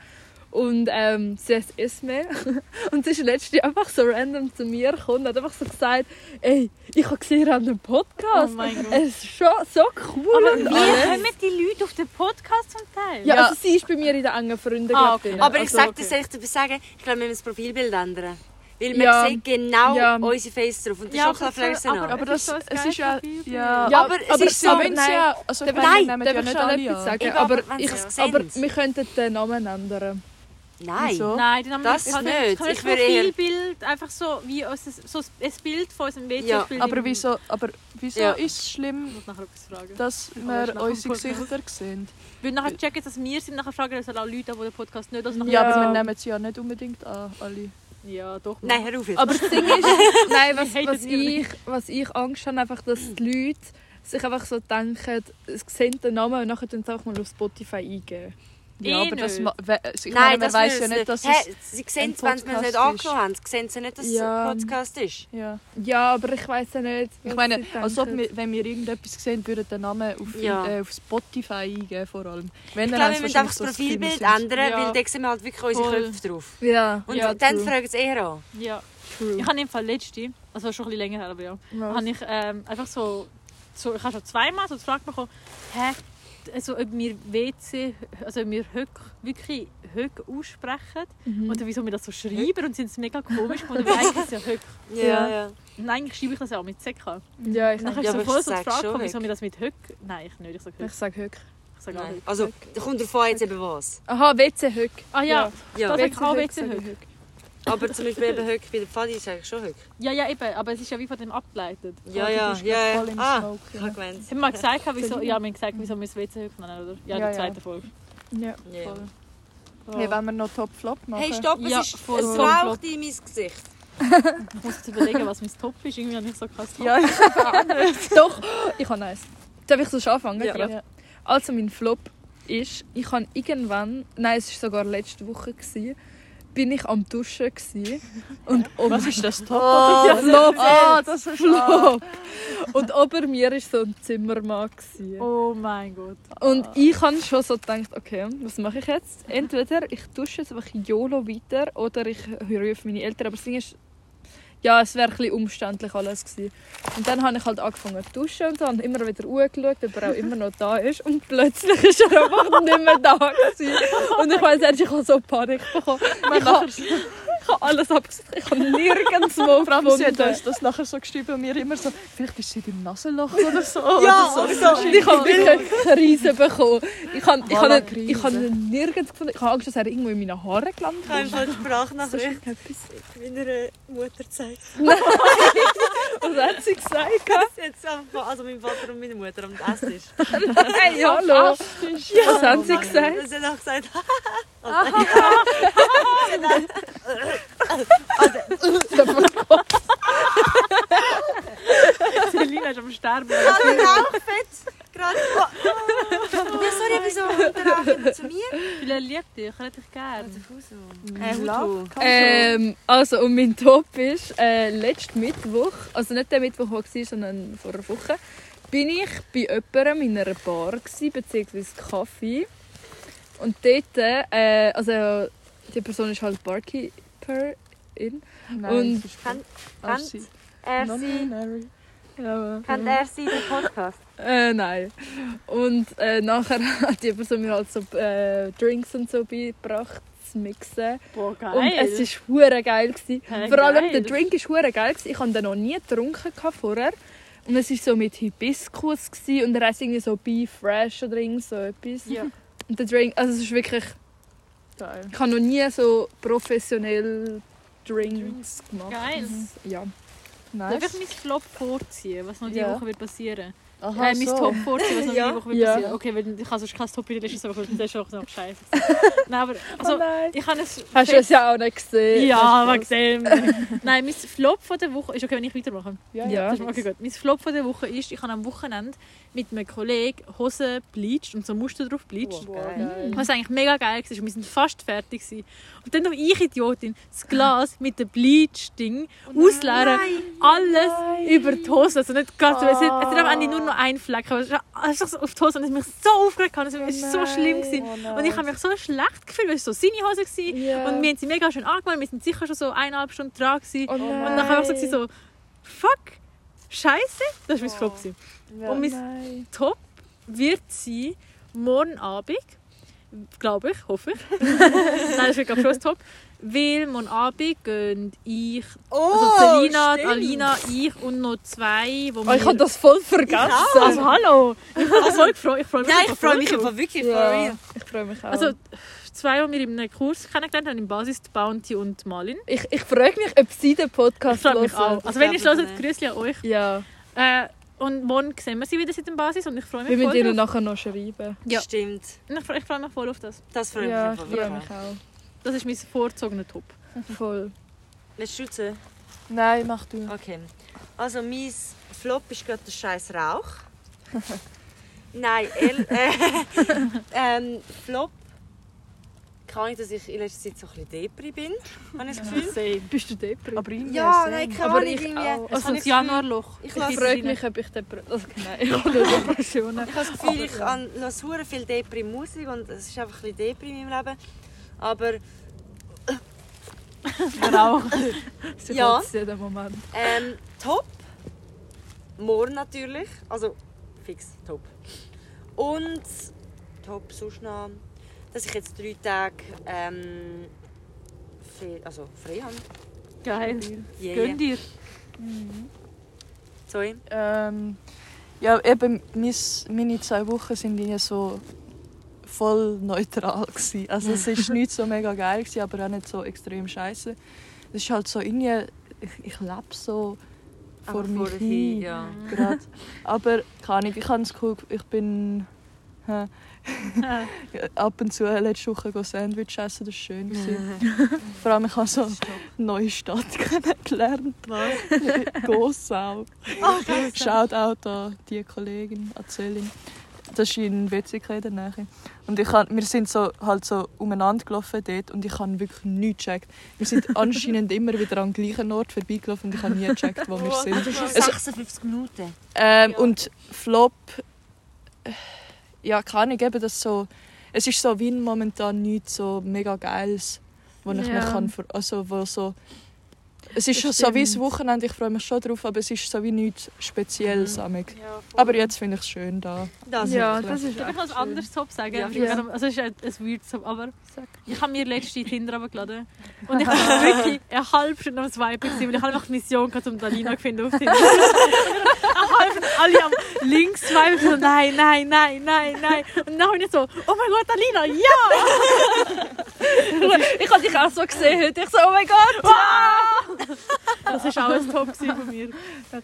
Speaker 3: Und ähm, sie heißt Esme. Und sie ist letztens einfach so random zu mir gekommen und hat einfach so gesagt, ey, ich habe gesehen, ihr habt einen Podcast.
Speaker 2: Oh mein Gott.
Speaker 3: Es ist schon so cool.
Speaker 2: Aber
Speaker 3: und
Speaker 2: wie
Speaker 3: alles.
Speaker 2: kommen die Leute auf den Podcast zum Teil?
Speaker 3: Ja,
Speaker 4: Ja.
Speaker 3: also sie ist bei mir in der engen Freundengruppe.
Speaker 2: Ah, okay.
Speaker 3: drin.
Speaker 1: Aber ich
Speaker 3: also,
Speaker 1: sage das
Speaker 3: okay.
Speaker 1: ehrlich, ich sagen, ich glaube, wir müssen das Profilbild ändern. Weil man
Speaker 3: Ja.
Speaker 1: sieht genau
Speaker 3: Ja.
Speaker 1: unsere Face drauf. Und das
Speaker 2: Ja,
Speaker 1: ist auch ein
Speaker 2: aber-
Speaker 1: bisschen
Speaker 2: aber-
Speaker 1: aber,
Speaker 4: Aber
Speaker 2: Das
Speaker 4: das,
Speaker 2: ist so ein
Speaker 4: es ist ja,
Speaker 2: geiles
Speaker 4: ja,
Speaker 1: Ja, aber es ist so-
Speaker 4: Aber wenn sie
Speaker 3: nein.
Speaker 4: ja, also
Speaker 3: Darf-
Speaker 4: wenn
Speaker 1: Nein,
Speaker 4: nehmen
Speaker 3: Darf
Speaker 4: wir ja
Speaker 3: ich
Speaker 4: nicht
Speaker 3: schon
Speaker 4: alle
Speaker 3: etwas
Speaker 4: an.
Speaker 3: sagen?
Speaker 1: Eben,
Speaker 3: aber,
Speaker 1: aber
Speaker 3: ich,
Speaker 1: wenn's ja
Speaker 3: aber
Speaker 1: sehen.
Speaker 3: wir könnten den Namen ändern.
Speaker 1: Nein.
Speaker 4: Wieso?
Speaker 2: Nein, dann haben wir
Speaker 1: Das
Speaker 2: das halt
Speaker 1: nicht.
Speaker 2: Ich
Speaker 1: Ich
Speaker 2: will
Speaker 1: würde eher-
Speaker 2: viel Bild, einfach so wie unser, so ein Bild von unserem WC.
Speaker 1: Ja,
Speaker 4: Aber wieso, aber wieso
Speaker 1: Ja.
Speaker 4: ist es
Speaker 2: Ich
Speaker 4: schlimm,
Speaker 2: muss nachher etwas fragen.
Speaker 4: dass
Speaker 2: Aber
Speaker 4: wir
Speaker 2: ist nachher
Speaker 4: unsere
Speaker 2: gut, ne?
Speaker 4: Gesichter sehen?
Speaker 2: Ich will nachher checken, dass wir sind. Nachher fragen dass es auch Leute, an, die den Podcast nicht also nachher-
Speaker 4: Ja,
Speaker 3: Ja.
Speaker 4: aber wir nehmen sie ja nicht unbedingt an, alle.
Speaker 2: Ja, doch.
Speaker 1: Nein, hör auf jetzt.
Speaker 3: Aber das Ding ist, nein, was,
Speaker 2: hatet
Speaker 3: was,
Speaker 2: ihr
Speaker 3: ich, was ich Angst habe, einfach, dass die Leute sich einfach so denken, sie sehen den Namen und nachher tun sie einfach mal auf Spotify eingeben.
Speaker 4: Ja,
Speaker 2: Eh
Speaker 4: aber das,
Speaker 2: nicht.
Speaker 4: ma- we- also
Speaker 1: Nein,
Speaker 4: ich meine, man
Speaker 1: das
Speaker 4: weiss
Speaker 1: müssen
Speaker 4: ja nicht, dass
Speaker 1: Hä,
Speaker 4: es...
Speaker 1: Sie sehen es, wenn
Speaker 4: Podcast
Speaker 1: sie es nicht
Speaker 4: ist.
Speaker 1: angenommen haben. Sie sehen es nicht, dass es
Speaker 3: Ja.
Speaker 1: ein Podcast ist.
Speaker 4: Ja.
Speaker 3: Ja, aber ich weiß ja nicht. was
Speaker 4: Ich meine,
Speaker 3: sie
Speaker 4: als ob
Speaker 3: denken.
Speaker 4: wir, wenn wir irgendetwas sehen, würden den Namen auf,
Speaker 1: Ja.
Speaker 4: äh, auf Spotify eingeben, vor allem. Wenn,
Speaker 1: Ich
Speaker 4: dann
Speaker 1: glaube,
Speaker 4: haben
Speaker 1: wir
Speaker 4: sie
Speaker 1: müssen einfach
Speaker 4: wahrscheinlich
Speaker 1: das
Speaker 4: so ein
Speaker 1: Profilbild
Speaker 4: kleines-
Speaker 1: ändern,
Speaker 2: Ja.
Speaker 1: weil da sehen wir halt wirklich unsere
Speaker 2: Voll.
Speaker 1: Köpfe drauf.
Speaker 3: Ja,
Speaker 1: Und
Speaker 3: ja,
Speaker 1: dann
Speaker 3: true,
Speaker 1: fragen sie eher an.
Speaker 2: Ja.
Speaker 3: true.
Speaker 2: Ich habe im Fall letzte, also schon ein bisschen länger her, aber ja,
Speaker 3: Was?
Speaker 2: habe ich ähm, einfach so, so, ich habe schon zweimal so die Frage bekommen, hä, also ob wir WC, also ob wir Höck, wirklich Höck aussprechen
Speaker 3: Mhm.
Speaker 2: oder wieso wir das so schreiben und sind es mega komisch gefunden, weil eigentlich ist es ja Höck.
Speaker 3: Ja.
Speaker 1: ja.
Speaker 2: Und eigentlich schreibe ich das ja auch mit ZK.
Speaker 3: Ja, ich,
Speaker 2: Dann
Speaker 1: Ja,
Speaker 2: hast du
Speaker 1: aber
Speaker 2: so
Speaker 1: ich
Speaker 2: voll so die
Speaker 1: sag
Speaker 2: Frage
Speaker 1: schon
Speaker 2: bekommen, wieso
Speaker 1: Höck.
Speaker 2: wir das mit Höck, nein, ich nicht, ich sage Höck.
Speaker 3: ich sage Höck.
Speaker 2: Ich sage auch
Speaker 1: Nein.
Speaker 2: Höck.
Speaker 1: Also, da kommt davon an, jetzt eben was.
Speaker 3: Aha, WC Höck.
Speaker 2: Ah ja,
Speaker 1: Ja.
Speaker 2: Das- sag ich auch WC
Speaker 3: sag ich
Speaker 2: Höck.
Speaker 1: Aber zum Beispiel eben Höck bei der Pfadi ist eigentlich schon Höck.
Speaker 2: ja, ja eben, aber es ist ja wie von dem abgeleitet.
Speaker 1: Ja,
Speaker 4: du
Speaker 1: ja,
Speaker 4: bist
Speaker 1: ja. ja.
Speaker 4: voll im
Speaker 1: Ah,
Speaker 4: Smoke,
Speaker 1: ich
Speaker 4: ja.
Speaker 1: habe gemeint.
Speaker 2: Haben wir mal gesagt, wieso, ja, wir haben gesagt, wieso wir das WC Höck nennen, oder? Ja, in der
Speaker 4: Ja, ja.
Speaker 2: zweiten Folge.
Speaker 3: Ja.
Speaker 1: Ja.
Speaker 4: Voll. Hey, wenn wir noch Top-Flop machen.
Speaker 1: Hey, stopp, es,
Speaker 2: Ja,
Speaker 1: ist,
Speaker 2: voll.
Speaker 1: es raucht in mein Gesicht.
Speaker 2: Ich muss jetzt überlegen, was mein Top ist. Irgendwie habe ich so krass Top.
Speaker 4: Ja,
Speaker 3: Doch, ich habe eins. Darf ich so schon anfangen?
Speaker 1: Ja.
Speaker 3: gerade?
Speaker 4: Ja.
Speaker 3: Also mein Flop ist, ich habe irgendwann, nein, es war sogar letzte Woche, gewesen, bin ich am Duschen gewesen, und oben
Speaker 4: was ist das
Speaker 1: Oh,
Speaker 3: Ja, Flop,
Speaker 4: Ah, das ist
Speaker 3: Flop. Und ober mir war so ein Zimmermann. gewesen.
Speaker 2: Oh mein Gott.
Speaker 3: Und ich habe schon so gedacht, okay, was mache ich jetzt? Entweder ich dusche jetzt einfach YOLO weiter oder ich rufe meine Eltern. Aber das Ding ist, ja, es wäre ein bisschen umständlich alles gewesen. Und dann habe ich halt angefangen zu duschen und so, und immer wieder angeschaut, ob er auch immer noch da ist. Und plötzlich ist er einfach nicht mehr da gewesen. Und ich weiss erst, ich habe so Panik bekommen. Ich habe, ich habe alles abgesucht, ich habe nirgends wo
Speaker 4: Vor allem, sie hat
Speaker 3: gefunden.
Speaker 4: uns das nachher so geschrieben und wir immer so, vielleicht ist sie im Nasenloch oder so. oder so.
Speaker 3: Und ich habe wirklich Krise bekommen. Ich habe, ich habe,
Speaker 4: Voilà,
Speaker 3: ich habe ihn nirgends gefunden. Ich habe Angst, dass er irgendwo in meinen Haaren gelandet
Speaker 1: Ich habe
Speaker 3: ist.
Speaker 1: einfach die Sprachnachricht
Speaker 3: etwas.
Speaker 1: meiner Mutter gezeigt.
Speaker 3: Was hat sie gesagt?
Speaker 1: Jetzt einfach, also mein Vater und meine Mutter am Esstisch.
Speaker 3: Hey, hallo.
Speaker 2: Ah.
Speaker 3: Was haben sie gesagt?
Speaker 1: Und Oh sie hat auch gesagt,
Speaker 2: Selina ist am Sterben.
Speaker 1: alle Nachfett. Gerade. Oh, oh. Ja, sorry, wieso Unterlagen zu mir? Äh,
Speaker 2: Selina liebt dich, ich hätte dich
Speaker 1: Also,
Speaker 2: gerne.
Speaker 1: Hey, Äh,
Speaker 3: Ähm, also, und mein Top ist, äh, letzten Mittwoch, also nicht der Mittwoch, der war, sondern vor einer Woche, bin ich bei jemandem in einer Bar, gewesen, beziehungsweise Kaffee. Und dort, äh, also, die Person ist halt Barkeeperin. Und-
Speaker 4: Ah,
Speaker 1: Er
Speaker 4: Ordinary.
Speaker 2: Mhm.
Speaker 1: Kennt er sie den Podcast?
Speaker 3: Äh, nein. Und äh, nachher hat die Person mir halt so äh, Drinks und so beigebracht zu mixen.
Speaker 2: Boah, geil.
Speaker 3: Und es war hure geil. Gewesen.
Speaker 2: Hey,
Speaker 3: Vor
Speaker 2: geil.
Speaker 3: allem der Drink war hure geil. Gewesen. Ich habe den noch nie getrunken gehabt vorher. Und es war so mit Hibiskus gewesen. und er heisst irgendwie so Be Fresh oder irgend so etwas.
Speaker 2: Ja.
Speaker 3: Und der Drink, also es ist wirklich,
Speaker 4: Geil.
Speaker 3: ich habe noch nie so professionell Drinks gemacht.
Speaker 2: Geil.
Speaker 3: Ja.
Speaker 2: Darf ich
Speaker 4: Nice.
Speaker 2: mein Flop vorziehen, was noch diese
Speaker 3: Ja.
Speaker 2: Woche wird passieren?
Speaker 4: Aha,
Speaker 2: Äh, mein
Speaker 4: so.
Speaker 2: Top vorziehen, was noch
Speaker 1: Ja.
Speaker 2: diese Woche wird
Speaker 3: Ja.
Speaker 2: passieren. Okay, weil ich habe sonst kein Top in der Liste, aber das ist auch noch scheiße. Nein, aber
Speaker 3: oh
Speaker 2: also,
Speaker 3: nein.
Speaker 2: ich habe es...
Speaker 3: Hast du es ja auch nicht gesehen.
Speaker 2: Ja,
Speaker 3: Hast
Speaker 2: wegen
Speaker 3: du-
Speaker 2: dem. Nein, mein Flop von der Woche... Ist okay, wenn ich weitermache?
Speaker 4: Ja,
Speaker 3: Ja.
Speaker 4: ja.
Speaker 2: Das ist okay, gut. Mein Flop von der Woche ist, ich habe am Wochenende mit einem Kollegen Hosen bleicht und so Muster drauf bleicht. Was eigentlich mega geil war. Und wir sind fast fertig. Gewesen. Und dann noch ich, Idiotin, das Glas mit dem Bleach-Ding ausleeren. Alles über die Hose. Also nicht ganz, es hat, es hat am Ende nur noch ein Fleck. Aber es war einfach so auf die Hose und es hat mich so aufgeregt, es
Speaker 3: Oh
Speaker 2: war so schlimm. Gewesen.
Speaker 4: Oh
Speaker 2: Und ich habe mich so schlecht gefühlt, weil es so seine Hose war.
Speaker 3: Ja.
Speaker 2: Und wir haben sie mega schön angemalt, wir waren sicher schon so eineinhalb Stunden dran. Gewesen.
Speaker 3: oh nein.
Speaker 2: Und dann habe ich so, gewesen, so fuck, scheiße, das war mein
Speaker 1: Oh.
Speaker 2: Flop. gewesen.
Speaker 1: Ja.
Speaker 2: Und mein
Speaker 3: Nein.
Speaker 2: Top wird sein, morgen Abend, glaube ich, hoffe ich. Nein, das wird gerade schon das Top. Weil morgen Abend gehen ich, also Selina, die Alina, ich und noch zwei, wo
Speaker 3: Oh, ich habe das voll vergessen.
Speaker 2: Also hallo! Ich habe voll gefreut. Ich freue mich,
Speaker 1: Ja, ich
Speaker 2: einfach
Speaker 1: freue
Speaker 2: voll
Speaker 1: mich
Speaker 2: drauf.
Speaker 1: aber wirklich for
Speaker 3: ja,
Speaker 1: real.
Speaker 3: ich freue mich auch.
Speaker 2: Also zwei, die wir in einem Kurs kennengelernt haben, in Basis, die Bounty und die Malin.
Speaker 3: ich ich frage mich, ob sie den
Speaker 2: Ich
Speaker 3: Podcast
Speaker 2: freue mich
Speaker 3: hören.
Speaker 2: auch. Also wenn ihr
Speaker 1: Ich
Speaker 2: es
Speaker 1: glaube
Speaker 2: hört, grüße an euch.
Speaker 3: Ja,
Speaker 2: Äh, und morgen sehen wir sie wieder seit dem Basis und ich freue mich
Speaker 3: wir müssen
Speaker 2: voll
Speaker 3: ihnen
Speaker 2: drauf.
Speaker 3: nachher noch schreiben.
Speaker 2: Ja.
Speaker 1: Stimmt.
Speaker 2: Und Ich freue, ich freue mich voll auf das.
Speaker 1: Das freut
Speaker 3: Ja,
Speaker 1: mich
Speaker 3: ich
Speaker 1: von
Speaker 3: freue
Speaker 1: wirklich.
Speaker 3: mich auch.
Speaker 2: Das ist mein vorgezogener Top.
Speaker 3: Voll.
Speaker 1: Willst du zu?
Speaker 4: Nein, mach du.
Speaker 1: Okay. Also mein Flop ist gerade der scheiß Rauch. Nein, ehrlich, äh, ähm, Flop kann ich, dass ich in letzter Zeit so ein bisschen depri bin, habe ich das Gefühl.
Speaker 3: Bist du deprimiert?
Speaker 4: Aber irgendwie
Speaker 1: Ja,
Speaker 4: same.
Speaker 1: nein, keine
Speaker 3: Aber
Speaker 1: Ahnung,
Speaker 3: ich
Speaker 1: irgendwie.
Speaker 3: auch.
Speaker 1: Das
Speaker 2: Also
Speaker 1: habe
Speaker 2: das Januarloch.
Speaker 1: Ich
Speaker 3: Ich
Speaker 1: lasse
Speaker 3: frage mich, ob ich Depressionen... Also, nein, ich habe nicht Depressionen.
Speaker 1: Ich habe das Gefühl, ich höre sehr viel Depri-Musik und es ist einfach ein bisschen Depri in meinem Leben. Aber
Speaker 2: Rauch.
Speaker 3: Sie
Speaker 1: Ja.
Speaker 3: ja. jeden Moment.
Speaker 1: ähm, top. Morgen natürlich. Also fix top. Und top sonst noch, dass ich jetzt drei Tage ähm, frei, also frei habe.
Speaker 2: Geil.
Speaker 1: Yeah,
Speaker 2: Gönn
Speaker 1: yeah.
Speaker 2: dir.
Speaker 1: Sorry.
Speaker 4: Ähm, ja, eben, mis, meine zwei Wochen sind irgendwie so voll neutral gsi. Also es ist nicht so mega geil gsi, aber auch nicht so extrem scheiße. Es ist halt so irgendwie, ich, ich lebe so vor
Speaker 1: Aber
Speaker 4: mich
Speaker 1: vorhin,
Speaker 4: hin.
Speaker 1: Ja.
Speaker 4: Grad. Aber keine Ahnung, ich habe es cool, ich bin hä, ab und zu letzte Woche go Sandwich essen, das war schön. gewesen. Vor allem, ich habe so eine neue Stadt kennengelernt.
Speaker 2: Was?
Speaker 4: Gossau. Shoutout an die Kollegin, an die Selin. Das ist in WCK in der Nähe. Und ich hab, wir sind so, halt so umeinander gelaufen dort und ich habe wirklich nichts gecheckt. Wir sind anscheinend immer wieder am gleichen Ort vorbeigelaufen und ich habe nie gecheckt, wo wir sind. Also-
Speaker 1: 56 Minuten.
Speaker 4: Ähm,
Speaker 2: Ja.
Speaker 4: Und Flop, äh, ja, kann ich eben das so. Es ist so Wien momentan nichts so mega geiles, wo ich
Speaker 3: Ja.
Speaker 4: mich kann, ver- also wo so. Es ist
Speaker 3: Das
Speaker 4: schon so wie das
Speaker 3: stimmt.
Speaker 4: Wochenende, ich freue mich schon drauf, aber es ist so wie nichts Spezielles. amig.
Speaker 2: Ja,
Speaker 4: Aber jetzt finde ich es schön da.
Speaker 1: Das
Speaker 3: ja,
Speaker 4: wirklich.
Speaker 3: das ist
Speaker 2: Darf Also, ich noch
Speaker 3: echt
Speaker 2: ein anderes Top sagen?
Speaker 1: Ja,
Speaker 3: bitte.
Speaker 2: Also, es ist ein, ein weirdes Top, aber
Speaker 3: Sag.
Speaker 2: ich habe mir letzte Tinder runtergeladen. Und ich war wirklich eine halbe Stunde am Swipen, gewesen, weil ich habe einfach die Mission hatte, um Dalina zu finden auf Tinder. Und ich habe einfach alle am links swipen so, nein, nein, nein, nein, nein. Und dann bin ich so, oh mein Gott, Dalina, ja!
Speaker 3: schön. Ich habe dich auch so gesehen heute. Ich so, oh mein Gott!
Speaker 2: Das war auch ein Top gewesen von mir.
Speaker 3: Ich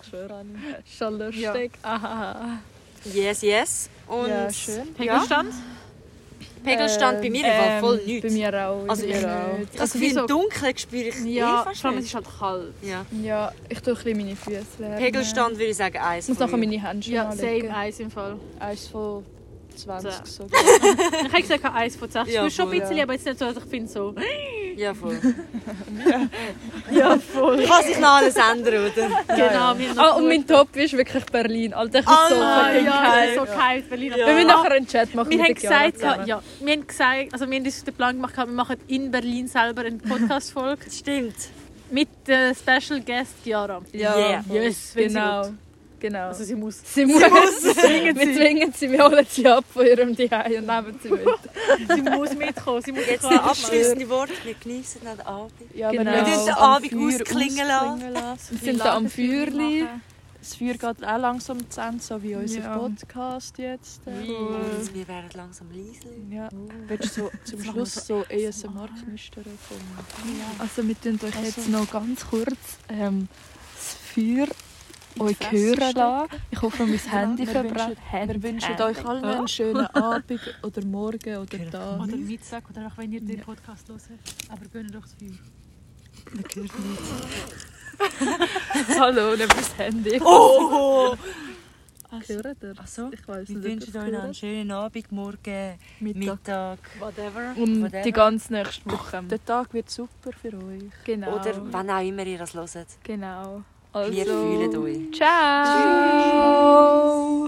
Speaker 3: schwöre, Anni. Das ist schon lustig. Aha.
Speaker 1: Yes, yes. Und
Speaker 4: ja, schön.
Speaker 1: Ja,
Speaker 2: Pegelstand?
Speaker 1: Pegelstand bei mir war voll
Speaker 3: Ähm,
Speaker 1: nichts.
Speaker 3: Bei mir auch.
Speaker 1: Also
Speaker 3: bei
Speaker 1: ich-
Speaker 3: mir auch.
Speaker 1: Das
Speaker 2: Also
Speaker 1: Gefühl,
Speaker 2: wie so-
Speaker 1: im Dunkeln spüre ich eh
Speaker 2: Ja,
Speaker 1: fast
Speaker 2: vor allem es
Speaker 1: nicht.
Speaker 2: ist halt kalt.
Speaker 1: Ja.
Speaker 3: Ja, ich tue ein bisschen meine Füße wärmen.
Speaker 1: Pegelstand würde ich sagen eins.
Speaker 3: Ich muss
Speaker 1: von
Speaker 3: nachher
Speaker 1: mir.
Speaker 3: meine Handschuhe
Speaker 2: Ja,
Speaker 3: anlegen.
Speaker 2: same Eis im Fall.
Speaker 4: Eins von 20
Speaker 2: So.
Speaker 4: so.
Speaker 2: Ich hätte gesagt, eins von sechs. Ich
Speaker 1: Ja,
Speaker 2: bin schon ein
Speaker 1: voll,
Speaker 2: bisschen,
Speaker 4: ja.
Speaker 2: aber jetzt nicht so, dass ich finde so.
Speaker 1: Ja, voll.
Speaker 2: Ja, voll.
Speaker 1: Kann sich noch alles ändern, oder?
Speaker 2: Genau, wir haben noch
Speaker 3: Ah, und
Speaker 2: gut.
Speaker 3: mein Top ist wirklich Berlin. Alter, ich bin so
Speaker 1: Ah,
Speaker 2: Ah,
Speaker 3: fucking
Speaker 2: ja,
Speaker 3: geil.
Speaker 2: so kalt, Berlin.
Speaker 1: Ja.
Speaker 3: Wenn wir
Speaker 1: Ah.
Speaker 3: nachher einen Chat machen
Speaker 2: wir
Speaker 3: mit
Speaker 2: haben
Speaker 3: der Chiara
Speaker 2: gesagt, ja,
Speaker 3: zusammen.
Speaker 2: ja, wir haben gesagt, also wir haben uns den Plan gemacht, wir machen in Berlin selber eine Podcast-Folge
Speaker 1: Stimmt.
Speaker 2: mit der Special Guest Chiara.
Speaker 1: Yeah.
Speaker 2: Yes, wenn sie
Speaker 3: Genau.
Speaker 2: will.
Speaker 3: Genau.
Speaker 2: Also sie muss.
Speaker 3: sie muss. wir zwingen sie, wir holen sie ab von ihrem Zuhause und nehmen sie mit.
Speaker 2: Sie muss mitkommen, sie muss
Speaker 1: Jetzt
Speaker 2: mitkommen.
Speaker 1: noch abschließende Worte. Wir genießen den Abend.
Speaker 4: Ja,
Speaker 3: Genau.
Speaker 4: wir
Speaker 3: Wir
Speaker 4: lassen
Speaker 3: tun den
Speaker 4: am
Speaker 1: Abend
Speaker 4: Feuer
Speaker 1: ausklingen lassen.
Speaker 4: ausklingen lassen.
Speaker 3: Wir sind da am Feuerli.
Speaker 4: Das Feuer geht auch langsam zu Ende, so wie unser
Speaker 3: Ja.
Speaker 4: Podcast jetzt.
Speaker 2: Cool.
Speaker 1: Wir werden langsam leise.
Speaker 4: Ja, willst du so zum Schluss so ASMR-Knistern kommen?
Speaker 3: Also wir tun euch
Speaker 4: Also.
Speaker 3: jetzt noch ganz kurz ähm, das Feuer euch
Speaker 4: Fresse
Speaker 3: hören
Speaker 4: stecken.
Speaker 3: lassen. Ich hoffe, mein Handy
Speaker 4: wir
Speaker 3: verbrennt.
Speaker 4: Wir wünschen
Speaker 3: Handy.
Speaker 4: euch allen einen schönen Abend oder Morgen oder Tag.
Speaker 2: Oder Mittag oder auch wenn ihr den Podcast hört. Aber gönnt doch das Feuer.
Speaker 3: Hallo, nicht mein Handy.
Speaker 1: Oh!
Speaker 3: Hört ihr?
Speaker 1: Also,
Speaker 3: Ich weiß
Speaker 1: wir
Speaker 3: nicht,
Speaker 1: wünschen
Speaker 3: ob
Speaker 1: euch noch einen
Speaker 3: ihr es hört.
Speaker 1: schönen Abend, morgen,
Speaker 4: Mittag.
Speaker 1: Mittag, whatever.
Speaker 3: Und die ganze nächste Woche.
Speaker 4: Der Tag wird super für euch.
Speaker 3: Genau.
Speaker 1: Oder wann auch immer ihr das hört.
Speaker 3: genau.
Speaker 1: Wir fühlen euch.
Speaker 3: Ciao.